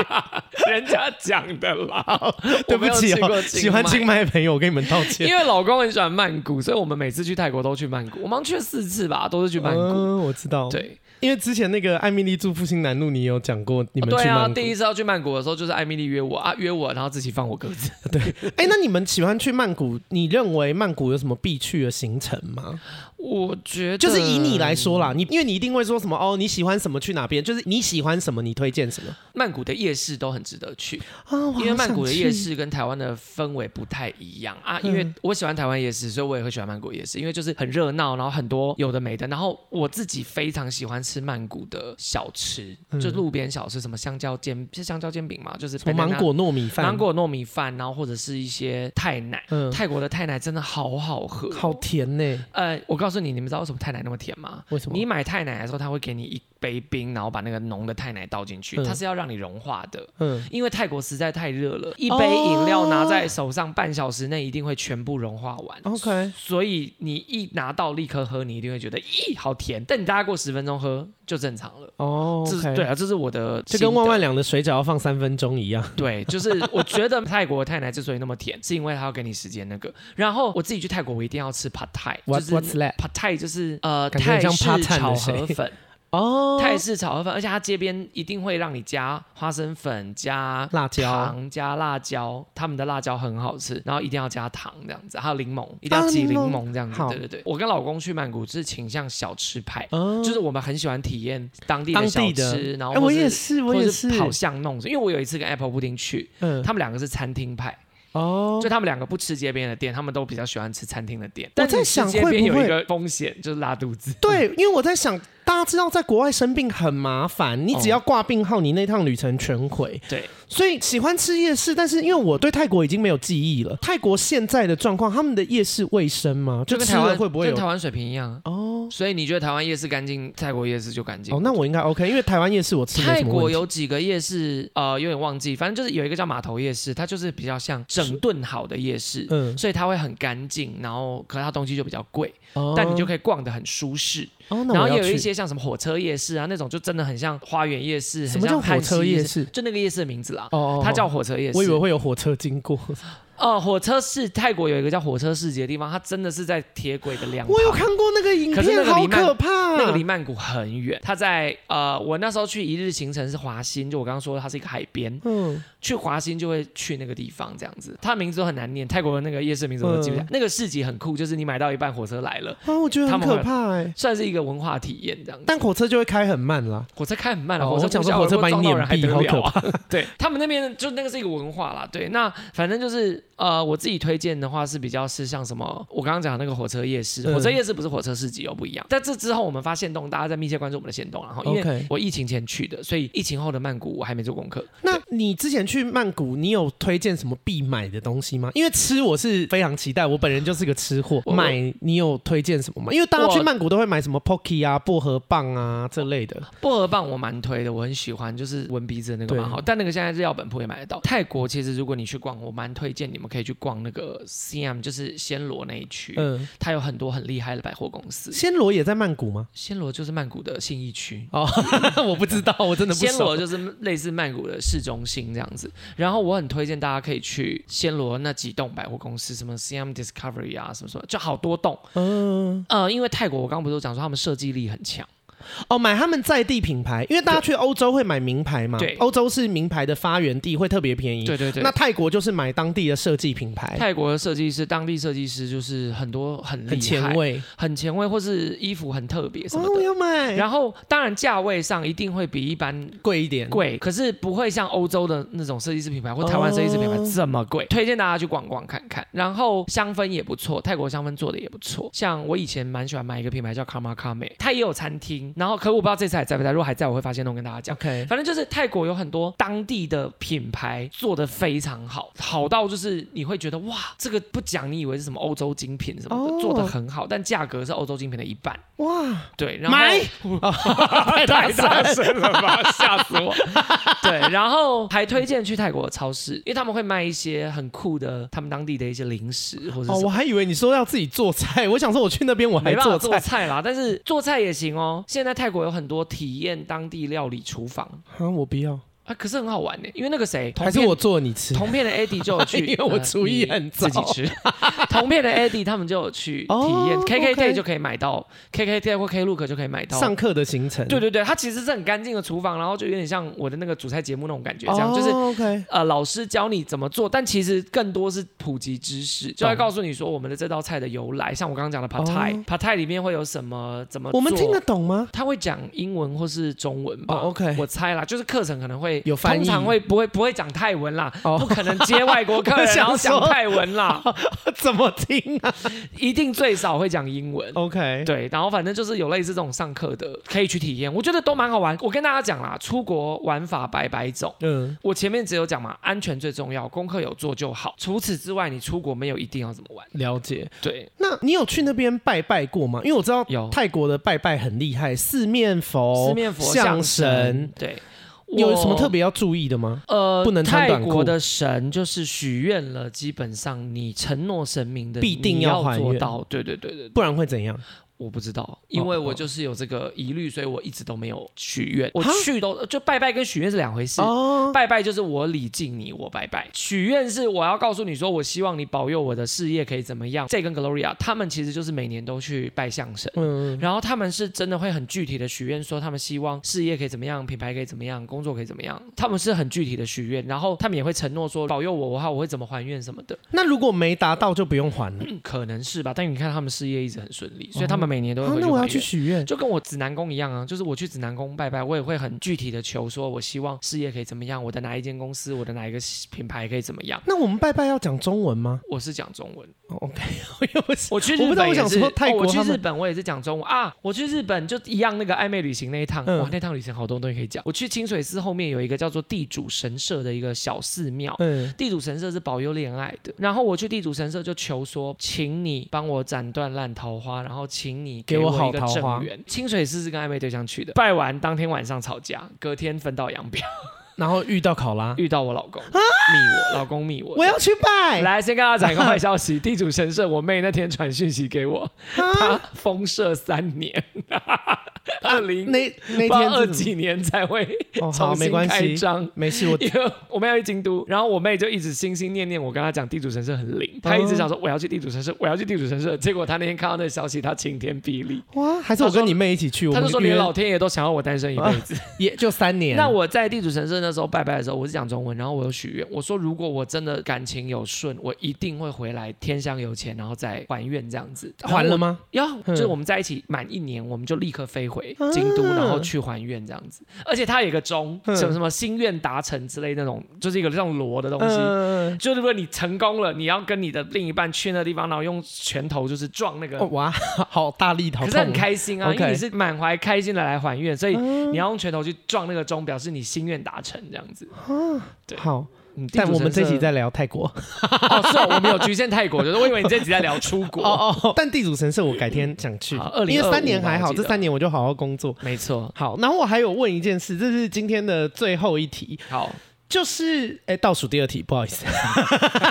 Speaker 2: 人家讲的啦，
Speaker 1: 对不起
Speaker 2: 我没有去过
Speaker 1: 哦，
Speaker 2: 清迈
Speaker 1: 喜欢清迈的朋友，我跟你们道歉。
Speaker 2: 因为老公很喜欢曼谷，所以我们每次去泰国都去曼谷，我们好像去了四次吧，都是去曼谷。
Speaker 1: 嗯，我知道，，
Speaker 2: 对，
Speaker 1: 因为之前那个艾米丽住复兴南路，你有讲过你们
Speaker 2: 对
Speaker 1: 去
Speaker 2: 啊，
Speaker 1: 曼谷，
Speaker 2: 第一次要去曼谷的时候，就是艾米丽约我啊，约我，然后自己放我鸽子。
Speaker 1: 哎、那你们喜欢去曼谷？你认为曼谷有什么必去的行程
Speaker 2: 呃
Speaker 1: 吗？
Speaker 2: 我觉得
Speaker 1: 就是以你来，说啦，你因为你一定会说什么哦，你喜欢什么去哪边？就是你喜欢什么，你推荐什么
Speaker 2: 曼谷的夜市都很值得去，
Speaker 1: 啊？我好
Speaker 2: 因为曼谷的
Speaker 1: 想
Speaker 2: 夜
Speaker 1: 去，嗯
Speaker 2: 市跟台湾的氛围不太一样啊。因为我喜欢台湾夜市，所以我也会喜欢曼谷夜市，因为就是很热闹，然后很多有的没的。然后我自己非常喜欢吃曼谷的小吃，就路边小吃，什么香蕉煎是香蕉煎饼嘛，就是
Speaker 1: 嗯什么芒
Speaker 2: banana-
Speaker 1: 果糯米饭，
Speaker 2: 芒果糯米饭，然后或者是一些泰奶。
Speaker 1: 嗯，
Speaker 2: 泰国的泰奶真的好好喝，
Speaker 1: 好甜呢、
Speaker 2: 呃，我告诉你，你们知道为什么泰奶那么甜吗？
Speaker 1: 为什么
Speaker 2: 你买泰奶的时候，他会给你一杯冰，然后把那个浓的泰奶倒进去，
Speaker 1: 嗯
Speaker 2: 它是要让你融化的。
Speaker 1: 嗯，
Speaker 2: 因为泰国实在太热
Speaker 1: 哦
Speaker 2: 了，一杯饮料拿在手上，半小时内一定会全部融化完。
Speaker 1: OK
Speaker 2: 所以你一拿到立刻喝，你一定会觉得咦好甜。但你大概过十分钟喝就正常了。
Speaker 1: 哦
Speaker 2: 这是
Speaker 1: OK
Speaker 2: 对啊，这是我的
Speaker 1: 就
Speaker 2: 心得，
Speaker 1: 跟万万两的水饺要放三分钟一样。
Speaker 2: 对，就是我觉得泰国的泰奶之所以那么甜，是因为它要给你时间那个。然后我自己去泰国，我一定要吃 pad thai，就
Speaker 1: What
Speaker 2: 是
Speaker 1: What's that？
Speaker 2: pad thai 就是呃
Speaker 1: 感觉很
Speaker 2: 泰
Speaker 1: 像
Speaker 2: 式
Speaker 1: pad thai
Speaker 2: 炒
Speaker 1: 的谁
Speaker 2: 河粉，
Speaker 1: 哦，
Speaker 2: 泰式炒河粉，而且它街边一定会让你加花生粉、加
Speaker 1: 辣椒
Speaker 2: 糖、加辣椒，他们的辣椒很好吃，然后一定要加糖这样子，还有柠檬，一定要挤
Speaker 1: 啊
Speaker 2: 柠
Speaker 1: 柠檬
Speaker 2: 檬这样子。
Speaker 1: 好
Speaker 2: 对对对，我跟老公去曼谷是倾向小吃派，
Speaker 1: 哦
Speaker 2: 就是我们很喜欢体验当地
Speaker 1: 当
Speaker 2: 小
Speaker 1: 地的
Speaker 2: 吃，然后
Speaker 1: 哎，
Speaker 2: 或
Speaker 1: 我
Speaker 2: 是
Speaker 1: 也是，我
Speaker 2: 或
Speaker 1: 也
Speaker 2: 是跑巷弄，因为我有一次跟 Apple 布丁去，
Speaker 1: 嗯，
Speaker 2: 他们两个是餐厅派，
Speaker 1: 哦
Speaker 2: 就，他们两个不吃街边的店，他们都比较喜欢吃餐厅的店。
Speaker 1: 我
Speaker 2: 但
Speaker 1: 在
Speaker 2: 你吃
Speaker 1: 想
Speaker 2: 街
Speaker 1: 会
Speaker 2: 边
Speaker 1: 不
Speaker 2: 有一
Speaker 1: 会
Speaker 2: 个风险就是拉肚子。
Speaker 1: 对，因为我在想，大家知道在国外生病很麻烦，你只要挂病号，你那趟旅程全毁。
Speaker 2: 嗯对，
Speaker 1: 所以喜欢吃夜市，但是因为我对泰国已经没有记忆了，泰国现在的状况，他们的夜市卫生吗？
Speaker 2: 就跟
Speaker 1: 吃
Speaker 2: 台
Speaker 1: 了
Speaker 2: 湾
Speaker 1: 会不会
Speaker 2: 跟
Speaker 1: 有
Speaker 2: 台？湾水平一样啊？
Speaker 1: 哦
Speaker 2: 所以你觉得台湾夜市干净，泰国夜市就干净？
Speaker 1: 哦，那我应该 OK，因为台湾夜市我吃没
Speaker 2: 泰
Speaker 1: 什么
Speaker 2: 国
Speaker 1: 问题
Speaker 2: 有几个夜市，呃，有点忘记，反正就是有一个叫码头夜市，它就是比较像整顿好的夜市，
Speaker 1: 嗯，
Speaker 2: 所以它会很干净，然后可是它东西就比较贵，
Speaker 1: 哦
Speaker 2: 但你就可以逛得很舒适。
Speaker 1: 哦，那
Speaker 2: 然后
Speaker 1: 我要
Speaker 2: 也有一
Speaker 1: 去
Speaker 2: 些像什么火车夜市啊那种，就真的很像花园夜市，
Speaker 1: 什
Speaker 2: 很
Speaker 1: 么叫
Speaker 2: 像
Speaker 1: 火
Speaker 2: 汉西
Speaker 1: 车夜
Speaker 2: 夜？
Speaker 1: 市？
Speaker 2: 就那个夜市的名字啦。
Speaker 1: 哦哦，哦
Speaker 2: 它叫火车夜市，
Speaker 1: 我以为会有火车经过，
Speaker 2: 哦，火车市泰国有一个叫火车市集的地方，它真的是在铁轨的两旁
Speaker 1: 我有看过那个影
Speaker 2: 可是那
Speaker 1: 片，
Speaker 2: 个
Speaker 1: 好
Speaker 2: 弥漫
Speaker 1: 可怕。
Speaker 2: 那个离曼谷很远，它在呃，我那时候去一日行程是华欣，就我刚刚说它是一个海边，
Speaker 1: 嗯，
Speaker 2: 去华欣就会去那个地方这样子。它名字都很难念，泰国的那个夜市名字我都记不
Speaker 1: 嗯
Speaker 2: 起来。那个市集很酷，就是你买到一半火车来了，
Speaker 1: 啊，我觉得很可怕哎、
Speaker 2: 算是一个文化体验这样子。
Speaker 1: 但火车就会开很慢啦。
Speaker 2: 火车开很慢了，
Speaker 1: 哦
Speaker 2: 火车
Speaker 1: 我想
Speaker 2: 不
Speaker 1: 说
Speaker 2: 小
Speaker 1: 火车
Speaker 2: 如果
Speaker 1: 把你
Speaker 2: 撞到
Speaker 1: 碾
Speaker 2: 人还
Speaker 1: 毙
Speaker 2: 得
Speaker 1: 好
Speaker 2: 了
Speaker 1: 可
Speaker 2: 啊 对他们那边就那个是一个文化啦，对。那反正就是呃，我自己推荐的话是比较是像什么，我刚刚讲的那个火车夜市，
Speaker 1: 嗯
Speaker 2: 火车夜市不是火车市集哦，不一样。在这之后，我们发现动，大家在密切关注我们的线动，然后因
Speaker 1: OK
Speaker 2: 为我疫情前去的，所以疫情后的曼谷我还没做功课。
Speaker 1: 那你之前去曼谷，你有推荐什么必买的东西吗？因为吃我是非常期待，我本人就是个吃货。
Speaker 2: 我
Speaker 1: 买你有推荐什么吗？因为大家去
Speaker 2: 我
Speaker 1: 曼谷都会买什么 Pocky 啊、薄荷棒啊这类的。
Speaker 2: 薄荷棒我蛮推的，我很喜欢，就是闻鼻子的那个
Speaker 1: 对
Speaker 2: 蛮好，但那个现在日药本铺也买得到。泰国其实如果你去逛，我蛮推荐你们可以去逛那个 CM，就是暹罗那一区，
Speaker 1: 嗯，
Speaker 2: 它有很多很厉害的百货公司。
Speaker 1: 暹罗也在曼谷 吗？
Speaker 2: 暹罗就是曼谷的信义区，
Speaker 1: 哦，我不知道，我真的不
Speaker 2: 暹
Speaker 1: 熟
Speaker 2: 罗。就是类似曼谷的市中心这样子。然后我很推荐大家可以去暹罗那几栋百货公司，什么 CM Discovery 啊，什么什么，就好多栋。
Speaker 1: 嗯，
Speaker 2: 呃，因为泰国我刚刚不是有讲说他们设计力很强，
Speaker 1: 哦，买他们在地品牌，因为大家去欧洲会买名牌嘛。
Speaker 2: 对
Speaker 1: 欧洲是名牌的发源地，会特别便宜。
Speaker 2: 对对对
Speaker 1: 那。泰国就是买当地的设计品牌，
Speaker 2: 泰国的设计师，当地设计师就是很多很厉害、
Speaker 1: 很前、卫。
Speaker 2: 很前卫，或是衣服很特别什
Speaker 1: 哦，
Speaker 2: 么
Speaker 1: 我
Speaker 2: 的。
Speaker 1: 要买，
Speaker 2: 然后，当然价位上一定会比一般
Speaker 1: 贵一点。
Speaker 2: 贵，可是不会像欧洲的那种设计师品牌或台湾设计师品牌
Speaker 1: 哦
Speaker 2: 这么贵。推荐大家去逛逛看看，然后香氛也不错，泰国香氛做的也不错。像我以前蛮喜欢买一个品牌叫 Kama Kame，它也有餐厅，然后可我不知道这次还在不在，如果还在，我会发现弄跟大家讲。
Speaker 1: OK，
Speaker 2: 反正就是泰国有很多当地的品牌做的非常好，好到就是你会觉得哇，这个不讲你以为是什么欧洲精品什么的，
Speaker 1: 哦
Speaker 2: 做的很好，但价格是欧洲精品的一半。
Speaker 1: 哇，
Speaker 2: 对，然后
Speaker 1: 买
Speaker 2: 太大声了吧，吓死我！对，然后还推荐去泰国的超市，因为他们会卖一些很酷的他们当地的一些零食或者是
Speaker 1: 哦，
Speaker 2: 什
Speaker 1: 我
Speaker 2: 么。
Speaker 1: 还以为你说要自己做菜，我想说我去那边我还
Speaker 2: 没办法
Speaker 1: 做
Speaker 2: 做
Speaker 1: 菜。
Speaker 2: 菜啦，但是做菜也行哦。现在泰国有很多体验当地料理厨房
Speaker 1: 啊，我不要，
Speaker 2: 啊，可是很好玩呢。因为那个谁，同
Speaker 1: 还是
Speaker 2: 片
Speaker 1: 我做你吃。
Speaker 2: 同片的 Eddie 就有去， 呃
Speaker 1: 因为我厨艺很糟
Speaker 2: 自己吃。 同片的 Eddie 他们就有去体验
Speaker 1: 哦
Speaker 2: ，KKday
Speaker 1: OK
Speaker 2: 就可以买到，KKday 或 Klook 就可以买到
Speaker 1: 上课的行程，
Speaker 2: 对对对，它其实是很干净的厨房，然后就有点像我的那个煮菜节目那种感觉，这样、
Speaker 1: 哦
Speaker 2: 就是。
Speaker 1: OK。
Speaker 2: 呃，老师教你怎么做，但其实更多是普及知识，就来告诉你说我们的这道菜的由来。像我刚刚讲的 pad
Speaker 1: 哦
Speaker 2: thai，pad thai 里面会有什么？怎么做
Speaker 1: 我们听得懂 吗？
Speaker 2: 他会讲英文或是中文吧、
Speaker 1: 哦，OK
Speaker 2: 我猜啦，就是课程可能会
Speaker 1: 有翻译
Speaker 2: 通常会不会不会讲泰文啦，
Speaker 1: 哦
Speaker 2: 不可能接外国客
Speaker 1: 我
Speaker 2: 人
Speaker 1: 想
Speaker 2: 然后讲
Speaker 1: 说哦
Speaker 2: 泰文啦，
Speaker 1: 怎么听啊
Speaker 2: 一定最少会讲英文。
Speaker 1: ？OK，
Speaker 2: 对，然后反正就是有类似这种上课的，可以去体验，我觉得都蛮好玩。我跟大家讲啦，出国玩法百百种。
Speaker 1: 嗯，
Speaker 2: 我前面只有讲嘛，安全最重要，功课有做就好。除此之外，你出国没有一定要怎么玩。
Speaker 1: 了解。
Speaker 2: 对，
Speaker 1: 那你有去那边拜拜过吗？因为我知道
Speaker 2: 有
Speaker 1: 泰国的拜拜很厉害，四面佛、
Speaker 2: 哦四面佛
Speaker 1: 象
Speaker 2: 神
Speaker 1: 神，，
Speaker 2: 对，
Speaker 1: 有什么特
Speaker 2: 别？
Speaker 1: 别要注意的吗？
Speaker 2: 呃，
Speaker 1: 不能穿
Speaker 2: 泰
Speaker 1: 短裤
Speaker 2: 国的神就是许愿了，基本上你承诺神明的，
Speaker 1: 必定
Speaker 2: 你
Speaker 1: 要
Speaker 2: 要
Speaker 1: 还愿
Speaker 2: 做到。对对对对，对
Speaker 1: 不然会怎样？
Speaker 2: 我不知道，因为
Speaker 1: 哦
Speaker 2: 我
Speaker 1: 哦
Speaker 2: 就是有这个疑虑，所以我一直都没有许愿。我
Speaker 1: 哈
Speaker 2: 去都就拜拜跟许愿是两回事。
Speaker 1: 哦，
Speaker 2: 拜拜就是我礼敬你，我拜拜。许愿是我要告诉你说，我希望你保佑我的事业可以怎么样。这跟 Gloria 他们其实就是每年都去拜相神。
Speaker 1: 嗯，
Speaker 2: 然后他们是真的会很具体的许愿，说他们希望事业可以怎么样，品牌可以怎么样，工作可以怎么样，他们是很具体的许愿，然后他们也会承诺说保佑我的话，我会怎么还愿什么的，
Speaker 1: 那如果没达到就不用还了。
Speaker 2: 嗯可能是吧。但你看他们事业一直很顺利，所以他
Speaker 1: 哦
Speaker 2: 们每年都会
Speaker 1: 啊
Speaker 2: 回，去
Speaker 1: 那我要
Speaker 2: 拜
Speaker 1: 去
Speaker 2: 月
Speaker 1: 许愿，
Speaker 2: 就跟我指南宫一样啊，就是我去指南宫拜拜，我也会很具体的求说，我希望事业可以怎么样，我的哪一间公司，我的哪一个品牌可以怎么样。
Speaker 1: 那我们拜拜要讲中文吗
Speaker 2: 我是讲中文，
Speaker 1: 哦？OK，我又 不是
Speaker 2: 我去
Speaker 1: 我不知
Speaker 2: 日
Speaker 1: 道
Speaker 2: 本
Speaker 1: 我
Speaker 2: 也
Speaker 1: 想
Speaker 2: 是，
Speaker 1: 说泰国
Speaker 2: 哦我去
Speaker 1: 他们
Speaker 2: 日本我也是讲中文啊。我去日本就一样那个暧昧旅行那一趟，
Speaker 1: 嗯
Speaker 2: 哇，那趟旅行好多东西可以讲。我去清水寺后面有一个叫做地主神社的一个小寺庙，
Speaker 1: 嗯
Speaker 2: 地主神社是保佑恋爱的。然后我去地主神社就求说，请你帮我斩断烂桃花，然后请你
Speaker 1: 给我
Speaker 2: 我
Speaker 1: 好
Speaker 2: 一个
Speaker 1: 桃花
Speaker 2: 正缘。清水寺是跟暧昧对象去的，拜完当天晚上吵架，隔天分道扬镳，
Speaker 1: 然后遇到考拉，
Speaker 2: 遇到我老公，密我，老公密我。
Speaker 1: 啊我要去拜，
Speaker 2: 来，先跟大家讲一个坏消息，地主神社我妹那天传讯息 给我，
Speaker 1: 啊
Speaker 2: 她封社三年，二零
Speaker 1: 那那
Speaker 2: 不知道二
Speaker 1: 天是
Speaker 2: 几年才会
Speaker 1: 哦好
Speaker 2: 重
Speaker 1: 没
Speaker 2: 新
Speaker 1: 关
Speaker 2: 开
Speaker 1: 系，
Speaker 2: 张。
Speaker 1: 没事我
Speaker 2: 因为我们要去京都，然后我妹就一直心心念念我跟她讲地主神社很
Speaker 1: 哦
Speaker 2: 灵，她一直想说我要去地主神社，我要去地主神社。结果她那天看到那个消息，她晴天霹雳，
Speaker 1: 哇，还是我
Speaker 2: 他说
Speaker 1: 跟你妹一起去，我
Speaker 2: 她
Speaker 1: 们
Speaker 2: 就说
Speaker 1: 约
Speaker 2: 连老天爷都想要我单身一辈子。
Speaker 1: 也就三年，
Speaker 2: 那我在地主神社那时候拜拜的时候，我是讲中文，然后我有许愿，我说如果我真的感情有顺，我一定会回来天香有钱，然后再还愿这样子。
Speaker 1: 还了
Speaker 2: 吗？
Speaker 1: 吗？
Speaker 2: 呀，
Speaker 1: 嗯
Speaker 2: 就是我们在一起满一年，我们就立刻飞回
Speaker 1: 啊
Speaker 2: 京都，然后去还愿这样子。而且它有一个钟，
Speaker 1: 嗯
Speaker 2: 什么什么心愿达成之类那种，就是一个像罗的东西。
Speaker 1: 嗯，
Speaker 2: 就如果你成功了，你要跟你的另一半去那地方，然后用拳头就是撞那个，
Speaker 1: 哦哇，好大力，好
Speaker 2: 可是
Speaker 1: 痛哦
Speaker 2: 很，开心啊，
Speaker 1: OK
Speaker 2: 因为你是满怀开心的来还愿，所以
Speaker 1: 嗯
Speaker 2: 你要用拳头去撞那个钟，表示你心愿达成这样子。对
Speaker 1: 好，
Speaker 2: 嗯，地
Speaker 1: 但
Speaker 2: 主
Speaker 1: 我们这
Speaker 2: 神社
Speaker 1: 集在聊泰国，
Speaker 2: 哦，是哦，我们有局限泰国，就是我以为你这集在聊出国。
Speaker 1: 哦哦，但地主神社我改天想去
Speaker 2: 好，2025
Speaker 1: 因为三年还
Speaker 2: 吧
Speaker 1: 好，
Speaker 2: 我记
Speaker 1: 这
Speaker 2: 得
Speaker 1: 三年我就好好工作。
Speaker 2: 没错，
Speaker 1: 好，然后我还有问一件事，这是今天的最后一题，
Speaker 2: 好，
Speaker 1: 就是哎倒数第二题，不好意思，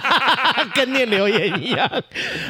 Speaker 1: 跟念留言一样，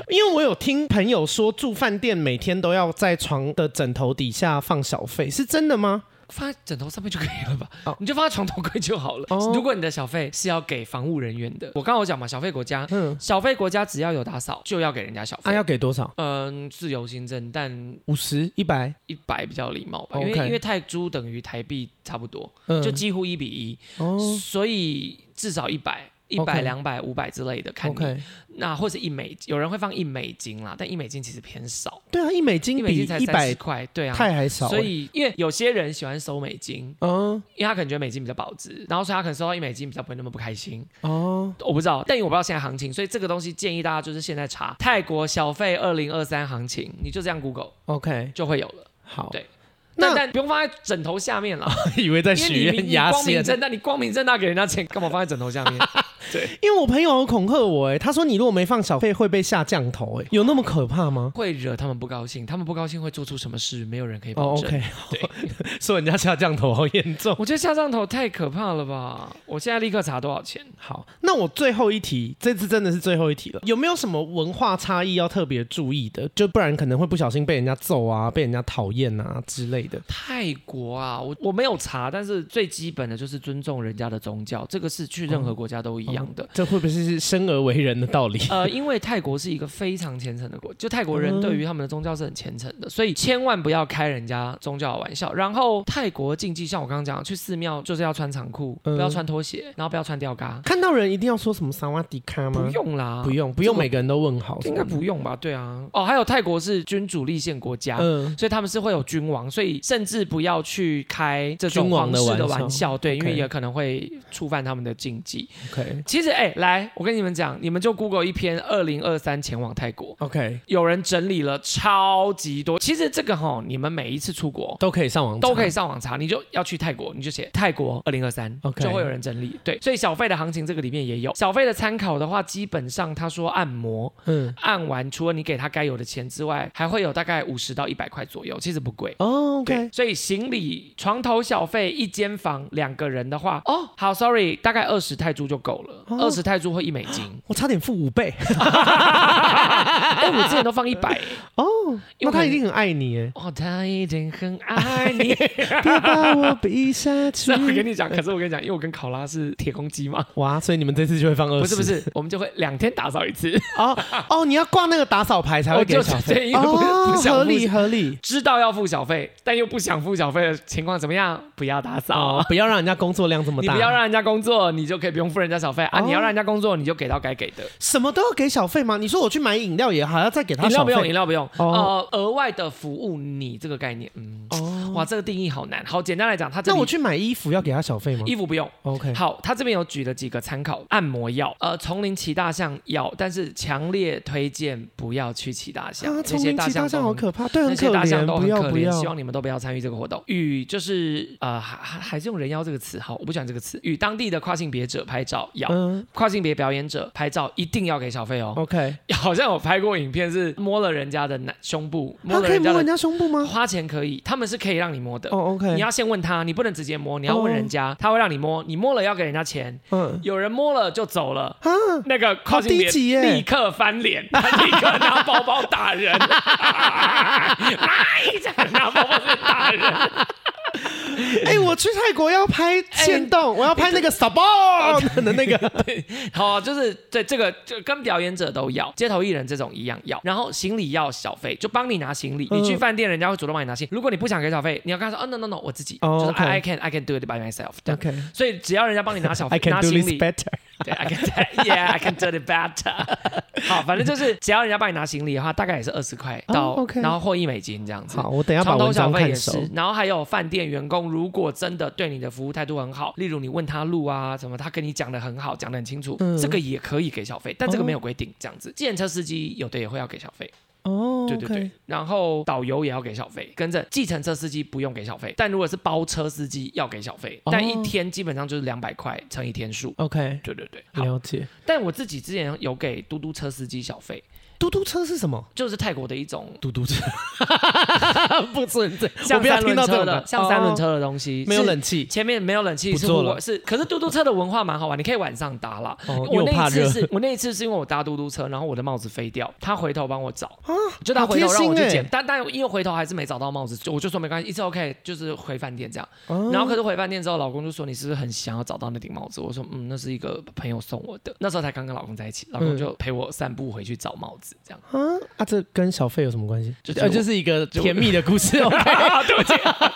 Speaker 1: 因为我有听朋友说住饭店每天都要在床的枕头底下放小费，是真的吗？
Speaker 2: 放在枕头上面就可以了吧？
Speaker 1: 哦
Speaker 2: 你就放在床头柜就好了。
Speaker 1: 哦
Speaker 2: 如果你的小费是要给防务人员的，我刚刚有讲嘛，小费国家，
Speaker 1: 嗯，
Speaker 2: 小费国家只要有打扫就要给人家小费。
Speaker 1: 啊要给多少？
Speaker 2: 嗯，自由行政，但
Speaker 1: 五十、一百？
Speaker 2: 一百比较礼貌吧，因为
Speaker 1: OK
Speaker 2: 因为泰铢等于台币差不多，
Speaker 1: 嗯，
Speaker 2: 就几乎一比一、
Speaker 1: 哦
Speaker 2: 所以至少一百、一百、
Speaker 1: OK
Speaker 2: 两百、五百之类的，看你。
Speaker 1: ，OK，
Speaker 2: 那或者一美，有人会放一美金啦，但一美金其实偏少，
Speaker 1: 对啊，一美
Speaker 2: 一
Speaker 1: 金
Speaker 2: 美
Speaker 1: 比
Speaker 2: 金才
Speaker 1: 一
Speaker 2: 三十
Speaker 1: 百
Speaker 2: 块，对啊。
Speaker 1: 泰还少欸，
Speaker 2: 所以，因为有些人喜欢收美金，
Speaker 1: 嗯
Speaker 2: 因为他可能觉得美金比较保值，然后所以他可能收到一美金比较不会那么不开心。
Speaker 1: 哦，
Speaker 2: 我不知道，但因为我不知道现在行情，所以这个东西建议大家就是现在查泰国小费二零二三行情，你就这样 Google
Speaker 1: OK，
Speaker 2: 就会有了。
Speaker 1: 好，
Speaker 2: 对但
Speaker 1: 那
Speaker 2: 但不用放在枕头下面了，
Speaker 1: 以为在
Speaker 2: 因为
Speaker 1: 许
Speaker 2: 你你
Speaker 1: 愿
Speaker 2: 你
Speaker 1: 压
Speaker 2: 光
Speaker 1: 线
Speaker 2: 明，正大，你光明正大给人家钱，干嘛放在枕头下面？
Speaker 1: 因为我朋友恐吓我，哎，他说你如果没放小费会被下降头，哎，有那么可怕吗？
Speaker 2: 会惹他们不高兴，他们不高兴会做出什么事，没有人可以
Speaker 1: 哦
Speaker 2: 保证。
Speaker 1: ，OK，
Speaker 2: 对
Speaker 1: 说人家下降头好严重。
Speaker 2: 我觉得下降头太可怕了吧！我现在立刻查多少钱。
Speaker 1: 好，那我最后一题，这次真的是最后一题了。有没有什么文化差异要特别注意的？就不然可能会不小心被人家揍啊，被人家讨厌啊之类的。
Speaker 2: 泰国啊，我我没有查，但是最基本的就是尊重人家的宗教，这个是去任何国家都一样的。
Speaker 1: 这会不会是生而为人的道理？
Speaker 2: 呃，因为泰国是一个非常虔诚的国，就泰国人
Speaker 1: 嗯
Speaker 2: 对于他们的宗教是很虔诚的，所以千万不要开人家宗教的玩笑。然后泰国禁忌，像我刚刚讲的，去寺庙就是要穿长裤，
Speaker 1: 嗯
Speaker 2: 不要穿拖鞋，然后不要穿吊嘎，
Speaker 1: 看到人一定要说什么萨瓦迪卡吗？
Speaker 2: 不用啦，
Speaker 1: 不，用，不用，
Speaker 2: 这个
Speaker 1: 每个人都问好。
Speaker 2: 应该不用吧？对啊，哦，还有泰国是君主立宪国家，
Speaker 1: 嗯，
Speaker 2: 所以他们是会有君王，所以甚至不要去开这种
Speaker 1: 君王
Speaker 2: 皇
Speaker 1: 的
Speaker 2: 室的
Speaker 1: 玩笑
Speaker 2: 玩笑，对，因
Speaker 1: OK
Speaker 2: 为也可能会触犯他们的禁忌。
Speaker 1: ，OK，OK，、
Speaker 2: 其实，哎、来，我跟你们讲，你们就 Google 一篇“二零二三前往泰国
Speaker 1: OK
Speaker 2: 有人整理了超级多。其实这个哈，你们每一次出国
Speaker 1: 都可以上网查，
Speaker 2: 都可以上网查，你就要去泰国，你就写泰国二零二三
Speaker 1: OK
Speaker 2: 就会有人整理。对，所以小费的行情这个里面也有。小费的参考的话，基本上他说按摩
Speaker 1: 嗯，
Speaker 2: 按完，除了你给他该有的钱之外，还会有大概五十到一百块左右，其实不贵。
Speaker 1: 哦
Speaker 2: 对
Speaker 1: ，OK，，
Speaker 2: 所以行李、床头小费一间房两个人的话，哦，好，sorry，大概二十泰铢就够了，
Speaker 1: 哦
Speaker 2: 二十、泰铢或一美
Speaker 1: 。
Speaker 2: 金
Speaker 1: 我差点付五倍
Speaker 2: 哎、我之前都放一百、
Speaker 1: 哦，
Speaker 2: 因
Speaker 1: 那他
Speaker 2: 为可能，
Speaker 1: 一定很爱你哎
Speaker 2: 哦，他一定很 爱你。
Speaker 1: 别把我比下去
Speaker 2: 所以。我跟你讲，可是我跟你讲，因为我跟考拉是铁公鸡 嘛，
Speaker 1: 哇，所以你们这次就会放二十？
Speaker 2: 不是不是，我们就会两天打扫一次，
Speaker 1: 哦哦，你要挂那个打扫牌才会
Speaker 2: 我
Speaker 1: 给
Speaker 2: 就
Speaker 1: 小
Speaker 2: 是
Speaker 1: 费
Speaker 2: 对因为不
Speaker 1: 哦
Speaker 2: 不想
Speaker 1: 合
Speaker 2: 付
Speaker 1: 理合理。
Speaker 2: 知道要付小费，但但又不想付小费的情况怎么样？不要打扫。
Speaker 1: 哦，不要让人家工作量这么
Speaker 2: 你
Speaker 1: 大，
Speaker 2: 不要让人家工作，你就可以不用付人家小费啊！
Speaker 1: 哦
Speaker 2: 你要让人家工作，你就给到该给的。
Speaker 1: 什么都要给小费吗？你说我去买饮料也还要再给哦他
Speaker 2: 饮料
Speaker 1: 小
Speaker 2: 不用，饮
Speaker 1: 费？
Speaker 2: 料不用。
Speaker 1: 哦
Speaker 2: 呃，额外的服务你这个概念，嗯，
Speaker 1: 哦，
Speaker 2: 哇，这个定义好难。好，简单来讲，他这
Speaker 1: 那
Speaker 2: 里
Speaker 1: 我去买衣服要给他小费吗
Speaker 2: 衣服不用。
Speaker 1: ？OK，
Speaker 2: 好，他这边有举了几个参考：按摩药，呃，丛林骑大象要，但是强烈推荐不要去骑大象，
Speaker 1: 啊，
Speaker 2: 这
Speaker 1: 丛
Speaker 2: 些
Speaker 1: 林
Speaker 2: 大
Speaker 1: 骑
Speaker 2: 象
Speaker 1: 大
Speaker 2: 都
Speaker 1: 象
Speaker 2: 很
Speaker 1: 好可怕，对，
Speaker 2: 那
Speaker 1: 很
Speaker 2: 些
Speaker 1: 可
Speaker 2: 大象
Speaker 1: 怜，
Speaker 2: 都
Speaker 1: 不
Speaker 2: 很
Speaker 1: 要
Speaker 2: 可
Speaker 1: 不
Speaker 2: 怜，
Speaker 1: 要
Speaker 2: 希。望你们都不要参与这个活动。与就是呃，还还还是用“人妖”这个词好，我不喜欢这个词。与当地的跨性别者拍照要，
Speaker 1: 嗯
Speaker 2: 跨性别表演者拍照一定要给小费哦。
Speaker 1: ，OK，
Speaker 2: 好像有拍过影片是摸了人家的男胸部，摸
Speaker 1: 他
Speaker 2: 了
Speaker 1: 可以
Speaker 2: 人家
Speaker 1: 摸人
Speaker 2: 的
Speaker 1: 家胸部吗？
Speaker 2: 花钱可以，他们是可以让你摸的。
Speaker 1: 哦，OK，
Speaker 2: 你要先问他，你不能直接摸，你要问
Speaker 1: 哦
Speaker 2: 人家，他会让你摸，你摸了要给人家钱。
Speaker 1: 嗯，
Speaker 2: 有人摸了就走了，
Speaker 1: 啊，
Speaker 2: 那个跨性
Speaker 1: 好
Speaker 2: 别
Speaker 1: 低级耶
Speaker 2: 立刻 翻脸，他立刻拿包包打人， 哎，这样拿包包在打人，
Speaker 1: 哎，我去泰国要拍欠动，我要拍那个 s a b o 的那 个，
Speaker 2: 好、哦就是对这个就跟表演者都要，街头艺人这种一样要，然后行李要小费，就帮你拿行李，
Speaker 1: 嗯
Speaker 2: 你去饭店人家会主动帮你拿行李，如果你不想给小费，你要跟他说，哦、n o no no，我自己，
Speaker 1: 哦
Speaker 2: 就是
Speaker 1: OK
Speaker 2: I I can I can do it by myself，这样
Speaker 1: OK
Speaker 2: 所以只要人家帮你 拿小
Speaker 1: I
Speaker 2: 费
Speaker 1: can
Speaker 2: 拿
Speaker 1: do
Speaker 2: 行
Speaker 1: this
Speaker 2: 李，
Speaker 1: better。
Speaker 2: 对，I can yeah I can do it better。好， 反正就是只要人家帮你拿行李的话，大概也是二十块
Speaker 1: 哦
Speaker 2: 到，
Speaker 1: OK
Speaker 2: 然后获一美金这样子。
Speaker 1: 好，我等一下把
Speaker 2: 床头
Speaker 1: 文
Speaker 2: 小
Speaker 1: 章
Speaker 2: 费也
Speaker 1: 看熟
Speaker 2: 是。，然后还有饭店员工，如果真的对你的服务态度很好，例如你问他路啊什么，他跟你讲的很好，讲的很清楚，
Speaker 1: 嗯
Speaker 2: 这个也可以给小费，但这个
Speaker 1: 哦
Speaker 2: 没有规定这样子。计程车司机有的也会要给小费，
Speaker 1: 哦，
Speaker 2: 对对对
Speaker 1: OK，
Speaker 2: 然后导游也要给小费，跟着计程车司机不用给小费，但如果是包车司机要给小费，
Speaker 1: 哦
Speaker 2: 但一天基本上就是两百块乘以天数。
Speaker 1: ，OK，
Speaker 2: 对对对，好。
Speaker 1: 了解。
Speaker 2: 但我自己之前有给嘟嘟车司机小费，
Speaker 1: 嘟嘟车是什么？
Speaker 2: 就是泰国的一种
Speaker 1: 嘟嘟车 不存在，我
Speaker 2: 像
Speaker 1: 不要
Speaker 2: 三
Speaker 1: 听
Speaker 2: 轮
Speaker 1: 到这
Speaker 2: 车
Speaker 1: 种
Speaker 2: 的，
Speaker 1: 的，
Speaker 2: 像三轮
Speaker 1: 哦，
Speaker 2: 车的东西，
Speaker 1: 没有
Speaker 2: 是
Speaker 1: 冷气，
Speaker 2: 前面没有冷气，
Speaker 1: 不
Speaker 2: 是
Speaker 1: 做
Speaker 2: 我
Speaker 1: 了
Speaker 2: 是，可是嘟嘟车的文化蛮好玩，你可以晚上搭啦。
Speaker 1: 哦因为
Speaker 2: 我
Speaker 1: 我
Speaker 2: 那
Speaker 1: 怕
Speaker 2: 一次
Speaker 1: 热
Speaker 2: 是我那一次是因为我搭嘟嘟车，然后我的帽子飞掉，他回头帮我找，
Speaker 1: 啊
Speaker 2: 就他回头
Speaker 1: 好贴
Speaker 2: 让
Speaker 1: 心
Speaker 2: 我去
Speaker 1: 欸
Speaker 2: 捡，但但因为回头还是没找到帽子，就我就说没关系，一次 OK，就是回饭店这样。
Speaker 1: 哦
Speaker 2: 然后可是回饭店之后，老公就说你是不是很想要找到那顶帽子？我说嗯，那是一个朋友送我的，那时候才刚跟老公在一起，老公
Speaker 1: 嗯
Speaker 2: 就陪我散步回去找帽子这样。
Speaker 1: 啊啊，这跟小费有什么关系？
Speaker 2: 就
Speaker 1: 呃，
Speaker 2: 就
Speaker 1: 就是一个甜蜜的故 事。OK，对不起，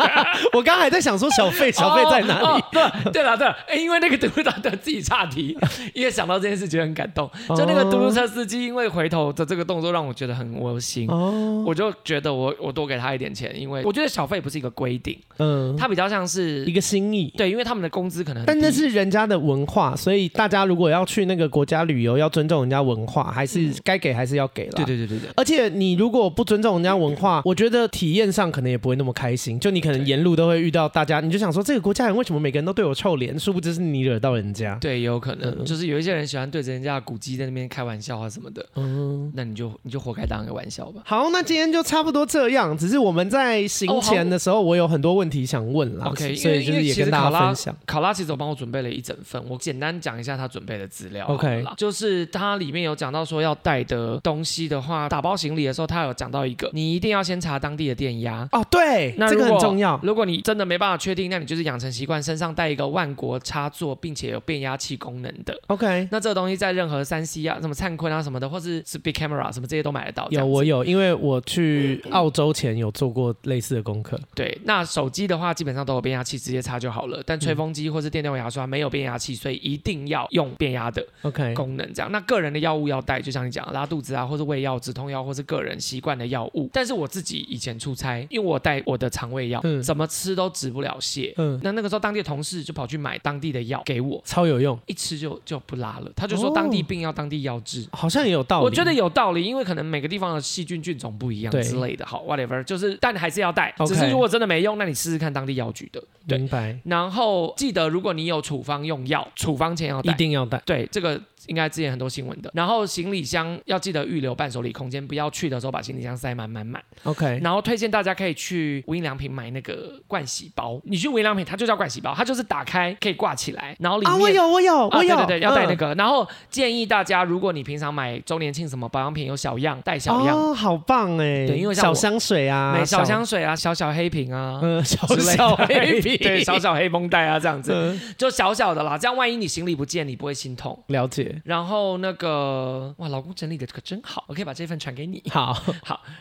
Speaker 1: 我刚还在想说小费，小费在哪里？
Speaker 2: 哦？哦对对了对了，哎因为那个嘟嘟车的自己岔题，因为想到这件事觉得很感动。就那个嘟嘟车司机，因为回头的这个动作让我觉得很窝心。
Speaker 1: 哦，
Speaker 2: 我就觉得我我多给他一点钱，因为我觉得小费不是一个规定，
Speaker 1: 嗯，
Speaker 2: 它比较像
Speaker 1: 一
Speaker 2: 是
Speaker 1: 个心意。
Speaker 2: 对，因为他们的工资可能很
Speaker 1: 但那
Speaker 2: 低
Speaker 1: 是人家的文化，所以大家如果要去那个国家旅游，要尊重人家文化，还是该给还是要给了。
Speaker 2: 嗯对嗯对对对对，
Speaker 1: 而且你如果不尊重人家文化，我觉得体验上可能也不会那么开心。就你可能沿路都会遇到大家，你就想说这个国家人为什么每个人都对我臭脸？殊不知是你惹到人家。
Speaker 2: 对，也有可能、就是有一些人喜欢对着人家的古迹在那边开玩笑啊什么的，
Speaker 1: 嗯，
Speaker 2: 那你就你就活该当个玩笑吧。
Speaker 1: 好，那今天就差不多这样。只是我们在行前的时候，我有很多问题想问啦
Speaker 2: OK，
Speaker 1: 所以
Speaker 2: 因为
Speaker 1: 就是
Speaker 2: 因为
Speaker 1: 也
Speaker 2: 其实
Speaker 1: 跟大
Speaker 2: 考
Speaker 1: 家
Speaker 2: 拉
Speaker 1: 分享。
Speaker 2: 考拉其实有帮我准备了一整份，我简单讲一下他准备的资料好了
Speaker 1: OK
Speaker 2: 啦。就是它里面有讲到说要带的东西的话，打包行李的时候，他有讲到一个，你一定要先查当地的电压。
Speaker 1: 哦，对，
Speaker 2: 那
Speaker 1: 这
Speaker 2: 如
Speaker 1: 个
Speaker 2: 果
Speaker 1: 很重要。
Speaker 2: 如果你真的没办法确定，那你就是养成习惯，身上带一个万国插座，并且有变压器功能的。
Speaker 1: OK，
Speaker 2: 那这个东西在任何三 C 啊、什么灿坤啊什么的，或是 Speed Camera 什么这些都买得到。哦这
Speaker 1: 有
Speaker 2: 样子
Speaker 1: 我有，因为我去澳洲前有做过类似的功课。
Speaker 2: 对，那手机的话基本上都有变压器，直接插就好了。但吹风机或是电动牙刷没有变压器，所以一定要用变压的
Speaker 1: OK，
Speaker 2: 功能。这样，那个人的药物要带，就像你讲的拉肚子啊，或是胃药、止痛药，或是个人习惯的药物。但是我自己以前出差，因为我带我的肠胃药，
Speaker 1: 嗯
Speaker 2: 怎么吃都止不了泻。
Speaker 1: 嗯，
Speaker 2: 那那个时候当地的同事就跑去买当地的药给我，
Speaker 1: 超有用，
Speaker 2: 一吃就就不拉了。他就说当地
Speaker 1: 哦
Speaker 2: 病要当地药治。
Speaker 1: 好像也有道理。
Speaker 2: 我觉得有道理，因为可能每个地方的细菌菌种不一样
Speaker 1: 对
Speaker 2: 之类的。好，whatever，就是但还是要带。
Speaker 1: OK
Speaker 2: 只是如果真的没用，那你试试看当地药局的。对
Speaker 1: 明白，
Speaker 2: 然后记得，如果你有处方用药，处方前要
Speaker 1: 一
Speaker 2: 带。
Speaker 1: 定要带。
Speaker 2: 对，这个应该之前很多新闻的。然后行李箱要记得预留伴手礼空间，不要去的时候把行李箱塞满满满。
Speaker 1: OK，
Speaker 2: 然后推荐大家可以去无印良品买那个盥洗包，你去无印良品，它就叫盥洗包，它就是打开可以挂起来，然后里面、
Speaker 1: 啊，我有，我有，
Speaker 2: 啊，
Speaker 1: 我有，
Speaker 2: 对对对，要带那
Speaker 1: 嗯
Speaker 2: 个。然后建议大家，如果你平常买周年庆什么保养品有小样，带小样，
Speaker 1: 哦，好棒哎！
Speaker 2: 对因为像
Speaker 1: 小
Speaker 2: 我
Speaker 1: 香水啊，
Speaker 2: 买小香，水啊，小小黑瓶啊。
Speaker 1: 嗯，小
Speaker 2: 之类的
Speaker 1: 小黑瓶，
Speaker 2: 对，小小黑绷带啊，这样子
Speaker 1: 嗯
Speaker 2: 就小小的啦。这样万一你行李不见，你不会心痛。
Speaker 1: 了解。
Speaker 2: 然后那个哇，老公整理的可真真好，我可以把这份传给你。
Speaker 1: 好，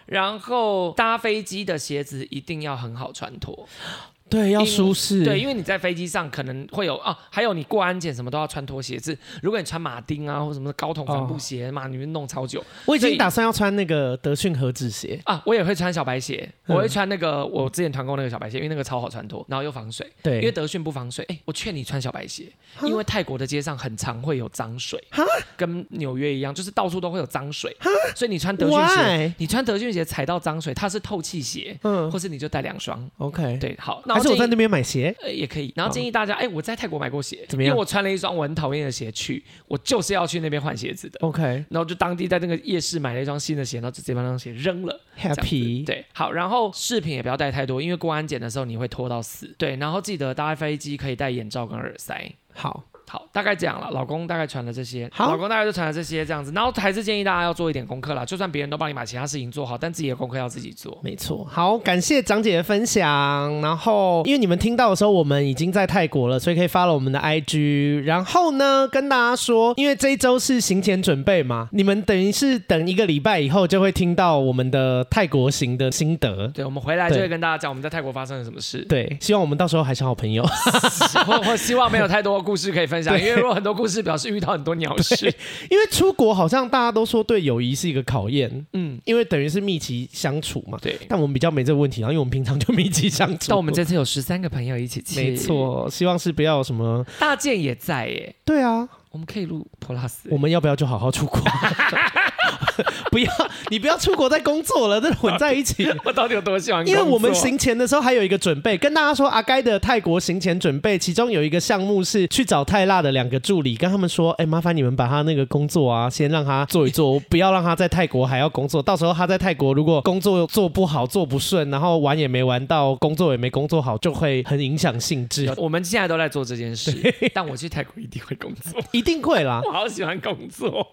Speaker 2: 然后搭飞机的鞋子一定要很好穿脱，
Speaker 1: 对，要
Speaker 2: 因
Speaker 1: 舒适，
Speaker 2: 对，因为你在飞机上可能会有啊，还有你过安检什么都要穿拖鞋子，如果你穿马丁啊或什么高筒帆
Speaker 1: 哦
Speaker 2: 布鞋，妈、你们弄超久
Speaker 1: 我已
Speaker 2: 所
Speaker 1: 经
Speaker 2: 以
Speaker 1: 打算要穿那个德训合趾鞋，
Speaker 2: 啊。我也会穿小白鞋，
Speaker 1: 嗯
Speaker 2: 我会穿那个我之前团购那个小白鞋，因为那个超好穿脱，然后又防水，
Speaker 1: 对，
Speaker 2: 因为德训不防水。哎，我劝你穿小白鞋，
Speaker 1: 哈
Speaker 2: 因为泰国的街上很常会有脏水
Speaker 1: 哈，
Speaker 2: 跟纽约一样，就是到处都会有脏水，所以你穿德训鞋，
Speaker 1: why？
Speaker 2: 你穿德训鞋踩到脏水，它是透气鞋，
Speaker 1: 嗯
Speaker 2: 或是你就带两双。
Speaker 1: ，OK，，
Speaker 2: 对，好，那
Speaker 1: 还是我
Speaker 2: 建议
Speaker 1: 在那边买鞋，
Speaker 2: 呃，也可以。然后建议大家，哎、我在泰国买过鞋，
Speaker 1: 怎么样
Speaker 2: 因为我穿了一双我很讨厌的鞋去，我就是要去那边换鞋子的。
Speaker 1: ，OK，happy，、
Speaker 2: 然后就当地在那个夜市买了一双新的鞋，然后就直接把那双鞋扔了。这样子
Speaker 1: Happy
Speaker 2: 对，好，然后饰品也不要带太多，因为过安检的时候你会拖到死。对，然后记得搭飞机可以戴眼罩跟耳塞。
Speaker 1: 好，
Speaker 2: 好，大概这样了。老公大概传了这些，
Speaker 1: 好
Speaker 2: 老公大概就传了这些这样子。然后还是建议大家要做一点功课啦，就算别人都帮你把其他事情做好，但自己的功课要自己做。
Speaker 1: 没错，好，感谢长姐的分享。然后，因为你们听到的时候，我们已经在泰国了，所以可以发了我们的 IG。然后呢，跟大家说，因为这一周是行前准备嘛，你们等于是等一个礼拜以后就会听到我们的泰国行的心得。
Speaker 2: 对，我们回来就
Speaker 1: 对
Speaker 2: 会跟大家讲我们在泰国发生了什么事。
Speaker 1: 对，希望我们到时候还是好朋友。
Speaker 2: 我我希望没有太多故事可以分 享，因为我很多故事表示遇到很多鸟事。
Speaker 1: 因为出国好像大家都说对友谊是一个考验，
Speaker 2: 嗯，
Speaker 1: 因为等于是密集相处嘛。
Speaker 2: 对。
Speaker 1: 但我们比较没这个问题，然后因为我们平常就密集相处。
Speaker 2: 但我们这次有十三个朋友一起去，
Speaker 1: 没，错，希望是不要有什么。
Speaker 2: 大健也在耶，
Speaker 1: 对啊，
Speaker 2: 我们可以录 plus
Speaker 1: 我。们要不要就好好出国？ 不要，你不要出国再工作了，这混在一起。
Speaker 2: 我到底有多喜欢工
Speaker 1: 因
Speaker 2: 作？
Speaker 1: 为我们行前的时候还有一个准备，跟大家说阿啊该的泰国行前准备，其中有一个项目是去找泰辣的两个助理，跟他们说，哎、麻烦你们把他那个工作啊，先让他做一做，不要让他在泰国还要工作，到时候他在泰国如果工作做不好、做不顺，然后玩也没玩到，工作也没工作好，就会很影响兴致
Speaker 2: 有，，我们现在都在做这件事，但我去泰国一定会工作。
Speaker 1: 一定会啦。
Speaker 2: 我好喜欢工作，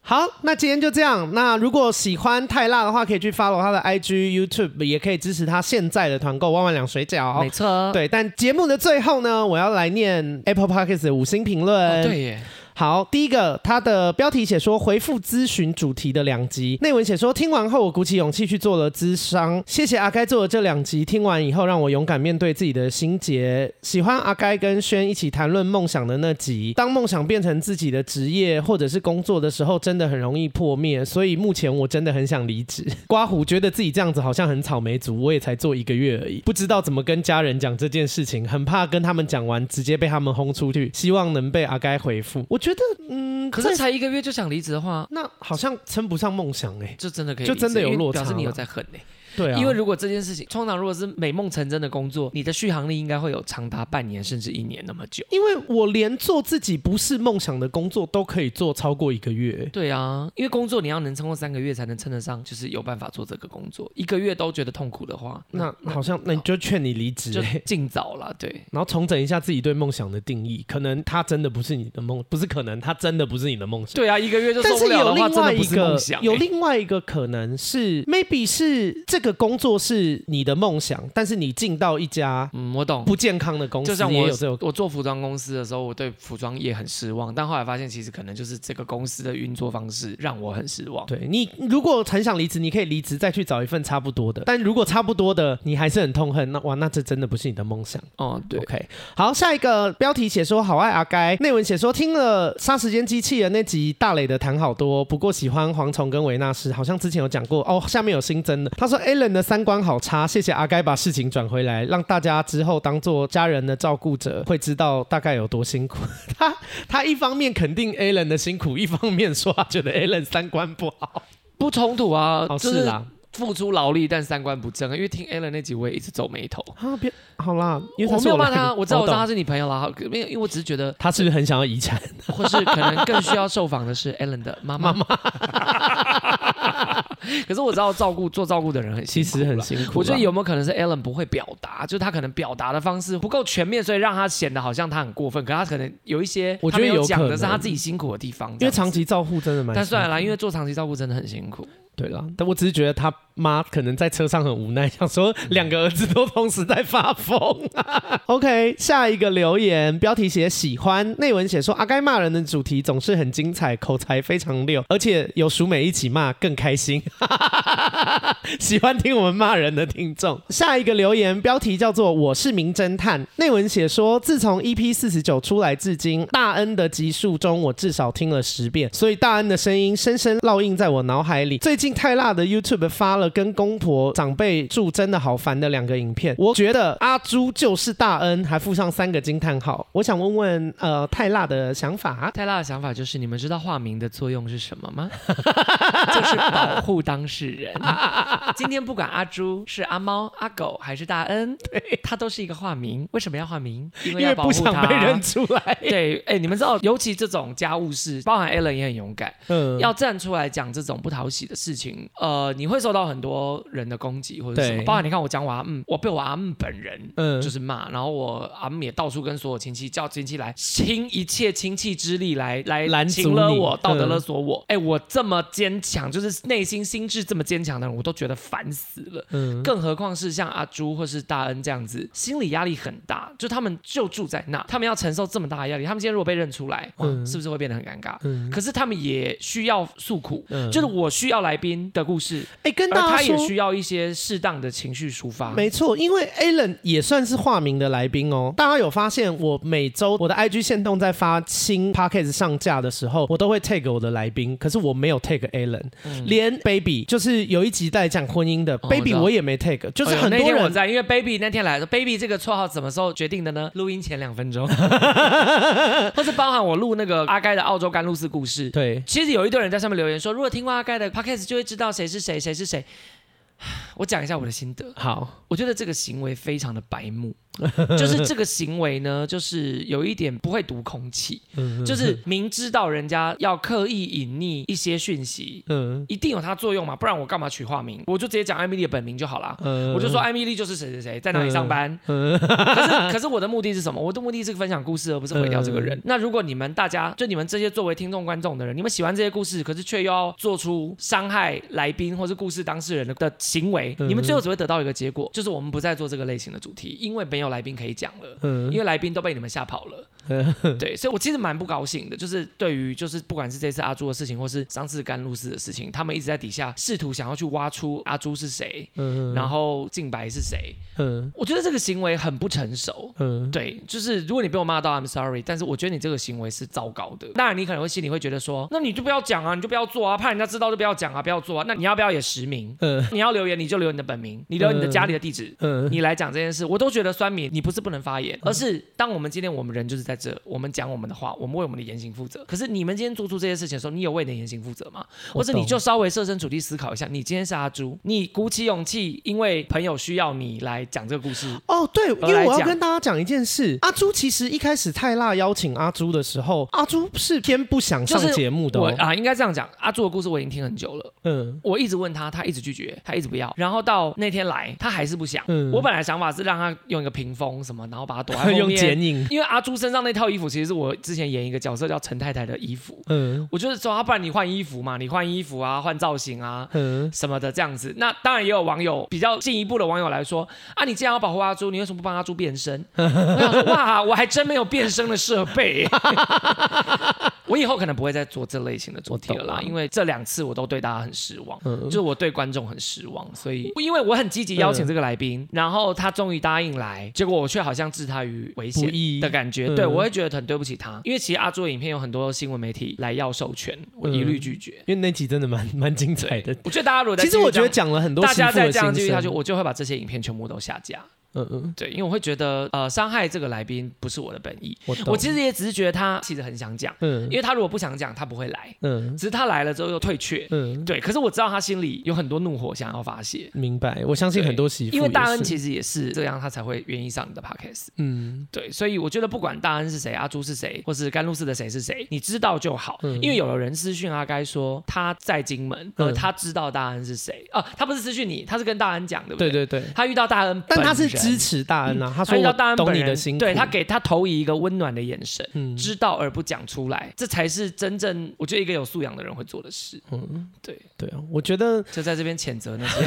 Speaker 1: 好，那今天就这样。那如果喜欢泰辣的话，可以去 follow 他的 IG、YouTube，也可以支持他现在的团购万万两水饺。哦
Speaker 2: 错。
Speaker 1: 对，但节目的最后呢，我要来念 Apple Podcast 的五星评论。
Speaker 2: 哦对耶，
Speaker 1: 好，第一个，它的标题写说回复咨询主题的两集，内文写说听完后我鼓起勇气去做了咨商，谢谢阿该做的这两集，听完以后让我勇敢面对自己的心结。喜欢阿该跟轩一起谈论梦想的那集，当梦想变成自己的职业或者是工作的时候，真的很容易破灭，所以目前我真的很想离职。 刮胡觉得自己这样子好像很草莓族，我也才做一个月而已，不知道怎么跟家人讲这件事情，很怕跟他们讲完直接被他们轰出去，希望能被阿该回复。我觉得。
Speaker 2: 可是才一个月就想离职的话，
Speaker 1: 那好像称不上梦想哎、
Speaker 2: 就真的可以
Speaker 1: 就
Speaker 2: 离职，
Speaker 1: 真的有
Speaker 2: 因为
Speaker 1: 落差
Speaker 2: 表示你有
Speaker 1: 了
Speaker 2: 在恨呢。
Speaker 1: 对啊，
Speaker 2: 因为如果这件事情，通常如果是美梦成真的工作，你的续航力应该会有长达半年甚至一年那么久。
Speaker 1: 因为我连做自己不是梦想的工作都可以做超过一个月、欸
Speaker 2: 对啊，因为工作你要能撑过三个月才能撑得上，就是有办法做这个工作。一个月都觉得痛苦的话，
Speaker 1: 那好像那你就劝你离职、
Speaker 2: 就
Speaker 1: 欸。
Speaker 2: 尽早啦。对，
Speaker 1: 然后重整一下自己对梦想的定义，可能它真的不是你的梦，不是可能它真的不是你的梦想。
Speaker 2: 对啊，一个月就
Speaker 1: 但
Speaker 2: 受不
Speaker 1: 是
Speaker 2: 了
Speaker 1: 有
Speaker 2: 的话，
Speaker 1: 另
Speaker 2: 真
Speaker 1: 外
Speaker 2: 的不
Speaker 1: 一
Speaker 2: 是梦
Speaker 1: 个
Speaker 2: 想欸、
Speaker 1: 有另外一个可能是，maybe 是这个工作是你的梦想，但是你进到一家
Speaker 2: 嗯，我懂。
Speaker 1: 不健康的公司，
Speaker 2: 就像
Speaker 1: 你也
Speaker 2: 我
Speaker 1: 有这种
Speaker 2: 我做服装公司的时候，我对服装业很失望，但后来发现其实可能就是这个公司的运作方式让我很失望。
Speaker 1: 对你如果很想离职，你可以离职再去找一份差不多的。但如果差不多的你还是很痛恨，那哇，那这真的不是你的梦想。
Speaker 2: 哦、对，
Speaker 1: OK，好，下一个标题写说好爱阿该，内文写说听了《杀时间机器人》那集大磊的谈好多，不过喜欢蝗虫跟维纳斯，好像之前有讲过哦。下面有新增的，他说 Alan 的三观好差，谢谢阿该把事情转回来，让大家之后当做家人的照顾者会知道大概有多辛苦。 他他一方面肯定 Alan 的辛苦，一方面说他觉得 Alan 三观不好。
Speaker 2: 不冲突啊，
Speaker 1: 哦，
Speaker 2: 就是
Speaker 1: 啦，
Speaker 2: 付出劳力，但三观不正。因为听 Alan 那集，我也一直皱眉头。
Speaker 1: 啊，别好啦，因为他
Speaker 2: 我
Speaker 1: 是
Speaker 2: 没有
Speaker 1: 我
Speaker 2: 骂
Speaker 1: 的
Speaker 2: 他，啊
Speaker 1: 朋
Speaker 2: 我知道我知道他
Speaker 1: 懂
Speaker 2: 是你朋友啦，好没有，因为我只是觉得
Speaker 1: 他是不是很想要遗产？
Speaker 2: 或是可能更需要受访的是 Alan 的妈妈。妈妈， 可是我知道照顾做照顾的人很
Speaker 1: 其
Speaker 2: 辛苦
Speaker 1: 实很
Speaker 2: 啦。
Speaker 1: 辛苦啦。
Speaker 2: 我觉得有没有可能是 Alan 不会表达，就他可能表达的方式不够全面，所以让他显得好像他很过分。可他可能有一些，
Speaker 1: 我觉得
Speaker 2: 他没
Speaker 1: 有
Speaker 2: 有讲
Speaker 1: 可
Speaker 2: 的
Speaker 1: 能
Speaker 2: 是他自己辛苦的地方，
Speaker 1: 因为
Speaker 2: 这样
Speaker 1: 长
Speaker 2: 子。
Speaker 1: 期照护真的蛮辛苦……
Speaker 2: 但算了啦，因为做长期照顾真的很辛苦。
Speaker 1: 对啦，但我只是觉得他妈可能在车上很无奈，想说两个儿子都同时在发疯。OK，下一个留言标题写喜欢，内文写说阿该骂人的主题总是很精彩，口才非常溜，而且有熟美一起骂更开心。 喜欢听我们骂人的听众。下一个留言标题叫做“我是名侦探”，内文写说，自从 EP 四十九出来至今，大恩的集数中我至少听了十遍，所以大恩的声音深深烙印在我脑海里。最近太辣的 YouTube 发了跟公婆长辈住真的好烦的两个影片，我觉得阿朱就是大恩，还附上三个惊叹号。我想问问，呃，太辣的想法。
Speaker 2: 泰拉的想法就是，你们知道化名的作用是什么吗？ 就是保护当事人。今天不管阿朱是阿猫、阿狗还是大恩，他都是一个化名。为什么要化名？因为
Speaker 1: 因为
Speaker 2: 要保
Speaker 1: 不
Speaker 2: 护
Speaker 1: 想
Speaker 2: 他。
Speaker 1: 被认出来，
Speaker 2: 对，哎、你们知道，尤其这种家务事，包含 Alan 也很勇敢，
Speaker 1: 嗯，
Speaker 2: 要站出来讲这种不讨喜的事情，呃，你会受到很多人的攻击或者什么。
Speaker 1: 对
Speaker 2: 包含你看我讲我阿姆，我被我阿姆本人
Speaker 1: 嗯
Speaker 2: 就是骂，然后我阿姆也到处跟所有亲戚叫亲戚来，倾一切亲戚之力来来
Speaker 1: 拦阻
Speaker 2: 擒勒
Speaker 1: 你
Speaker 2: 我，道德
Speaker 1: 嗯
Speaker 2: 勒索我。哎、我这么坚强，就是内心心智这么坚强的人，我都觉得烦死了。
Speaker 1: 嗯
Speaker 2: 更何况是像阿朱或是大恩这样子，心理压力很大，就他们就住在那，他们要承受这么大的压力，他们今天如果被认出来，哇，
Speaker 1: 嗯
Speaker 2: 是不是会变得很尴尬？
Speaker 1: 嗯
Speaker 2: 可是他们也需要诉苦，
Speaker 1: 嗯
Speaker 2: 就是我需要来宾的故事，
Speaker 1: 哎，跟
Speaker 2: 而
Speaker 1: 大家
Speaker 2: 他也
Speaker 1: 说，
Speaker 2: 需要一些适当的情绪抒发。
Speaker 1: 啊没错，因为 Alan 也算是化名的来宾哦。大家有发现，我每周我的 IG 线动在发新 Podcast 上架的时候，我都会 tag 我的来宾，可是我没有 tag Alan，、连 Baby 就是有一集在讲婚姻的、
Speaker 2: 嗯哦
Speaker 1: Baby
Speaker 2: 我知道
Speaker 1: 我也没 tag，就是
Speaker 2: 哎呦
Speaker 1: 很
Speaker 2: 那
Speaker 1: 多
Speaker 2: 天我
Speaker 1: 人。
Speaker 2: 在，因为 Baby 那天来说，Baby 这个绰号什么时候决定的呢？录音前两 分钟，或是包含我录那个阿该的澳洲甘露寺故事，
Speaker 1: 对，
Speaker 2: 其实有一堆人在上面留言说，如果听过阿盖的 podcast 就会知道谁是谁，谁是谁。 我讲一下我的心得，
Speaker 1: 好，
Speaker 2: 我觉得这个行为非常的白 目，就是这个行为呢，就是有一点不会读空气，
Speaker 1: 嗯
Speaker 2: 就是明知道人家要刻意隐匿一些讯息，
Speaker 1: 嗯
Speaker 2: 一定有它作用嘛，不然我干嘛取化名？我就直接讲艾米丽的本名就好啦。
Speaker 1: 嗯嗯
Speaker 2: 我就说哎艾米丽就是谁谁谁，在哪里上班。可是可是我的目的是什么？我的目的是分享故事，而不是毁掉这个人。那如果你们大家就你们这些作为听众观众的人，你们喜欢这些故事，可是却又要做出伤害来宾或是故事当事人的的行为，
Speaker 1: 嗯
Speaker 2: 你们最后只会得到一个结果，就是我们不再做这个类型的主题，因为没有来宾可以讲了。
Speaker 1: 嗯
Speaker 2: 因为来宾都被你们吓跑了，对，所以我其实蛮不高兴的，就是对于就是不管是这次阿朱的事情，或是上次甘露寺的事情，他们一直在底下试图想要去挖出阿朱是谁，
Speaker 1: 嗯
Speaker 2: 然后静白是谁，
Speaker 1: 嗯
Speaker 2: 我觉得这个行为很不成熟。
Speaker 1: 嗯
Speaker 2: 对，就是如果你被我骂到，I'm sorry，但是我觉得你这个行为是糟糕的。当然，你可能会心里会觉得说，那你就不要讲啊，你就不要做啊，怕人家知道就不要讲啊，不要做啊。那你要不要也实名？
Speaker 1: 嗯
Speaker 2: 你要留言你就留你的本名，你留你的家里的地址，
Speaker 1: 嗯，
Speaker 2: 你来讲这件事，我都觉得酸民，你不是不能发言，而是当我们今天我们人就是在这，我们讲我们的话，我们为我们的言行负责。可是你们今天做出这些事情的时候，你有为你的言行负责吗？
Speaker 1: 我
Speaker 2: 或者你
Speaker 1: 懂
Speaker 2: 就稍微设身处地思考一下，你今天是阿朱，你鼓起勇气，因为朋友需要你来讲这个故事。
Speaker 1: 哦，对，因为我
Speaker 2: 我来
Speaker 1: 要
Speaker 2: 讲
Speaker 1: 跟大家讲一件事，阿朱其实一开始泰辣邀请阿朱的时候，阿朱是偏不想上
Speaker 2: 就是
Speaker 1: 节目的、
Speaker 2: 我
Speaker 1: 哦，
Speaker 2: 啊，应该这样讲，阿朱的故事我已经听很久了，
Speaker 1: 嗯
Speaker 2: 我一直问他，他一直拒绝，他一直不要，然后到那天来，他还是不想。
Speaker 1: 嗯
Speaker 2: 我本来想法是让他用一个屏风什么，然后把他躲在后 面，
Speaker 1: 用剪影，
Speaker 2: 因为阿朱身上那套衣服其实是我之前演一个角色叫陈太太的衣服，
Speaker 1: 嗯
Speaker 2: 我就是说，要啊不然你换衣服嘛，你换衣服啊，换造型啊。
Speaker 1: 嗯，
Speaker 2: 什么的这样子，那当然也有网友比较进一步的网友来说啊，你既然要保护阿朱，你为什么不帮阿朱变身？我想说哇，我还真没有变身的设 备。我以后可能不会再做这类型的主题了
Speaker 1: 我
Speaker 2: 啦，
Speaker 1: 懂啊
Speaker 2: 因为这两次我都对大家很失望，
Speaker 1: 嗯
Speaker 2: 就是我对观众很失望，所以因为我很积极邀请这个来
Speaker 1: 嗯
Speaker 2: 宾，然后他终于答应来，结果我却好像置他于危险
Speaker 1: 不易
Speaker 2: 的感觉，
Speaker 1: 嗯
Speaker 2: 对我会觉得很对不起他，因为其实阿朱的影片有很多新闻媒体来要授权，我一律拒绝。
Speaker 1: 因为那集真的蛮蛮精彩的。
Speaker 2: 我觉得大家如果
Speaker 1: 嗯
Speaker 2: 再
Speaker 1: 其实
Speaker 2: 继续
Speaker 1: 我觉得
Speaker 2: 这样
Speaker 1: 讲了很多
Speaker 2: 大家
Speaker 1: 媳妇
Speaker 2: 再
Speaker 1: 的
Speaker 2: 这样继
Speaker 1: 心
Speaker 2: 续下去，
Speaker 1: 声
Speaker 2: 我就会把这些影片全部都下架。
Speaker 1: 嗯嗯，
Speaker 2: 对，因为我会觉得，呃，伤害这个来宾不是我的本意。
Speaker 1: 我懂
Speaker 2: 我其实也只是觉得他其实很想讲，
Speaker 1: 嗯
Speaker 2: 因为他如果不想讲，他不会来。
Speaker 1: 嗯
Speaker 2: 只是他来了之后又退却，
Speaker 1: 嗯，
Speaker 2: 对。可是我知道他心里有很多怒火想要发泄，
Speaker 1: 明白。我相信很多媳妇
Speaker 2: 因为大恩
Speaker 1: 姐，
Speaker 2: 其实也是这样，他才会愿意上你的 podcast。
Speaker 1: 嗯
Speaker 2: 对，所以我觉得不管大恩是谁，阿朱是谁，或是甘露寺的谁是谁，你知道就好。
Speaker 1: 嗯
Speaker 2: 因为有人私讯阿该说他在金门，
Speaker 1: 嗯
Speaker 2: 呃，哦他知道大恩是谁啊、他不是私讯你，他是跟大恩讲，对不
Speaker 1: 对
Speaker 2: 对
Speaker 1: 对对，
Speaker 2: 他遇到大恩本
Speaker 1: 但
Speaker 2: 人，
Speaker 1: 他是支持大恩啊，他
Speaker 2: 他
Speaker 1: 说
Speaker 2: 遇到
Speaker 1: 我
Speaker 2: 大恩
Speaker 1: 懂
Speaker 2: 本
Speaker 1: 你的
Speaker 2: 人
Speaker 1: 辛，苦，
Speaker 2: 对他给他投以一个温暖的眼神，
Speaker 1: 嗯
Speaker 2: 知道而不讲出来，这才是真正我觉得一个有素养的人会做的事。
Speaker 1: 嗯
Speaker 2: 对，
Speaker 1: 对啊，我觉得
Speaker 2: 就在这边谴责那些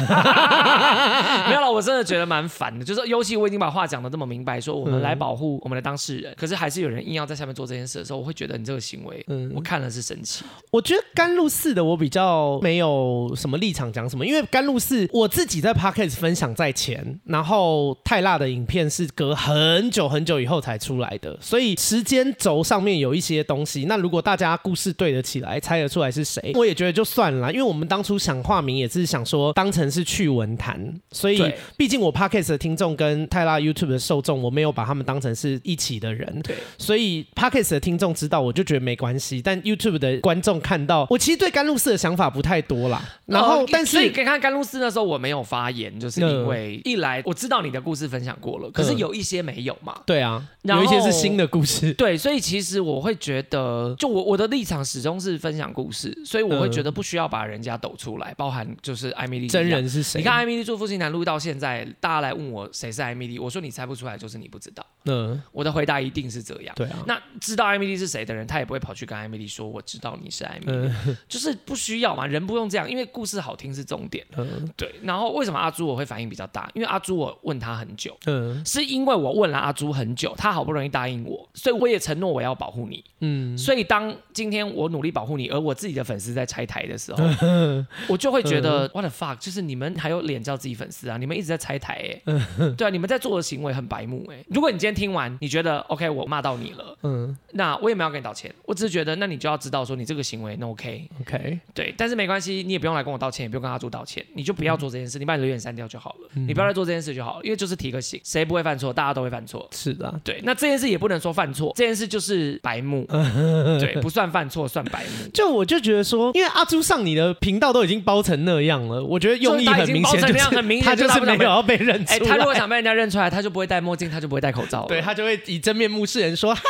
Speaker 2: 没有了，我真的觉得蛮烦的。就是尤其我已经把话讲的这么明白，说我们来
Speaker 1: 嗯
Speaker 2: 保护我们的当事人，可是还是有人硬要在下面做这件事的时候，我会觉得你这个行为，
Speaker 1: 嗯
Speaker 2: 我看了是生气。
Speaker 1: 我觉得甘露寺的我比较没有什么立场讲什么，因为甘露寺我自己在 podcast 分享在前，然后泰辣的影片是隔很久很久以后才出来的，所以时间轴上面有一些东西。那如果大家故事对得起来，猜得出来是谁，我也觉得就算了啦，因为我们当初想化名也是想说当成是趣闻谈，所以
Speaker 2: 对
Speaker 1: 毕竟我 podcast 的听众跟泰辣 YouTube 的受众，我没有把他们当成是一起的人，
Speaker 2: 对，
Speaker 1: 所以 Podcast 的听众知道，我就觉得没关系。但 YouTube 的观众看到，我其实对甘露寺的想法不太多啦。然后，
Speaker 2: 呃
Speaker 1: 但
Speaker 2: 所以
Speaker 1: 是
Speaker 2: 可以看甘露寺那时候我没有发言，就是因为一来我知道你的故事分享过了，可是
Speaker 1: 嗯
Speaker 2: 有一些没有嘛。
Speaker 1: 对啊，
Speaker 2: 然后
Speaker 1: 有一些是新的故 事。
Speaker 2: 对，所以其实我会觉得，就我我的立场始终是分享故事，所以我会觉得不需要把人家抖出来，包含就是艾米丽一样
Speaker 1: 嗯真人是谁？啊
Speaker 2: 你看艾米丽住父亲南路到现在，大家来问我谁是艾米丽，我说你猜不出来，就是你不知道。
Speaker 1: 嗯，
Speaker 2: 我的回答一定是这样。
Speaker 1: 对啊，
Speaker 2: 那知道艾米丽是谁的人，他也不会跑去跟艾米丽说我知道你是艾米丽，
Speaker 1: 嗯
Speaker 2: 就是不需要嘛，人不用这样，因为故事好听是重点。
Speaker 1: 嗯
Speaker 2: 对，然后为什么阿朱我会反应比较大？因为阿朱我问他很久。
Speaker 1: 嗯
Speaker 2: 是因为我问了阿朱很久，他好不容易答应我，所以我也承诺我要保护你。
Speaker 1: 嗯，
Speaker 2: 所以当今天我努力保护你，而我自己的粉丝在拆台的时 候，我就会觉
Speaker 1: 嗯
Speaker 2: 得 what the fuck，就是你们还有脸叫自己粉丝啊？你们一直在拆台 哎、
Speaker 1: 嗯
Speaker 2: 对啊，你们在做的行为很白目哎、如果你今天听完，你觉得 OK，我骂到你了，
Speaker 1: 嗯
Speaker 2: 那我也没有要跟你道歉，我只是觉得，那你就要知道说你这个行为那 OK，
Speaker 1: ，OK，
Speaker 2: 对，但是没关系，你也不用来跟我道歉，也不用跟阿朱道歉，你就不要做这件事，你把你留言删掉就好了，你不要再做这件事就好了，因为就是提个醒，谁不会犯错，大家都会犯错，
Speaker 1: 是的啊。
Speaker 2: 对，那这件事也不能说犯错，这件事就是白目，对，不算犯错，算白 目。
Speaker 1: 就我就觉得说，因为阿朱上你的频道都已经包成那样了，我觉得用意
Speaker 2: 就是他已
Speaker 1: 很
Speaker 2: 经
Speaker 1: 明显，
Speaker 2: 包成
Speaker 1: 就
Speaker 2: 那样
Speaker 1: 是
Speaker 2: 很明显
Speaker 1: 他
Speaker 2: 就
Speaker 1: 就
Speaker 2: 他
Speaker 1: 是
Speaker 2: 不
Speaker 1: 没
Speaker 2: 能
Speaker 1: 有要被认出
Speaker 2: 哎、
Speaker 1: 来。
Speaker 2: 他如果想被人家认出来，他就不会戴墨镜，他就不会戴口罩了。
Speaker 1: 对他就会以真面目示人说：“嗨，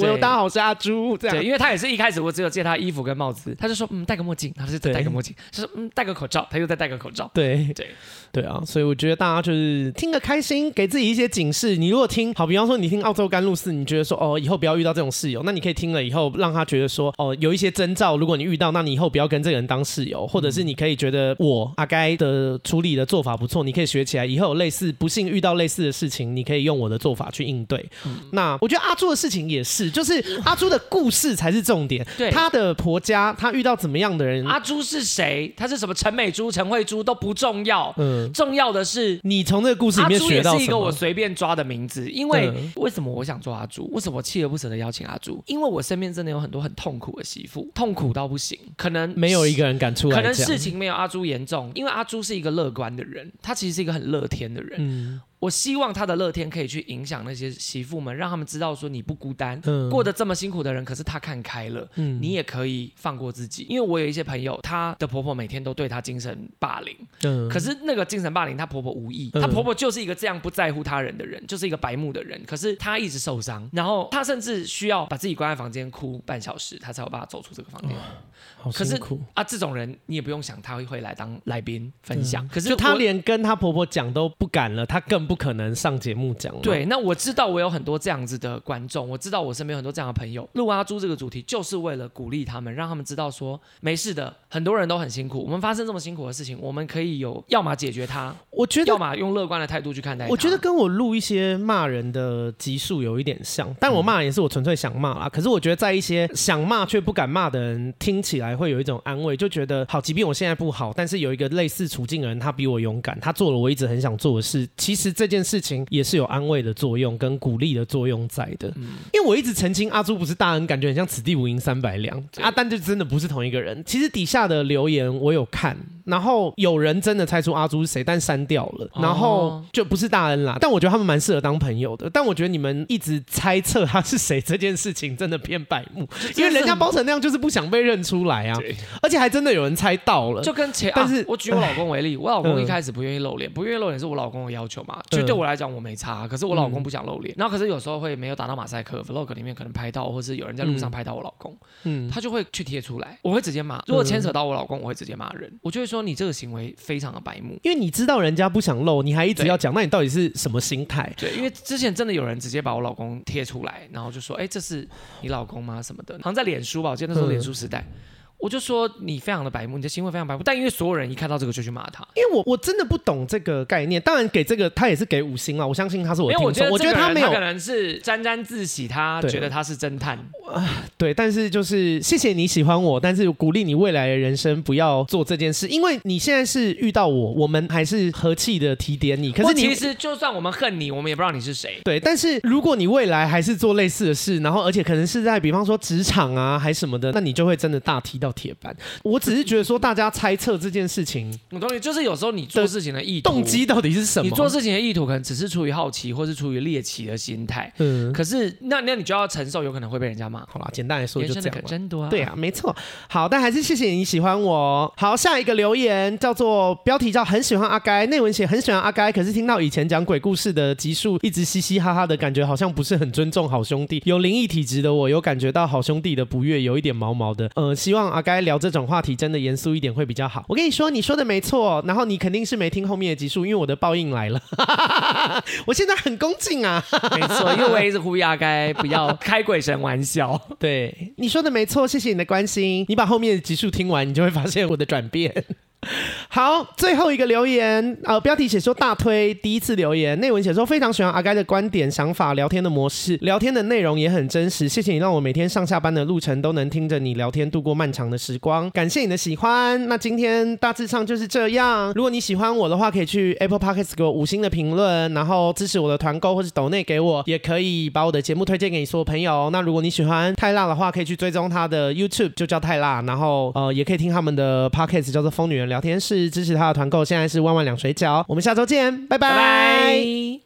Speaker 1: 我有大家好，我是阿朱。”这
Speaker 2: 对，
Speaker 1: 样，
Speaker 2: 因为他也是一开始我只有借他衣服跟帽子，他就说嗯戴个墨镜，他就再戴个墨镜，他说嗯戴个口罩，他又再戴个口罩。
Speaker 1: 对，
Speaker 2: 对，
Speaker 1: 对啊，所以我觉得大家就是听个开心，给自己一些警示。你如果听好，比方说你听澳洲甘露寺，你觉得说哦，以后不要遇到这种室友，那你可以听了以后，让他觉得说哦，有一些征兆，如果你遇到，那你以后不要跟这个人当室友，或者是你可以觉得我阿该的处理的做法不错，你可以学起来，以后有类似不幸遇到类似的事情，你可以用我的做法去应对。那我觉得阿朱的事情也是，就是阿朱的故事才是重点，
Speaker 2: 对
Speaker 1: 她的婆家，她遇到怎么样的人，
Speaker 2: 阿朱是谁？他是什么？陈美珠、陈慧珠都不重要，
Speaker 1: 嗯。
Speaker 2: 重要的是。
Speaker 1: 你从这个故事里
Speaker 2: 阿
Speaker 1: 面
Speaker 2: 朱
Speaker 1: 学
Speaker 2: 也
Speaker 1: 到
Speaker 2: 是一
Speaker 1: 什
Speaker 2: 个
Speaker 1: 么
Speaker 2: 我？随便抓的名字，因为
Speaker 1: 嗯
Speaker 2: 为什么我想做阿朱？为什么我锲而不舍的邀请阿朱？因为我身边真的有很多很痛苦的媳妇，痛苦到不行，可能
Speaker 1: 没有一个人敢出来
Speaker 2: 可
Speaker 1: 讲。
Speaker 2: 能事情没有阿朱严重，因为阿朱是一个乐观的人，他其实是一个很乐天的人。
Speaker 1: 嗯
Speaker 2: 我希望他的乐天可以去影响那些媳妇们，让他们知道说你不孤单，
Speaker 1: 嗯
Speaker 2: 过得这么辛苦的人，可是他看开了。
Speaker 1: 嗯
Speaker 2: 你也可以放过自己，因为我有一些朋友，她的婆婆每天都对她精神霸凌，
Speaker 1: 嗯
Speaker 2: 可是那个精神霸凌，她婆婆无意，
Speaker 1: 嗯
Speaker 2: 她婆婆就是一个这样不在乎他人的人，就是一个白目的人。可是她一直受伤，
Speaker 1: 嗯
Speaker 2: 然后她甚至需要把自己关在房间哭半小时，她才有办法走出这个房
Speaker 1: 嗯
Speaker 2: 间。
Speaker 1: 好
Speaker 2: 可
Speaker 1: 辛
Speaker 2: 是
Speaker 1: 苦，
Speaker 2: 啊，这种人你也不用想他会来当来宾分享，可是
Speaker 1: 嗯就她
Speaker 2: 我
Speaker 1: 连跟她婆婆讲都不敢了，她更不可能上节目讲了。
Speaker 2: 对，那我知道我有很多这样子的观众，我知道我身边有很多这样的朋友。录阿朱这个主题就是为了鼓励他们，让他们知道说没事的，很多人都很辛苦，我们发生这么辛苦的事情，我们可以有要么解决它，
Speaker 1: 我觉
Speaker 2: 要
Speaker 1: 得。
Speaker 2: 么用乐观的态度去看待它。
Speaker 1: 我觉得跟我录一些骂人的集数有一点像，但
Speaker 2: 嗯
Speaker 1: 我骂人也是我纯粹想骂啦。可是我觉得在一些想骂却不敢骂的人听起来会有一种安慰，就觉得好，即便我现在不好，但是有一个类似处境的人，他比我勇敢，他做了我一直很想做的事。其实这件事情也是有安慰的作用跟鼓励的作用在的。
Speaker 2: 嗯
Speaker 1: 因为我一直澄清阿朱不是大恩，感觉很像此地无银三百两。阿丹就真的不是同一个人。其实底下的留言我有看，然后有人真的猜出阿朱是谁，但删掉了，
Speaker 2: 哦
Speaker 1: 然后就不是大恩啦。但我觉得他们蛮适合当朋友的。但我觉得你们一直猜测他是谁这件事情真的偏百目，因为人家包成那样就是不想被认出来啊，
Speaker 2: 对
Speaker 1: 而且还真的有人猜到了。
Speaker 2: 就跟前，
Speaker 1: 但是
Speaker 2: 啊、我举我老公为例，我老公
Speaker 1: 嗯
Speaker 2: 一开始不愿意露脸，不愿意露脸是我老公的要求嘛，就对我来讲我没差，可是我老公不想露脸，然后可是有时候会没有打到马赛克，vlog 里面可能拍到，或是有人在路上
Speaker 1: 嗯
Speaker 2: 拍到我老公，
Speaker 1: 嗯
Speaker 2: 他就会去贴出来，我会直接骂，如果牵扯到我老公，我会直接骂人，我就会说你这个行为非常的白目。
Speaker 1: 因为你知道人家不想露，你还一直
Speaker 2: 对
Speaker 1: 要讲，那你到底是什么心态？
Speaker 2: 对，因为之前真的有人直接把我老公贴出来，然后就说：“哎，这是你老公吗？”什么的，好像在脸书吧，我记得那时候
Speaker 1: 嗯
Speaker 2: 脸书时代，我就说你非常的白目，你的行为非常白目。但因为所有人一看到这个就去骂他，
Speaker 1: 因为我我真的不懂这个概念。当然给这个他也是给五星啦，我相信他是我
Speaker 2: 因
Speaker 1: 的
Speaker 2: 为
Speaker 1: 听众，
Speaker 2: 我觉得
Speaker 1: 我
Speaker 2: 这
Speaker 1: 觉
Speaker 2: 个
Speaker 1: 得
Speaker 2: 人
Speaker 1: 他没有
Speaker 2: 可能是沾沾自喜，他
Speaker 1: 对
Speaker 2: 觉得他是侦探，
Speaker 1: 对，但是就是谢谢你喜欢我，但是鼓励你未来的人生不要做这件事，因为你现在是遇到我，我们还是和气的提点你。可
Speaker 2: 或
Speaker 1: 是
Speaker 2: 其
Speaker 1: 你
Speaker 2: 实就算我们恨你，我们也不知道你是谁。
Speaker 1: 对，但是如果你未来还是做类似的事，然后而且可能是在比方说职场啊还什么的，那你就会真的大踢到铁板。我只是觉得说大家猜测这件事情
Speaker 2: 我同意，就是有时候你做事情的意图
Speaker 1: 动机到底是什么，
Speaker 2: 你做事情的意图可能只是出于好奇，或是出于猎奇的心态。
Speaker 1: 嗯，
Speaker 2: 可是那那你就要承受，有可能会被人家骂。
Speaker 1: 好啦，简单来说
Speaker 2: 人
Speaker 1: 就
Speaker 2: 生
Speaker 1: 这
Speaker 2: 的
Speaker 1: 样啦。
Speaker 2: 可真多啊！
Speaker 1: 对 啊，没错。好，但还是谢谢你喜欢我。好，下一个留言叫做标题叫“很喜欢阿该”，内文写很喜欢阿该，可是听到以前讲鬼故事的集数，一直嘻嘻哈哈的感觉，好像不是很尊重好兄弟。有灵异体质的我，有感觉到好兄弟的不悦，有一点毛毛的。呃，希望阿该聊这种话题真的严肃一点会比较好。我跟你说，你说的没错，然后你肯定是没听后面的集数，因为我的报应来了。 我现在很恭敬啊。
Speaker 2: 没错，因为我一直呼吁阿该不要开鬼神玩笑。
Speaker 1: 对，你说的没错，谢谢你的关心。你把后面的集数听完，你就会发现我的转变。 好，最后一个留言，呃，标题写说大推第一次留言，内文写说非常喜欢阿该的观点、想法、聊天的模式，聊天的内容也很真实。谢谢你让我每天上下班的路程都能听着你聊天度过漫长的时光，感谢你的喜欢。那今天大致上就是这样。如果你喜欢我的话，可以去 Apple Podcast 给我五星的评论，然后支持我的团购或是抖内给我，也可以把我的节目推荐给你所有朋友。那如果你喜欢泰辣的话，可以去追踪他的 YouTube，就叫泰辣，然后呃也可以听他们的 Podcast 叫做《疯女人聊天室》，支持他的团购，现在是万万两水饺。我们下周见，拜
Speaker 2: 拜
Speaker 1: 拜
Speaker 2: 拜。